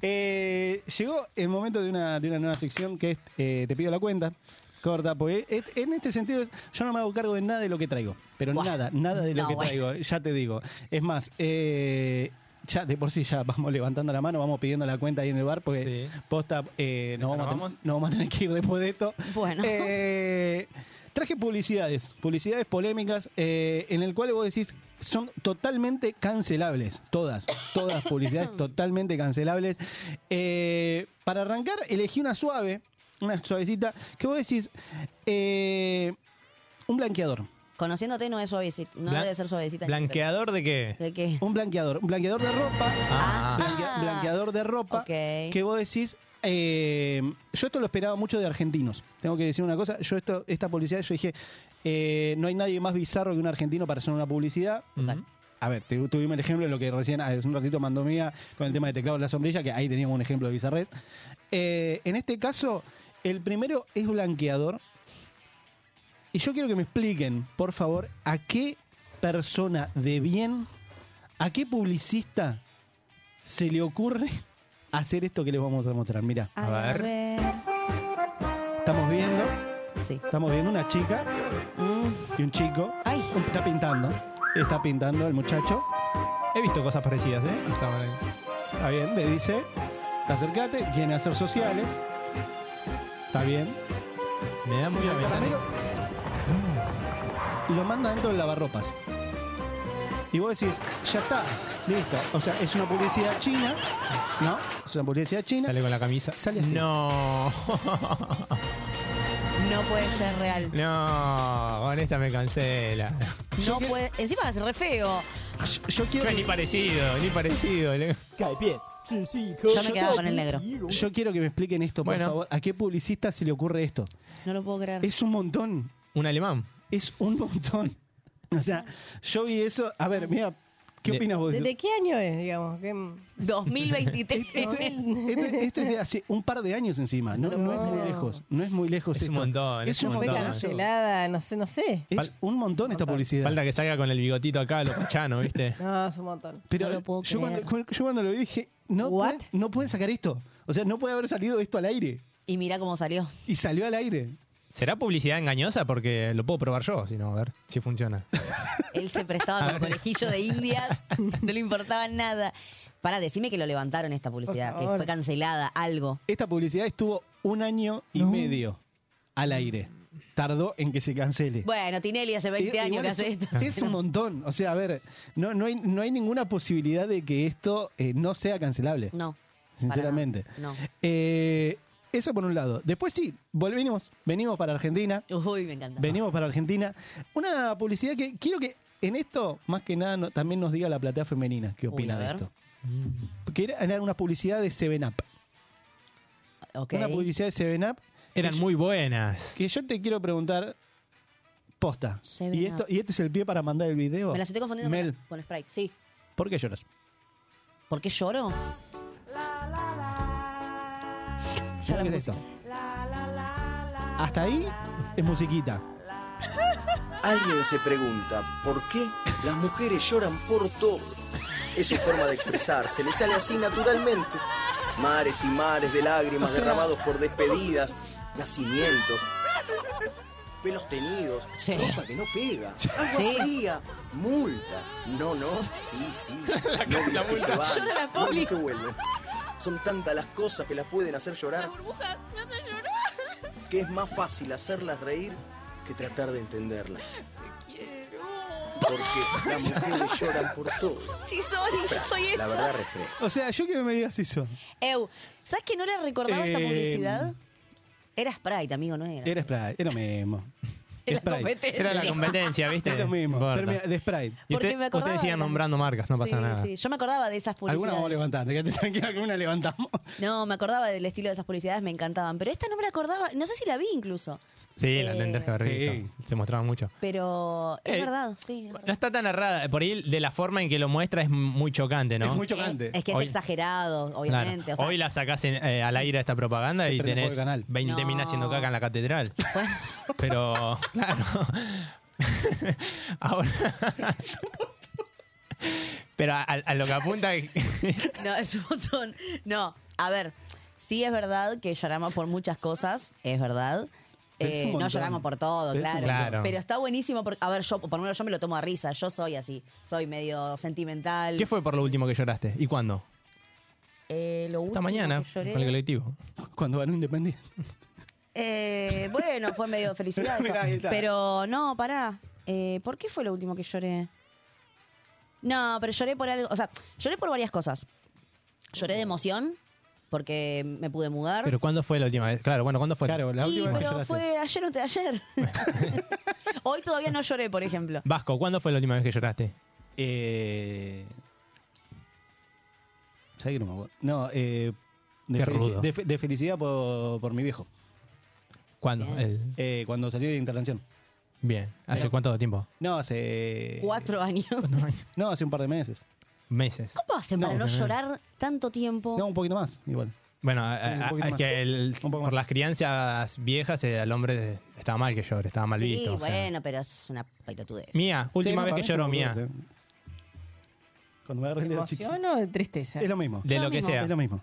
Eh, llegó el momento de una, de una nueva sección que es eh, Te pido la cuenta. Corta, porque et- en este sentido yo no me hago cargo de nada de lo que traigo. Pero
Buah.
nada, nada de lo
No,
que
bueno.
traigo, ya te digo. Es más, eh, ya de por sí ya vamos levantando la mano, vamos pidiendo la cuenta ahí en el bar, porque posta eh, nos, vamos a ten- nos vamos a tener que ir después de esto.
Bueno.
Eh, traje publicidades, publicidades polémicas, eh, en el cual vos decís, son totalmente cancelables, todas, todas publicidades totalmente cancelables. Eh, para arrancar, elegí una suave, una suavecita, que vos decís, eh, un blanqueador.
Conociéndote no es suavecita, no
Blan-
debe ser suavecita.
de qué?
¿De qué?
Un blanqueador, un blanqueador de ropa,
Ah.
Ah.
blanquea- blanqueador de ropa, que vos decís, eh, yo esto lo esperaba mucho de argentinos, tengo que decir una cosa, yo esto, esta publicidad, yo dije, eh, no hay nadie más bizarro que un argentino para hacer una publicidad. A ver, te- tuvimos el ejemplo de lo que recién hace un ratito mandó Mía con el tema de teclado de la sombrilla, que ahí teníamos un ejemplo de bizarrés. Eh, en este caso, el primero es blanqueador. Y yo quiero que me expliquen, por favor, a qué persona de bien, a qué publicista se le ocurre hacer esto que les vamos a mostrar. Mira,
A ver.
estamos viendo.
Sí.
Estamos viendo una chica y un chico. Está pintando. Está pintando el muchacho.
He visto cosas parecidas, ¿eh?
Está bien, le dice, acércate, quieren hacer sociales. Está bien.
Me da muy
caramelo. Mm. Lo manda dentro del lavarropas. Y vos decís, ya está, listo. O sea, es una publicidad china, ¿no? Es una publicidad china. Sale
con la camisa.
Sale así.
No.
No puede ser real.
No, con esta me cancela.
No puede. Encima es re feo.
Yo quiero.
Ni parecido, ni parecido.
Yo me quedaba con el negro.
Yo quiero que me expliquen esto, por
Bueno.
favor. ¿A qué publicista se le ocurre esto?
No lo puedo creer.
Es un montón.
Un alemán.
Es un montón. O sea, yo vi eso. A ver, mira, ¿qué
De-
opinas vos?
¿Desde qué año es, digamos? ¿Qué-
2023.
Esto, esto es de hace un par de años encima. No, no es muy lejos. No es muy lejos.
Es un montón,
Es
es
un
un
Fue
montón.
cancelada, no sé, no sé.
Es un montón esta publicidad.
Falta que salga con el bigotito acá, a los pachanos, ¿viste?
No, es un montón.
Pero yo, cuando, cu- yo cuando lo vi dije, no, pueden, no pueden sacar esto. O sea, no puede haber salido esto al aire.
Y mira cómo salió.
Y salió al aire.
¿Será publicidad engañosa? Porque lo puedo probar yo, si no, a ver si funciona.
Él se prestaba con conejillo de indias. No le importaba nada. Para, decime que lo levantaron esta publicidad,
Por
que
favor.
fue cancelada, algo.
Esta publicidad estuvo un año y medio al aire. Tardó en que se cancele.
Bueno, Tinelli hace 20
Igual
años que
es
hace
un-
esto.
Es un montón. O sea, a ver, no, no, hay, no hay ninguna posibilidad de que esto eh, no sea cancelable.
No.
Sinceramente.
No.
Eh, eso por un lado. Después sí, volvimos, venimos para Argentina.
Uy, me encanta.
Venimos para Argentina. Una publicidad que quiero que en esto, más que nada, no- también nos diga la platea femenina qué opina
a
de
ver.
esto. Porque era, era una publicidad de Seven Up.
Ok.
Una publicidad de Seven Up.
Eran muy buenas.
Que yo te quiero preguntar, posta.
7
Y, esto,
Up.
y este es el pie para mandar el video.
Me las estoy confundiendo con-
Mel,
con Sprite, sí.
¿por qué lloras?
¿Por qué lloro?
¿Qué es esto? Hasta ahí es musiquita.
Alguien se pregunta por qué las mujeres lloran por todo. Es su forma de expresarse, le sale así naturalmente. Mares y mares de lágrimas
O sea-
derramados por despedidas, nacimientos, pelos tenidos,
Sí.
ropa que no pega, agua
Sí.
fría, multa. No, no, sí, sí.
La-
Novios
la
que se
multa.
van,
Llora la
novios
poli.
que vuelven. Son tantas las cosas que las pueden hacer llorar
burbuja, me hace llorar.
que es más fácil hacerlas reír que tratar de entenderlas. Porque las mujeres lloran por todo.
Sí, soy, soy
La
eso.
verdad refresca.
O sea, yo quiero que me digas eso.
Ew, ¿sabes que no le recordaba esta
Eh,
publicidad? Era Sprite, amigo, no era.
Era Sprite, era lo mismo.
Era
Sprite.
competencia.
Era la competencia, ¿viste?
Es lo mismo,
No importa.
pero mira, de Sprite.
Y
Porque
usted-
me acordaba
ustedes sigan
de la-
nombrando marcas, no pasa
Sí,
nada.
sí, Yo me acordaba de esas
Alguna vamos a
publicidades.
levantar, quédate tranquila que una levantamos.
No, me acordaba del estilo de esas publicidades, me encantaban. Pero esta no me la acordaba, no sé si la vi incluso.
Sí, la tendrás que haber
Eh,
visto. Se mostraba mucho.
Pero es
Eh,
verdad, sí. es verdad.
No está tan errada. Por ahí, de la forma en que lo muestra, es muy chocante, ¿no?
Es muy chocante.
Es que es
Hoy-
exagerado,
Claro.
obviamente. o sea,
Hoy la sacás en- eh, al aire a esta propaganda y
prenden
tenés
fuego Este el canal.
20
No.
minas haciendo caca en la catedral. Pero, claro. Ahora. Pero a, a lo que apunta. es-
No, es un montón. No, a ver, sí es verdad que lloramos por muchas cosas, es verdad.
Pero es
Eh, no
un montón.
lloramos por todo,
Pero es un
claro.
montón. Claro.
Pero está buenísimo porque, a ver, yo, por lo menos yo me lo tomo a risa, yo soy así, soy medio sentimental.
¿Qué fue por lo último que lloraste? ¿Y cuándo?
Eh, lo
Esta
último
mañana,
que lloré-
con el colectivo.
Cuando ganó Independiente.
Eh, bueno, fue medio felicidad. eso.
Mirá, ahí está.
Pero no, pará. Eh, ¿Por qué fue lo último que lloré? No, pero lloré por algo. O sea, lloré por varias cosas. Lloré
Oh.
de emoción, porque me pude mudar.
Pero ¿cuándo fue la última vez? Claro, bueno, ¿cuándo fue? Claro,
la
Sí, pero fue ayer o antes de ayer. Hoy todavía no lloré, por ejemplo.
Vasco, ¿cuándo fue la última vez que lloraste?
Eh, ¿Sabes que no me acuerdo? No, eh, de,
Qué
felici-
rudo.
de fe- de felicidad por, por mi viejo.
¿Cuándo? El-
Eh, cuando salió de internación.
Bien. ¿Hace
Bien.
cuánto tiempo?
No, hace.
Cuatro años. ¿Cómo
No, hace un par de meses.
Meses.
hacen para
No.
no llorar tanto tiempo?
No, un poquito más, igual.
Bueno, a-
Un
a-
poquito
es
más.
que el- por las crianzas viejas, eh, al hombre estaba mal que llore, estaba mal
sí,
visto. o sea.
bueno, pero es una pelotudez.
Mía, última
Sí, no,
vez
para
que
mí yo
lloró,
no me
mía.
acuerdo, Cuando me agarré de la chiqui-
¿Emoción o de tristeza?
Es lo mismo.
De lo que sea.
Es lo mismo.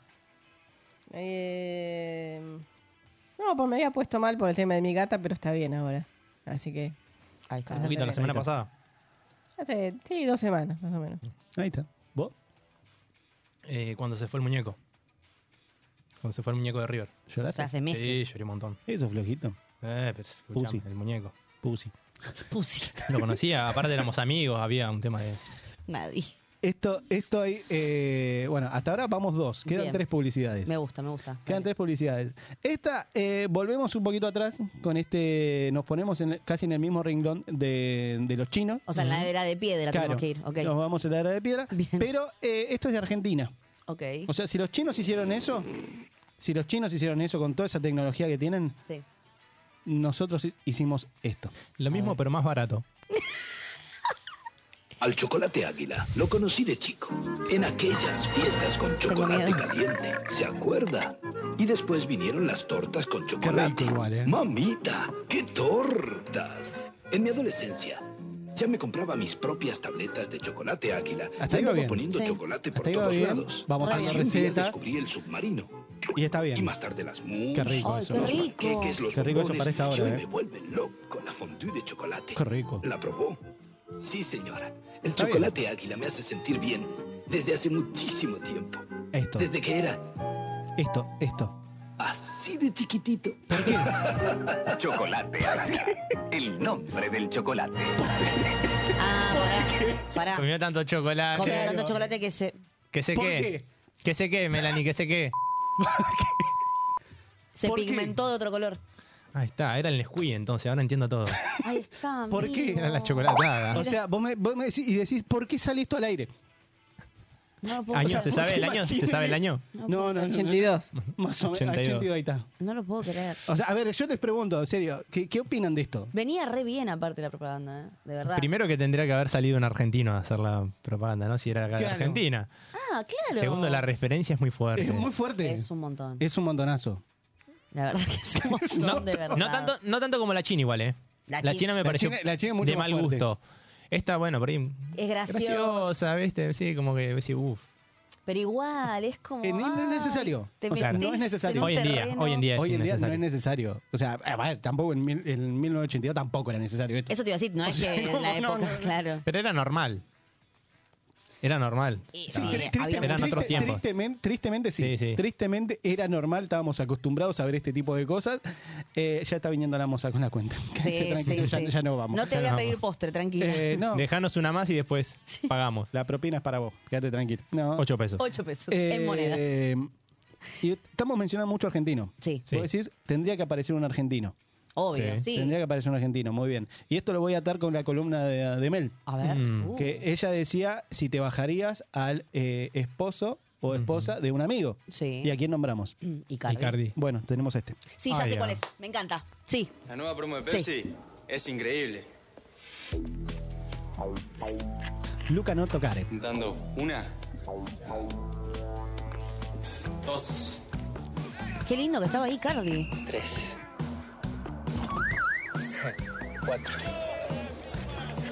Eh, no, pues me había puesto mal por el tema de mi gata, pero está bien ahora. Así que.
Ahí está.
Un poquito la semana
Ahí está.
pasada.
Hace, sí, dos semanas, más o menos.
Ahí está. ¿Vos?
eh, cuando se fue el muñeco. Cuando se fue el muñeco de River.
¿Lloraste? Hace meses.
Sí, lloré un montón.
Eso es flojito.
Eh, pero escuchame,
Pussy.
el muñeco.
Pussy.
Pussy.
Lo conocía, aparte éramos amigos, había un tema de...
Nadie.
Esto, esto hay. eh, bueno, hasta ahora vamos dos. Quedan
Bien.
tres publicidades.
Me gusta, me gusta.
Quedan tres publicidades. Esta, eh, volvemos un poquito atrás con este. Nos ponemos en- casi en el mismo renglón de, de los chinos.
O sea, en la era de piedra
Claro,
tenemos que ir. Ok.
Nos vamos en la era de piedra. Pero eh, esto es de Argentina.
Ok.
O sea, si los chinos hicieron eso, si los chinos hicieron eso con toda esa tecnología que tienen,
Sí.
nosotros hi- hicimos esto.
Lo mismo, pero más barato.
Al chocolate águila lo conocí de chico. En aquellas fiestas con chocolate caliente, ¿se acuerda? Y después vinieron las tortas con chocolate.
rico igual, ¿eh?
¡Mamita! ¡Qué tortas! En mi adolescencia ya me compraba mis propias tabletas de chocolate águila.
Hasta ahí
y
va
andaba
bien.
poniendo
Sí.
chocolate por
Hasta ahí va
todos
bien.
lados.
Vamos
Hasta
poniendo
que un día
recetas.
Descubrí el submarino.
Y está bien.
Y más tarde las mousse,
Qué rico Ay, eso. qué
los
rico.
panqueques, los
Qué rico eso
bombones,
para esta hora,
y hoy
¿eh?
me vuelve loco la fondue de chocolate.
Qué rico.
¿La probó? Sí, señora. El
Está
chocolate águila me hace sentir bien desde hace muchísimo tiempo.
Esto.
Desde que era
Esto, esto.
así de chiquitito.
¿Por qué?
chocolate águila. El nombre del chocolate.
Ah, pará. Pará.
Comió tanto chocolate.
Comió tanto chocolate que se,
Que sé
¿Por
qué.
qué?
Que sé qué, Melanie, que sé qué.
se
¿Por qué?
pigmentó de otro color.
Ahí está, era el Nesquí entonces, ahora entiendo todo.
Ahí está.
¿Por qué?
amigo.
Era la chocolatada.
O sea, vos me, vos me decís, y decís, ¿por qué sale esto al aire?
No lo puedo
Año,
creer.
¿se sabe el año? ¿Se sabe el año?
No, no, no, no.
82.
Más o menos,
82.
82 ahí está.
No lo puedo creer.
O sea, a ver, yo les pregunto, en serio, ¿qué, qué opinan de esto?
Venía re bien aparte la propaganda, ¿eh? de verdad.
Primero que tendría que haber salido un argentino a hacer la propaganda, ¿no? Si era acá de
Claro.
Argentina.
Ah, claro.
Segundo, la referencia es muy fuerte.
Es muy fuerte. Es
un montón.
montonazo.
La verdad que es un montón,
No,
de verdad.
no tanto, no tanto como la China igual, ¿eh?
La
La,
chi-
China me
La
pareció
China- la China es mucho
de
más
mal
fuerte.
gusto. Esta, bueno, por ahí...
Es gracioso.
Graciosa, ¿viste? Sí, como que decís, uff.
Pero igual, es como.
Eh, ni- no es
ay,
necesario.
te
O sea,
metés
no es necesario.
un
Hoy en día,
terreno.
hoy en día es
Hoy en día no
innecesario.
es necesario. O sea, a ver, tampoco en, mil- en 1982 tampoco era necesario esto.
Eso te iba a decir, no
O
es
sea,
que en la
no, no,
época, claro.
Pero era normal. Era normal.
Y-
Sí,
sí,
tri-
había
tristemente-
Eran otros
triste-
tiempos.
Tristemente, tristemente sí.
Sí, sí.
Tristemente era normal, estábamos acostumbrados a ver este tipo de cosas. Eh, ya está viniendo la moza con la cuenta. Quédense
Sí,
tranquilos,
sí,
ya,
sí.
ya no vamos.
No te
Ya
voy a
nos
pedir
vamos.
postre, tranquila.
Eh, no.
Dejanos una más y después pagamos.
La propina es para vos, quédate tranquilo. No.
Ocho pesos.
Ocho pesos Pues, en
Eh,
monedas.
Y estamos mencionando mucho argentino.
Sí.
Vos decís, tendría que aparecer un argentino.
Obvio, sí.
Tendría que aparecer un argentino, muy bien. Y esto lo voy a atar con la columna de, de Mel.
A ver. Mm.
Que ella decía si te bajarías al eh, esposo o esposa de un amigo.
Sí. Mm,
¿Y a quién nombramos?
Icardi. Icardi.
Bueno, tenemos este.
Sí, ya sé cuál es. Me encanta. Sí.
La nueva promo de Pepsi
Sí.
es increíble.
Luca no tocare.
Dando una, dos,
Qué lindo que estaba ahí, Cardi.
tres, cuatro,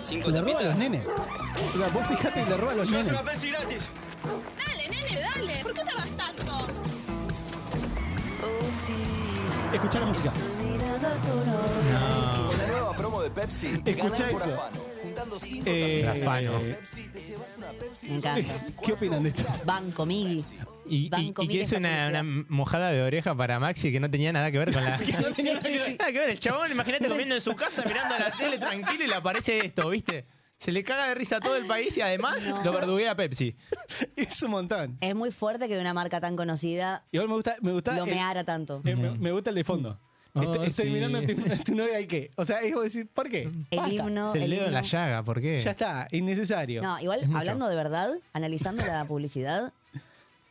cinco
Le roba a
tapitas.
los nenes. O sea, vos fijate, le roba a los
Yo
nenes.
una Pepsi gratis.
Dale, nene, dale. ¿Por qué te vas tanto?
Oh,
Escuchá la música.
Con la nueva promo de Pepsi,
Escuchá
ganás por
eso.
afano. Juntando cinco
Eh,
tapitas.
Afano.
Me encanta.
¿Qué opinan de esto?
Banco, Miguel.
Y, y-
Banco,
y que
mil
es
esa
una,
publicidad.
una mojada de oreja para Maxi que no tenía nada que ver con la.
No tenía nada que ver.
Ah,
nada que ver. El chabón, imagínate comiendo en su casa, mirando a la tele tranquilo y le aparece esto, ¿viste? Se le caga de risa a todo el país y además
No.
lo verduguea a Pepsi.
Es un montón.
Es muy fuerte que de una marca tan conocida
Igual me gusta, me gusta
lo
el-
meara tanto.
Eh, me, me gusta el de fondo.
Oh,
estoy, estoy
sí.
mirando a tu, a tu novia y qué. O sea, es como decir, ¿por qué?
El
Basta.
himno, el himno.
llaga, ¿por qué?
Ya está, innecesario.
No, igual
Es mucho.
hablando de verdad, analizando la publicidad,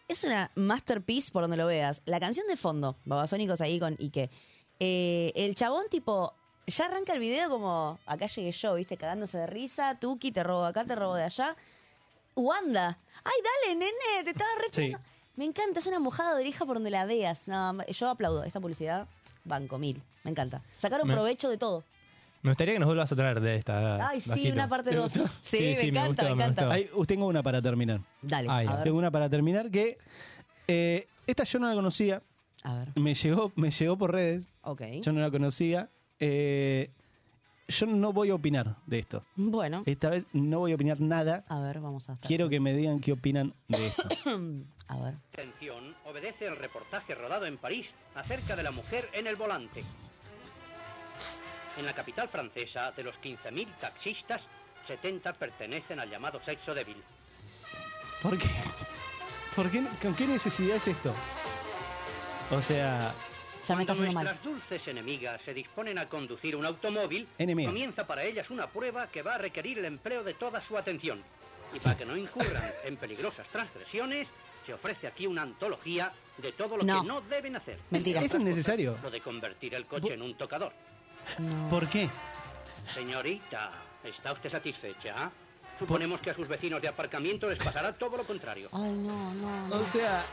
es una masterpiece por donde lo veas. La canción de fondo, Babasónicos ahí con Ike. Eh, el chabón, tipo, ya arranca el video como acá llegué yo, viste, cagándose de risa, Tuki, te robo de acá, te robo de allá. Wanda, ay, dale, nene, te estaba re
Sí.
pegando. Me encanta, es una mojada de oreja por donde la veas. No, yo aplaudo esta publicidad, banco mil, me encanta. Sacaron
Me-
provecho de todo.
Me gustaría que nos vuelvas a traer de esta.
Ay, sí,
Vasquito.
una parte
¿Te
dos.
gustó?
Sí, me encanta, me encanta.
gustó.
Ahí, uh, tengo una para terminar.
Dale, Ay. a ver.
Tengo una para terminar que. eh, esta yo no la conocía.
A ver.
Me llegó, me llegó por redes.
Ok.
Yo no la conocía. eh, yo no voy a opinar de esto.
Bueno.
Esta vez no voy a opinar nada.
A ver, vamos a estar.
Quiero que me digan qué opinan de esto.
a ver.
atención obedece el reportaje rodado en París acerca de la mujer en el volante. En la capital francesa, de los 15.000 taxistas, 70 pertenecen al llamado sexo débil.
¿Por qué? ¿Por qué? ¿Con qué necesidad es esto? O sea,
Cuando nuestras dulces enemigas se disponen a conducir un automóvil,
Enemiga.
comienza para ellas una prueba que va a requerir el empleo de toda su atención. Y para que no incurran en peligrosas transgresiones, se ofrece aquí una antología de todo lo
No.
que no deben hacer.
Mentira. Es innecesario.
Lo de convertir el coche en un tocador.
¿por qué?
Señorita, ¿está usted satisfecha? Suponemos que a sus vecinos de aparcamiento les pasará todo lo contrario.
Ah,
Ay, no, no. no.
O sea,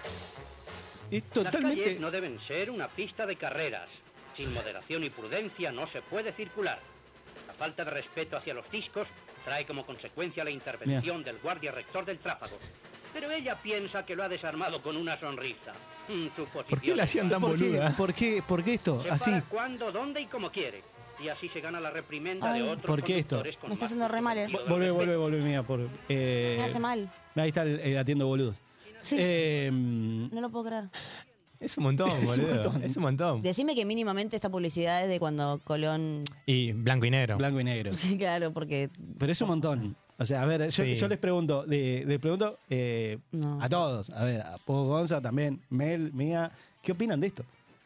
es
Las
totalmente...
calles no deben ser una pista de carreras. Sin moderación y prudencia no se puede circular. La falta de respeto hacia los discos trae como consecuencia la intervención del guardia rector del tráfago. Pero ella piensa que lo ha desarmado con una sonrisa. Mm, su
¿Por
posición
¿Por qué- ¿Por qué, por qué esto?
Se
Así.
para cuando, dónde y como quiere. Y así se gana la reprimenda
Ay.
de otros
¿Por qué esto?
conductores con
Me está
más
haciendo re mal, eh.
Vol- Volvé, volvé, volvé, mira, por... eh,
Me hace mal.
Ahí está el, el atiendo boludos.
Sí.
Eh,
No lo puedo creer.
Es un montón,
Es un
boludo.
montón.
Es un montón.
Decime que mínimamente esta publicidad es de cuando Colón.
Y blanco y negro.
Blanco y negro.
claro, porque.
Pero es un montón. O sea, a ver, yo,
Sí.
yo les pregunto, de- les pregunto eh, a todos, a ver, a Pogo Gonza también, Mel, Mía, ¿qué opinan de esto?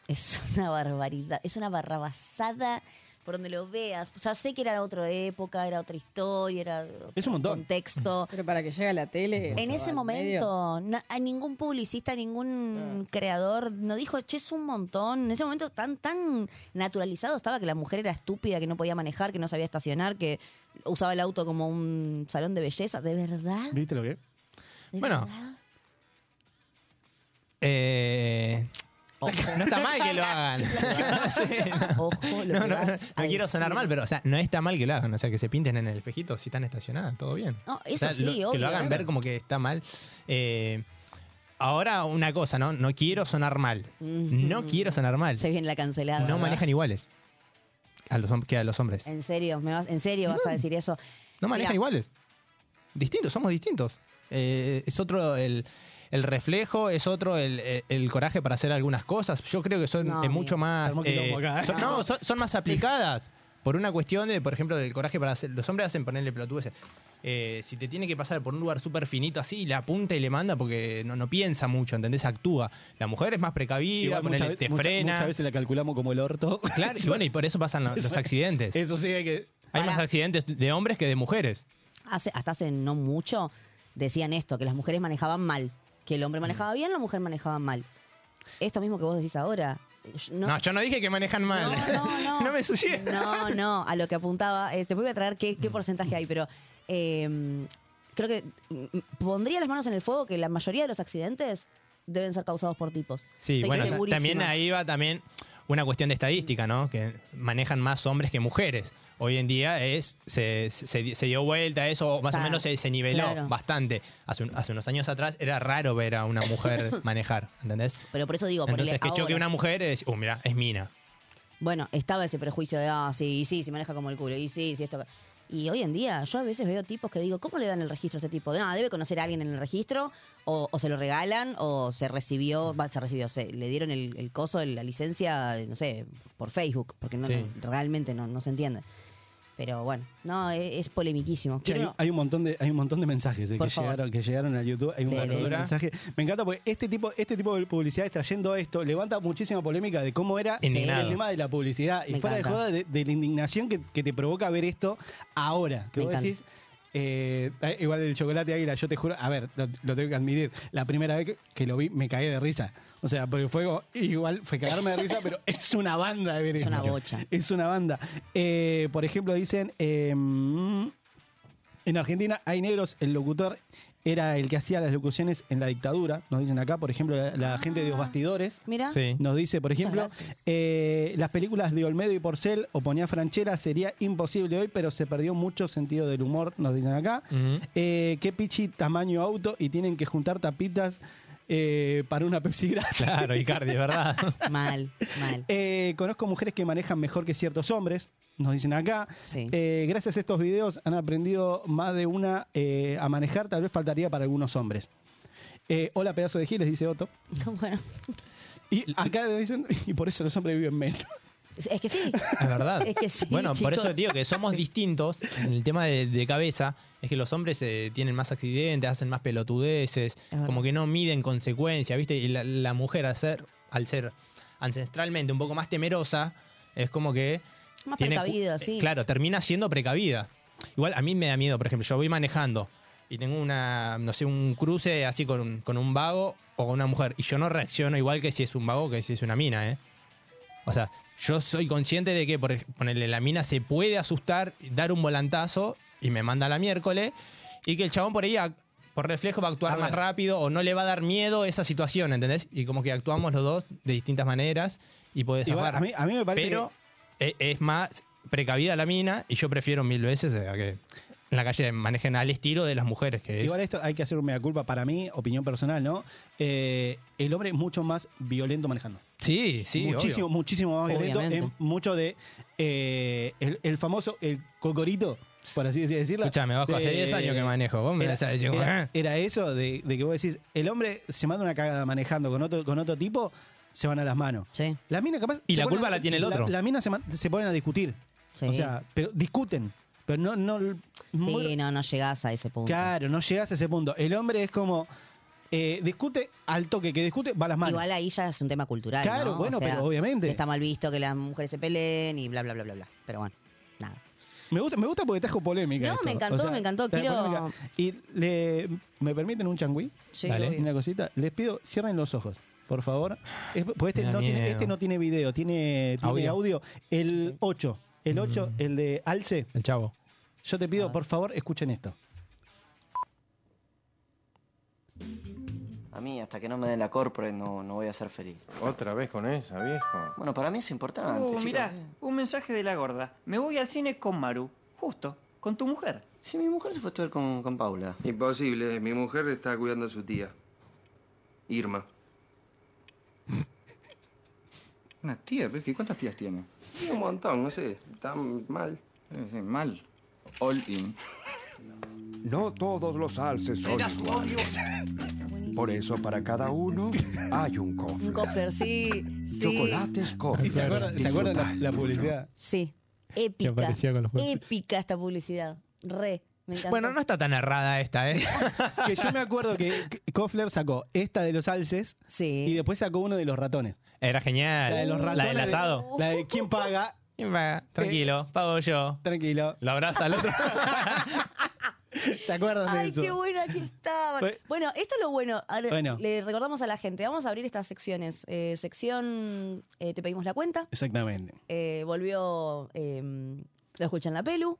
Es una barbaridad. Es una barrabasada por donde lo veas. O sea, sé que era otra época, era otra historia, era
Es un montón.
contexto.
Pero para que llegue a la tele.
En
o
ese
al
momento, na- a ningún publicista, ningún creador no dijo, che, es un montón. En ese momento tan, tan naturalizado estaba que la mujer era estúpida, que no podía manejar, que no sabía estacionar, que usaba el auto como un salón de belleza. ¿De verdad?
¿Viste lo que?
¿De
Bueno.
verdad?
Eh, no está mal que lo hagan.
Ojo,
No, no,
que
no,
vas a
no quiero sonar
decir.
mal, pero o sea, no está mal que lo hagan. O sea, que se pinten en el espejito si están estacionadas, todo bien.
No, eso
O sea,
sí,
lo- Que
obvio.
lo hagan ver como que está mal. Eh, ahora, una cosa, ¿no? No quiero sonar mal. No quiero sonar mal.
Se viene la cancelada.
No
¿verdad?
manejan iguales a los, hom- que a los hombres.
En serio, ¿Me vas, en serio vas a decir eso.
No manejan
Mira,
iguales. Distintos, somos distintos. Eh, es otro el, el reflejo, es otro el, el- el coraje para hacer algunas cosas. Yo creo que son
No,
eh, mucho
amigo. Se
más.
armó quilombo acá, ¿eh?
son- no, son, son más aplicadas. Por una cuestión de, por ejemplo, del coraje para hacer. Los hombres hacen ponerle pelotudeces. Eh, si te tiene que pasar por un lugar súper finito así, le apunta y le manda porque no, no piensa mucho, ¿entendés? Actúa. La mujer es más precavida,
Igual
ponele,
muchas ve-
te
mucha-
frena.
Muchas veces la calculamos como el orto.
Claro, y bueno, y por eso pasan los, los accidentes.
Eso sí hay que...
Hay más accidentes de hombres que de mujeres.
hace- hasta hace no mucho decían esto, que las mujeres manejaban mal. Que el hombre manejaba bien, la mujer manejaba mal. Esto mismo que vos decís ahora. No,
No, yo no dije que manejan mal.
no, no.
me ensucié.
No, no, a lo que apuntaba. Este, voy a traer qué, qué porcentaje hay, pero eh, creo que mm, pondría las manos en el fuego que la mayoría de los accidentes deben ser causados por tipos.
Sí,
Estoy
bueno, ta-
segurísima.
también ahí va también una cuestión de estadística, ¿no? Que manejan más hombres que mujeres. Hoy en día es se, se- se dio vuelta a eso, o más
Ta,
o menos se, se niveló
claro.
bastante. Hace, un- hace unos años atrás era raro ver a una mujer manejar, ¿entendés?
Pero por eso digo, ponele
Entonces, que choque
ahora.
una mujer es, uh, mira, es mina.
Bueno, estaba ese prejuicio de, ah, sí, sí, se maneja como el culo, y sí, sí, esto. Y hoy en día yo a veces veo tipos que digo, ¿cómo le dan el registro a este tipo? De, ah, debe conocer a alguien en el registro, o, o se lo regalan, o se recibió,
Mm.
va, se recibió, se, le dieron el, el coso, la licencia, no sé, por Facebook, porque no,
Sí.
no, realmente no, no se entiende. Pero bueno, no, e, es, es polemiquísimo.
Che, hay,
Quiero-
hay un montón de hay un montón de mensajes eh,
Por
que
favor.
llegaron que llegaron a YouTube hay un
Dele.
montón de
Dura.
mensajes me encanta porque este tipo este tipo de publicidad extrayendo esto levanta muchísima polémica de cómo era
Indignado.
el tema de la publicidad y
Me
fuera
encanta.
de joda de, de la indignación que, que te provoca ver esto ahora que
Me
vos
encanta.
decís eh, eh, igual el chocolate águila yo te juro a ver lo, lo tengo que admitir la primera vez que, que lo vi me cagué de risa o sea porque fue como- igual fue cagarme de risa pero es una banda de ver
Es una
esto.
bocha.
es una banda Eh, por ejemplo dicen em, en Argentina hay negros, el locutor era el que hacía las locuciones en la dictadura, nos dicen acá, por ejemplo, la, la gente de los bastidores.
Mira. Sí.
Nos dice, por
Muchas
ejemplo, eh, las películas de Olmedo y Porcel o ponía Franchella sería imposible hoy, pero se perdió mucho sentido del humor, nos dicen acá. Eh, qué pichi tamaño auto y tienen que juntar tapitas eh, para una Pepsi gratis.
Claro, Icardi, es verdad.
Mal, mal.
Eh, conozco mujeres que manejan mejor que ciertos hombres. nos dicen acá. Eh, gracias a estos videos han aprendido más de una eh, a manejar, tal vez faltaría para algunos hombres. Eh, hola, pedazo de giles, dice Otto.
Bueno.
Y acá nos dicen, y por eso los hombres viven menos.
Es que sí.
Es verdad.
Es que sí,
bueno, por
chicos.
eso digo que somos distintos en el tema de, de cabeza. Es que los hombres eh, tienen más accidentes, hacen más pelotudeces,
verdad.
como que no miden consecuencias, ¿viste? Y la, la mujer, al ser, al ser ancestralmente un poco más temerosa, es como que.
Más
cu-
precavida, sí.
eh, Claro, termina siendo precavida. Igual a mí me da miedo, por ejemplo, yo voy manejando y tengo una, no sé, un cruce así con un, con un vago o con una mujer y yo no reacciono igual que si es un vago que si es una mina, ¿eh? O sea, yo soy consciente de que, por ej- ponerle, la mina se puede asustar, dar un volantazo y me manda a la miércoles. Y que el chabón por ahí, ac- por reflejo, va a actuar más rápido o no le va a dar miedo esa situación, ¿entendés? Y como que actuamos los dos de distintas maneras y podés
Igual,
zafar.
a mí- a mí me parece
Pero e- es, más precavida la mina y yo prefiero mil veces a que en la calle manejen al estilo de las mujeres, que es.
Igual esto hay que hacer un mea culpa para mí, opinión personal, ¿no? Eh, el hombre es mucho más violento manejando.
Sí, sí,
Muchísimo,
obvio.
muchísimo más violento.
Obviamente.
Es mucho de eh, el, el famoso, el cocorito, por así decir- decirlo.
Escuchame, Vasco, hace
De-
10 años que manejo, vos me
era,
vas a decir,
era,
"Ah".
era eso de, de que vos decís, el hombre se manda una cagada manejando con otro, con otro tipo, se van a las manos. La mina capaz...
Y
se
la
ponen
culpa
a-
la tiene el otro.
La, mina se, man- se ponen a discutir. O sea, pero discuten. Pero no... no muy-
Sí, no, no llegás a ese punto.
Claro, no llegas a ese punto. El hombre es como. eh, discute al toque, que discute, va a las manos.
Igual ahí ya es un tema cultural.
Claro,
¿no? O
bueno,
sea,
pero obviamente.
Está mal visto que las mujeres se peleen y bla, bla, bla, bla, bla. Pero bueno, nada.
Me gusta, me gusta porque trajo polémica.
No,
esto.
me encantó, me encantó,
trajo
quiero-
polémica. Y le, ¿me permiten un changüí?
Sí, Dale. obvio.
Una cosita. Les pido, cierren los ojos, por favor. Es- porque este
Me da
no, tiene,
miedo.
este no tiene video, tiene, tiene
Audio.
audio. El 8. El
Mm.
8, el de Alce.
El chavo.
Yo te
Ah.
pido, por favor, escuchen esto.
A mí, hasta que no me den la corpore, no, no voy a ser feliz. ¿Otra vez con esa, viejo? Bueno, para mí es importante,
Oh,
Uh,
chicos.
mirá, un mensaje de la gorda. Me voy al cine con Maru. Justo, con tu mujer.
Si mi mujer se fue a estudiar con, con Paula.
Imposible, mi mujer está cuidando a su tía. Irma.
Una tía, pero ¿cuántas tías tiene?
Y un montón, no sé, está mal.
mal. All in.
No todos los alces son iguales. Por eso para cada uno hay un cofre.
Un cofre, sí. sí.
Chocolates cofre.
¿Y se acuerdan, se
Mm.
acuerdan la- la, publicidad?
Sí.
Que
Épica.
aparecía con los juegos.
Épica esta publicidad. Re. Me encantó.
Bueno, no está tan errada esta, ¿eh?
que yo me acuerdo que Kofler sacó esta de los alces y después sacó uno de los ratones.
Era genial.
La de los ratones.
del
de-
asado.
la de quién Eh, paga.
¿Quién paga? Tranquilo, pago yo.
Tranquilo.
Lo abraza al otro.
¿Se acuerdan de
Ay,
eso?
qué buena que estaba.
Fue-
Bueno, esto es lo bueno. Ahora,
Bueno.
Le recordamos a la gente. Vamos a abrir estas secciones. Eh, sección eh, Te pedimos la cuenta.
Exactamente.
Eh, volvió eh, Lo escuchan la pelu.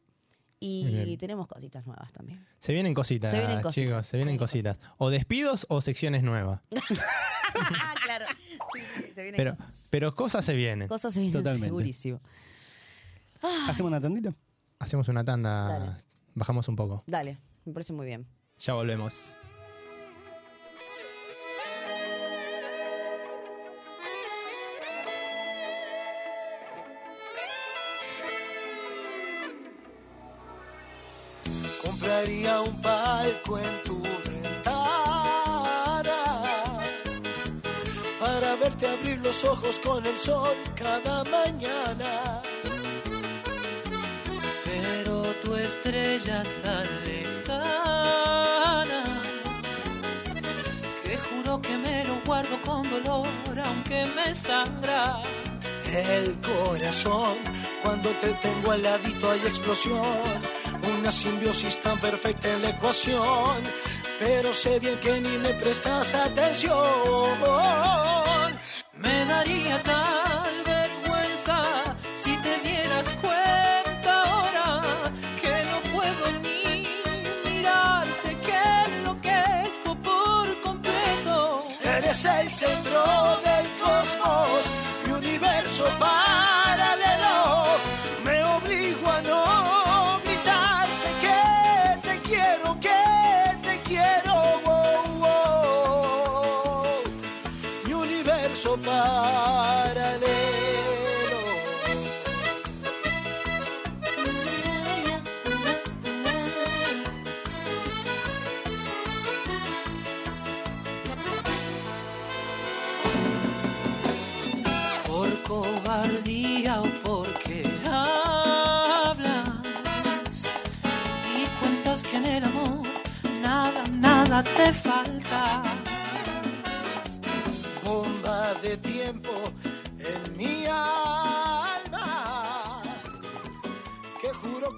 Y
Muy bien.
tenemos cositas nuevas también.
Se vienen cositas,
Se vienen cositas.
chicos, se vienen cositas. O despidos o secciones nuevas.
Ah, claro. Sí, sí, se vienen
Pero,
cosas.
pero cosas se vienen.
Cosas se vienen
Totalmente.
segurísimo.
¿Hacemos una tandita?
Hacemos una tanda. Bajamos un poco.
Dale, me parece muy bien.
Ya volvemos.
Compraría un palco en tu ventana para verte abrir los ojos con el sol cada mañana. Pero tu estrella es tan lejana que juro que me lo guardo con dolor aunque me sangra. El corazón, cuando te tengo al ladito hay explosión, una simbiosis tan perfecta en la ecuación, pero sé bien que ni me prestas atención. Me daría tal vergüenza si te dieras cuenta ahora que no puedo ni mirarte, que enloquezco por completo. Eres el centro del cosmos, mi universo paralelo. Me obligo a no gritarte que te quiero, que te quiero. wow, wow. Mi universo paralelo.
cobardía o porque hablas. Y cuentas que en el amor nada, nada te falta.
bomba de tiempo en mi alma. Que juro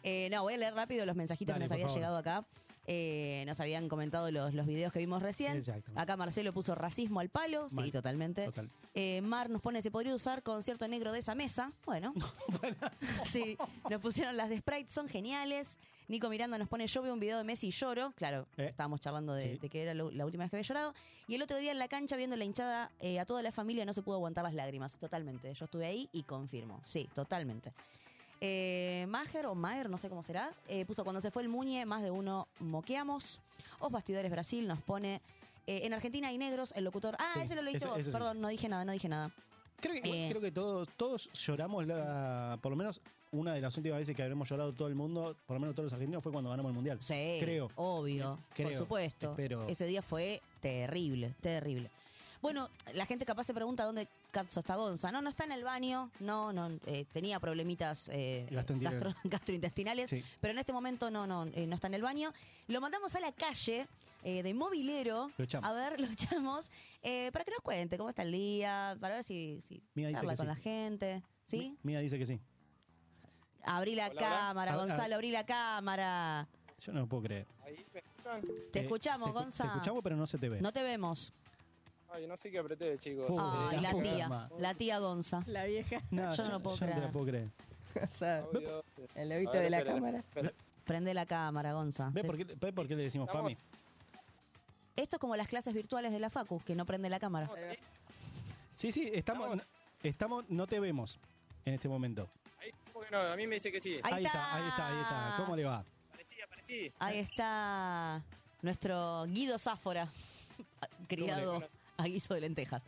Eh, no, voy a leer rápido los mensajitos
Dale,
que nos
por
habían
favor.
llegado acá. Eh, nos habían comentado los, los videos que vimos recién.
Exactamente.
Acá Marcelo puso racismo al palo.
Mal.
Sí, totalmente.
Total.
Eh, Mar nos pone, se podría usar concierto negro de esa mesa. Bueno. sí, nos pusieron las de Sprite, son geniales. Nico Miranda nos pone, yo veo un video de Messi y lloro. Claro,
Eh.
estábamos charlando de, de que era lo- la última vez que había llorado. Y el otro día en la cancha, viendo la hinchada, eh, a toda la familia no se pudo aguantar las lágrimas. Totalmente. Yo estuve ahí y confirmo. Sí, totalmente. Eh, Maher o Maher, no sé cómo será, eh, puso cuando se fue el Muñe, más de uno moqueamos. Os Bastidores Brasil nos pone, eh, en Argentina hay negros, el locutor... Ah,
Sí,
ese lo leíste
eso-
vos,
eso sí.
perdón, no dije nada, no dije nada.
Creo que, igual,
Eh.
creo que todos, todos lloramos, la- por lo menos una de las últimas veces que habremos llorado todo el mundo, por lo menos todos los argentinos, fue cuando ganamos el Mundial.
Sí,
creo.
Obvio, por
Creo,
supuesto.
espero.
Ese día fue terrible, terrible. Bueno, la gente capaz se pregunta dónde Katzo está Gonza. No, no está en el baño, no, no, eh, tenía problemitas eh,
Gastrointestinales.
gastro- gastrointestinales,
Sí.
pero en este momento no, no, eh, no está en el baño. Lo mandamos a la calle eh, de movilero.
Lo echamos.
A ver, lo echamos eh, para que nos cuente cómo está el día, para ver si, si
Mía dice
charla
que
con
sí.
la gente. ¿Sí?
Mía dice que sí.
Abrí la
Hola, hola.
cámara,
A- a-
Gonzalo, abrí la cámara.
Yo no lo puedo creer.
Te
Eh,
escuchamos,
te escu-
Gonza.
Te escuchamos, pero no se te ve.
No te vemos.
Ay, no sé qué apreté, chicos.
Oh,
Ay, la
puta
tía,
madre.
la tía Gonza.
La vieja.
No,
yo no lo puedo
yo te
creer.
la puedo creer.
O sea, el
A
lobito
ver,
de la
espera,
cámara.
Prende la cámara, Gonza.
¿Ves por qué, ves por qué le decimos Pami?
Esto es como las clases virtuales de la Facu, que no prende la cámara.
Sí, sí, estamos, estamos, no te vemos en este momento.
¿Cómo que no? A mí me dice que sí.
Ah.
Ahí, está, ahí está, ahí está. ¿Cómo le va?
Parecía, parecía.
sí.
Ahí está nuestro Guido Sáfora, criado a guiso de lentejas.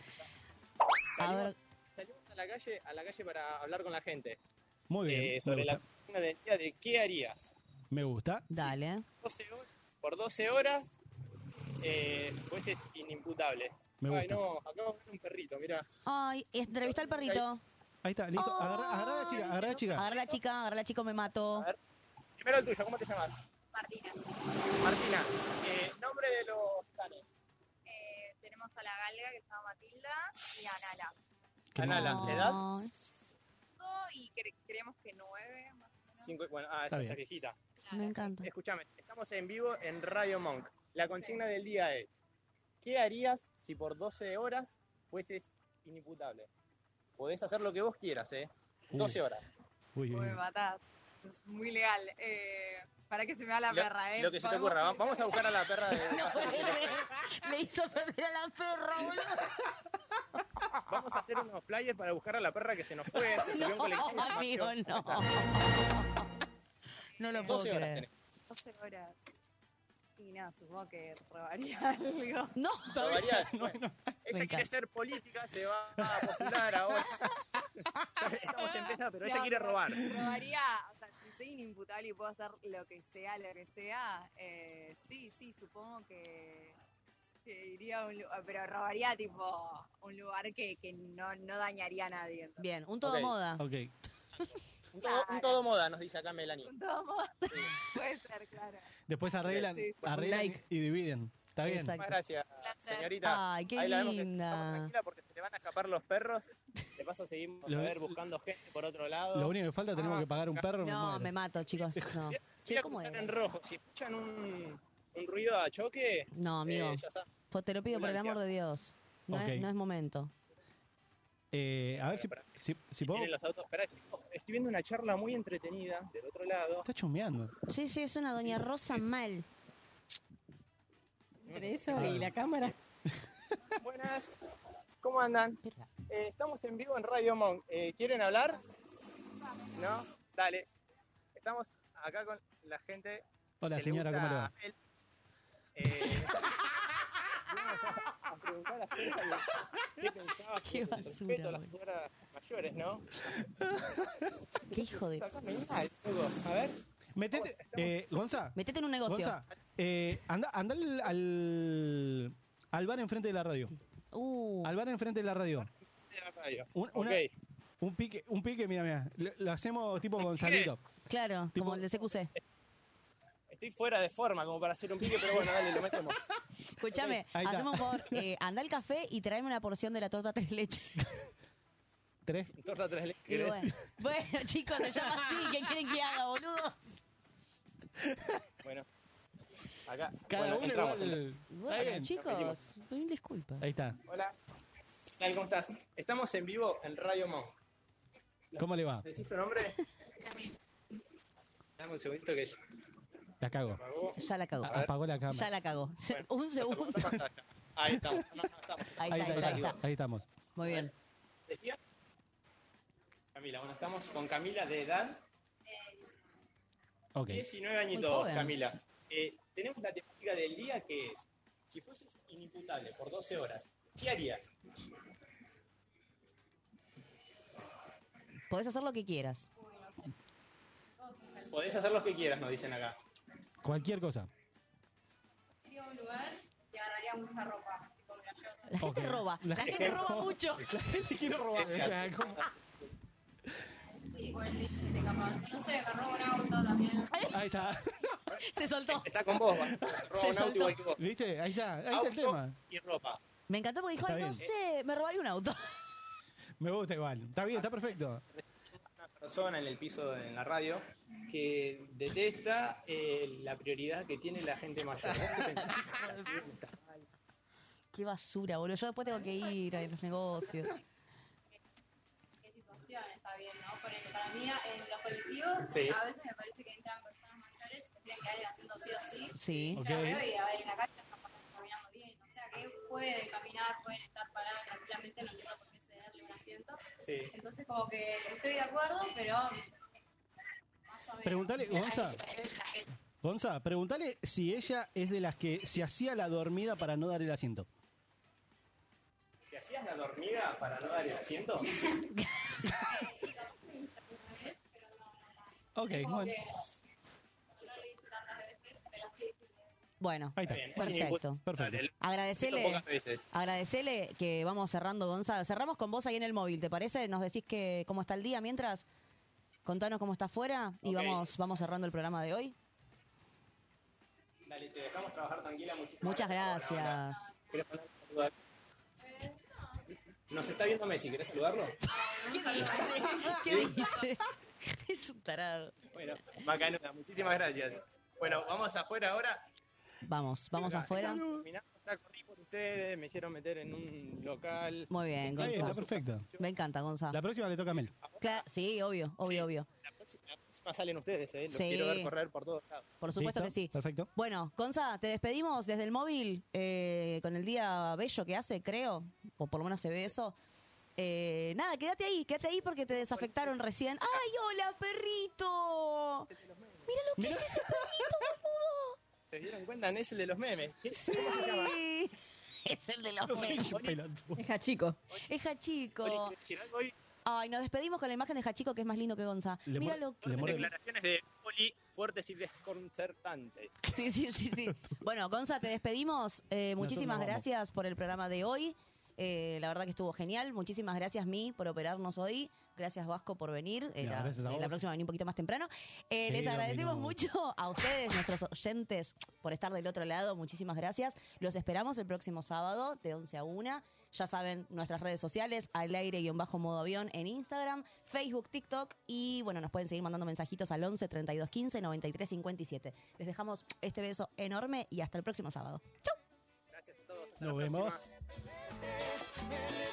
A ver,
Salimos a la calle, a la calle para hablar con la gente.
Muy bien.
Eh, sobre
me,
la
gusta.
pregunta del día de qué harías.
me gusta.
Dale.
12 horas- por 12 horas eh, fueses inimputable.
Me
Ay,
gusta.
no, acabo de ver un perrito, mirá.
Ay, entrevista al perrito.
Ahí está, listo. Agarra, agarra a la chica, agarra a la chica.
Agarra la chica, agarra la chica, me mato.
Primero el tuyo, ¿cómo te llamas? Martina. Martina, eh, nombre de los canes.
Eh, tenemos a la galga que se llama Matilda y a Nala.
Anala, ¿edad?
Y cre- creemos que nueve. más o menos.
Cinco- bueno, ah,
Está
esa es
bien.
viejita.
Me encanta.
Escúchame, estamos en vivo en Radio Monk. La consigna del día es: ¿Qué harías si por 12 horas fueses inimputable? Podés hacer lo que vos quieras, ¿eh? 12 horas.
Uy,
Pobre Bataz. Es muy legal. Eh, para que se me va la
Lo-
perra, ¿eh?
Lo que se te
Podemos-
ocurra. Va- Vamos a buscar a la perra de.
Le hizo perder a la perra, boludo.
Vamos a hacer unos flyers para buscar a la perra que se nos fue. Se subió a un colectivo. y se
amigo,
marchó.
no. No lo puedo
12 horas
creer.
tenés.
12 horas. Y nada, supongo que robaría algo.
No.
Robaría- Ella quiere
encanta.
ser política, se va a postular ahora. Estamos en plena, pero ella
No,
quiere robar.
Robaría, o sea, si soy inimputable y puedo hacer lo que sea, lo que sea, eh, sí, sí, supongo que, que iría a un lugar, pero robaría tipo un lugar que, que no, no dañaría a nadie.
Bien, un
todo Ok. moda.
Ok.
Un todo, un todo moda, nos dice acá Melanie.
Un todo moda. Puede ser, claro.
Después arreglan,
Sí, sí.
arreglan
Like.
y dividen. Está bien.
Muchas gracias, señorita.
Ay, qué
Ahí la vemos que
linda.
estamos tranquila porque se le van a escapar los perros. De paso seguimos
Lo-
a ver buscando gente por otro lado.
Lo único que falta
Ah.
tenemos que pagar un perro.
Ah. No, me
me muero.
mato, chicos. No.
Voy
Che,
a
¿cómo
cruzar
es?
en rojo. Si escuchan un, un ruido a choque...
No, amigo.
eh, ya saben.
Po- Te lo pido por el amor de Dios. No,
Ok.
es, no es momento.
Eh, a ver si, si, si puedo.
Tienen los autos. Esperá, chicos, estoy viendo una charla muy entretenida del otro lado.
Está chumeando.
Sí, sí, es una doña Rosa mal.
Entre
Ah.
eso y la cámara.
Buenas, ¿cómo andan? Eh, estamos en vivo en Radio Monk. Eh, ¿Quieren hablar? ¿No? Dale. Estamos acá con la gente.
Hola,
que le
señora,
gusta
¿cómo le va?
a Mel. Eh, vamos a, a preguntar acerca de qué pensaba
Qué
sobre el
basura,
respeto a las
boludo.
señoras mayores, ¿no?
Qué hijo de.
Sacame mal, loco. A ver.
Metete, eh, Gonza.
Metete en un negocio.
Gonza, eh, anda, anda al, al, al bar enfrente de la radio.
Uh.
Al bar enfrente de la radio.
de la radio.
Un, una-
Ok.
un pique, un pique, mira, mira. Lo, lo hacemos tipo Gonzalito.
Claro, como el de CQC.
Estoy fuera de forma como para hacer un pique, pero bueno, dale, lo metemos.
Escúchame,
Ahí está.
hacemos un favor. Eh, anda al café y tráeme una porción de la torta tres leches.
Tres.
Torta tres leches.
Y bueno, bueno, chicos, se llama así. ¿Qué quieren que haga, boludo?
Bueno. Acá.
Cada
bueno,
uno
entramos,
igual.
entramos.
Bueno, chicos, doy disculpa.
Ahí está.
Hola. ¿Qué tal, ¿Cómo estás? Estamos en vivo en Radio Monk.
¿Cómo le va?
¿Decís tu nombre? Dame un segundito que
La cago.
apagó.
Ya la cagó.
A- apagó la cámara.
Ya la cagó. un segundo.
Ahí estamos. No, no, estamos.
Ahí está, ahí está, ahí está.
Ahí estamos.
Muy bien.
¿Decías? Camila, bueno, estamos con Camila de edad
Ok.
19
Muy
añitos,
joven.
Camila. Eh, tenemos la temática del día que es, si fueses inimputable por 12 horas, ¿qué harías?
Podés hacer lo que quieras.
Podés hacer lo que quieras, nos dicen acá.
Cualquier cosa.
Iría a un lugar y agarraría mucha ropa. tipo, me la llevo.
La gente
Ok.
roba. La, gente, roba mucho.
La gente quiere robar. o sea, como-
Sí, o el disfrute capaz. No sé, me robo un auto también.
Ahí está.
Se soltó.
Está con vos, va. Roba un auto igual que vos.
¿Viste? Ahí está. Ahí está el
Auto
tema.
y ropa.
Me encantó porque dijo,
Está
ay, no
bien.
sé, me robaría un auto.
Me gusta igual. Está bien, está perfecto.
persona en el piso en la radio que detesta eh, la prioridad que tiene la gente mayor. ¿Vos qué pensás?
Qué basura, boludo. Yo después tengo que ir a los negocios.
qué situación está bien, ¿no? Porque para mí en los colectivos
Sí.
a veces me parece que entran personas mayores que tienen que darle haciendo sí o sí.
Sí.
Yo
Ok.
la veo y a ver, en la calle están pasando caminando bien, o sea que pueden caminar, pueden estar parados tranquilamente, no tengo por qué cederle un asiento.
Sí.
Entonces como que estoy de acuerdo, pero más o menos.
Preguntale,
O sea,
Gonza.
hay- hay- hay-
Gonza, pregúntale si ella es de las que se hacía la dormida para no dar el asiento.
¿Te hacías la dormida para no dar el asiento?
Ok,
Como
bueno.
que no lo hice tantas veces, pero sí.
Bueno,
Ahí está.
perfecto.
Perfecto.
Agradecele,
Pocas veces.
agradecele que vamos cerrando, Gonza. Cerramos con vos ahí en el móvil, ¿te parece? Nos decís que cómo está el día mientras. Contanos cómo está afuera y
Ok.
vamos, vamos cerrando el programa de hoy.
Dale, te dejamos trabajar tranquila. Muchísimas
Muchas
por la hora.
gracias.
Quiero mandar un saludo a- Nos está viendo Messi, ¿querés saludarlo?
¿Qué dice? Es un tarado.
Bueno, Macanuda, muchísimas gracias. Bueno, vamos afuera ahora.
Vamos, vamos afuera.
Terminamos, ya corrí por ustedes, me hicieron meter en un local.
Muy bien,
Está
Gonza.
está
Me encanta, Gonza.
La próxima le toca a Mel.
Cla- sí, obvio, obvio, obvio.
La próxima, la próxima salen ustedes, ¿eh? Los
Sí.
quiero ver correr por todos lados.
Por supuesto que sí. Perfecto. Bueno, Gonza, te despedimos desde el móvil eh, con el día bello que hace, creo, o por lo menos se ve eso. Eh, nada, quédate ahí, quédate ahí porque te desafectaron recién. ¡Ay, hola, perrito! Mira lo que es ese perrito, boludo.
¿Se dieron cuenta? Es el de los memes. ¿Qué-
Sí.
cómo se llama?
Es el de los memes.
Es Hachico.
Es
Oli,
Hachico.
¿querés decir algo hoy?
Ay, nos despedimos con la imagen de Hachico que es más lindo que Gonza.
Le
Mira
mor-
lo que...
Declaraciones de Oli fuertes y desconcertantes.
Sí, sí, sí, sí. Bueno, Gonza, te despedimos. Eh,
Nosotros
muchísimas
nos vamos.
gracias por el programa de hoy. Eh, la verdad que estuvo genial. Muchísimas gracias, Mi, por operarnos hoy. Gracias, Vasco, por venir. Eh,
No,
la,
gracias a
eh,
vos.
la próxima venir un poquito más temprano. Eh,
Sí,
les
no,
agradecemos
no.
mucho a ustedes, nuestros oyentes, por estar del otro lado. Muchísimas gracias. Los esperamos el próximo sábado de 11 a 1. Ya saben, nuestras redes sociales, al aire-modo avión en Instagram, Facebook, TikTok y bueno, nos pueden seguir mandando mensajitos al 11 32 15 93 57. Les dejamos este beso enorme y hasta el próximo sábado.
Gracias a todos.
Nos vemos.
Me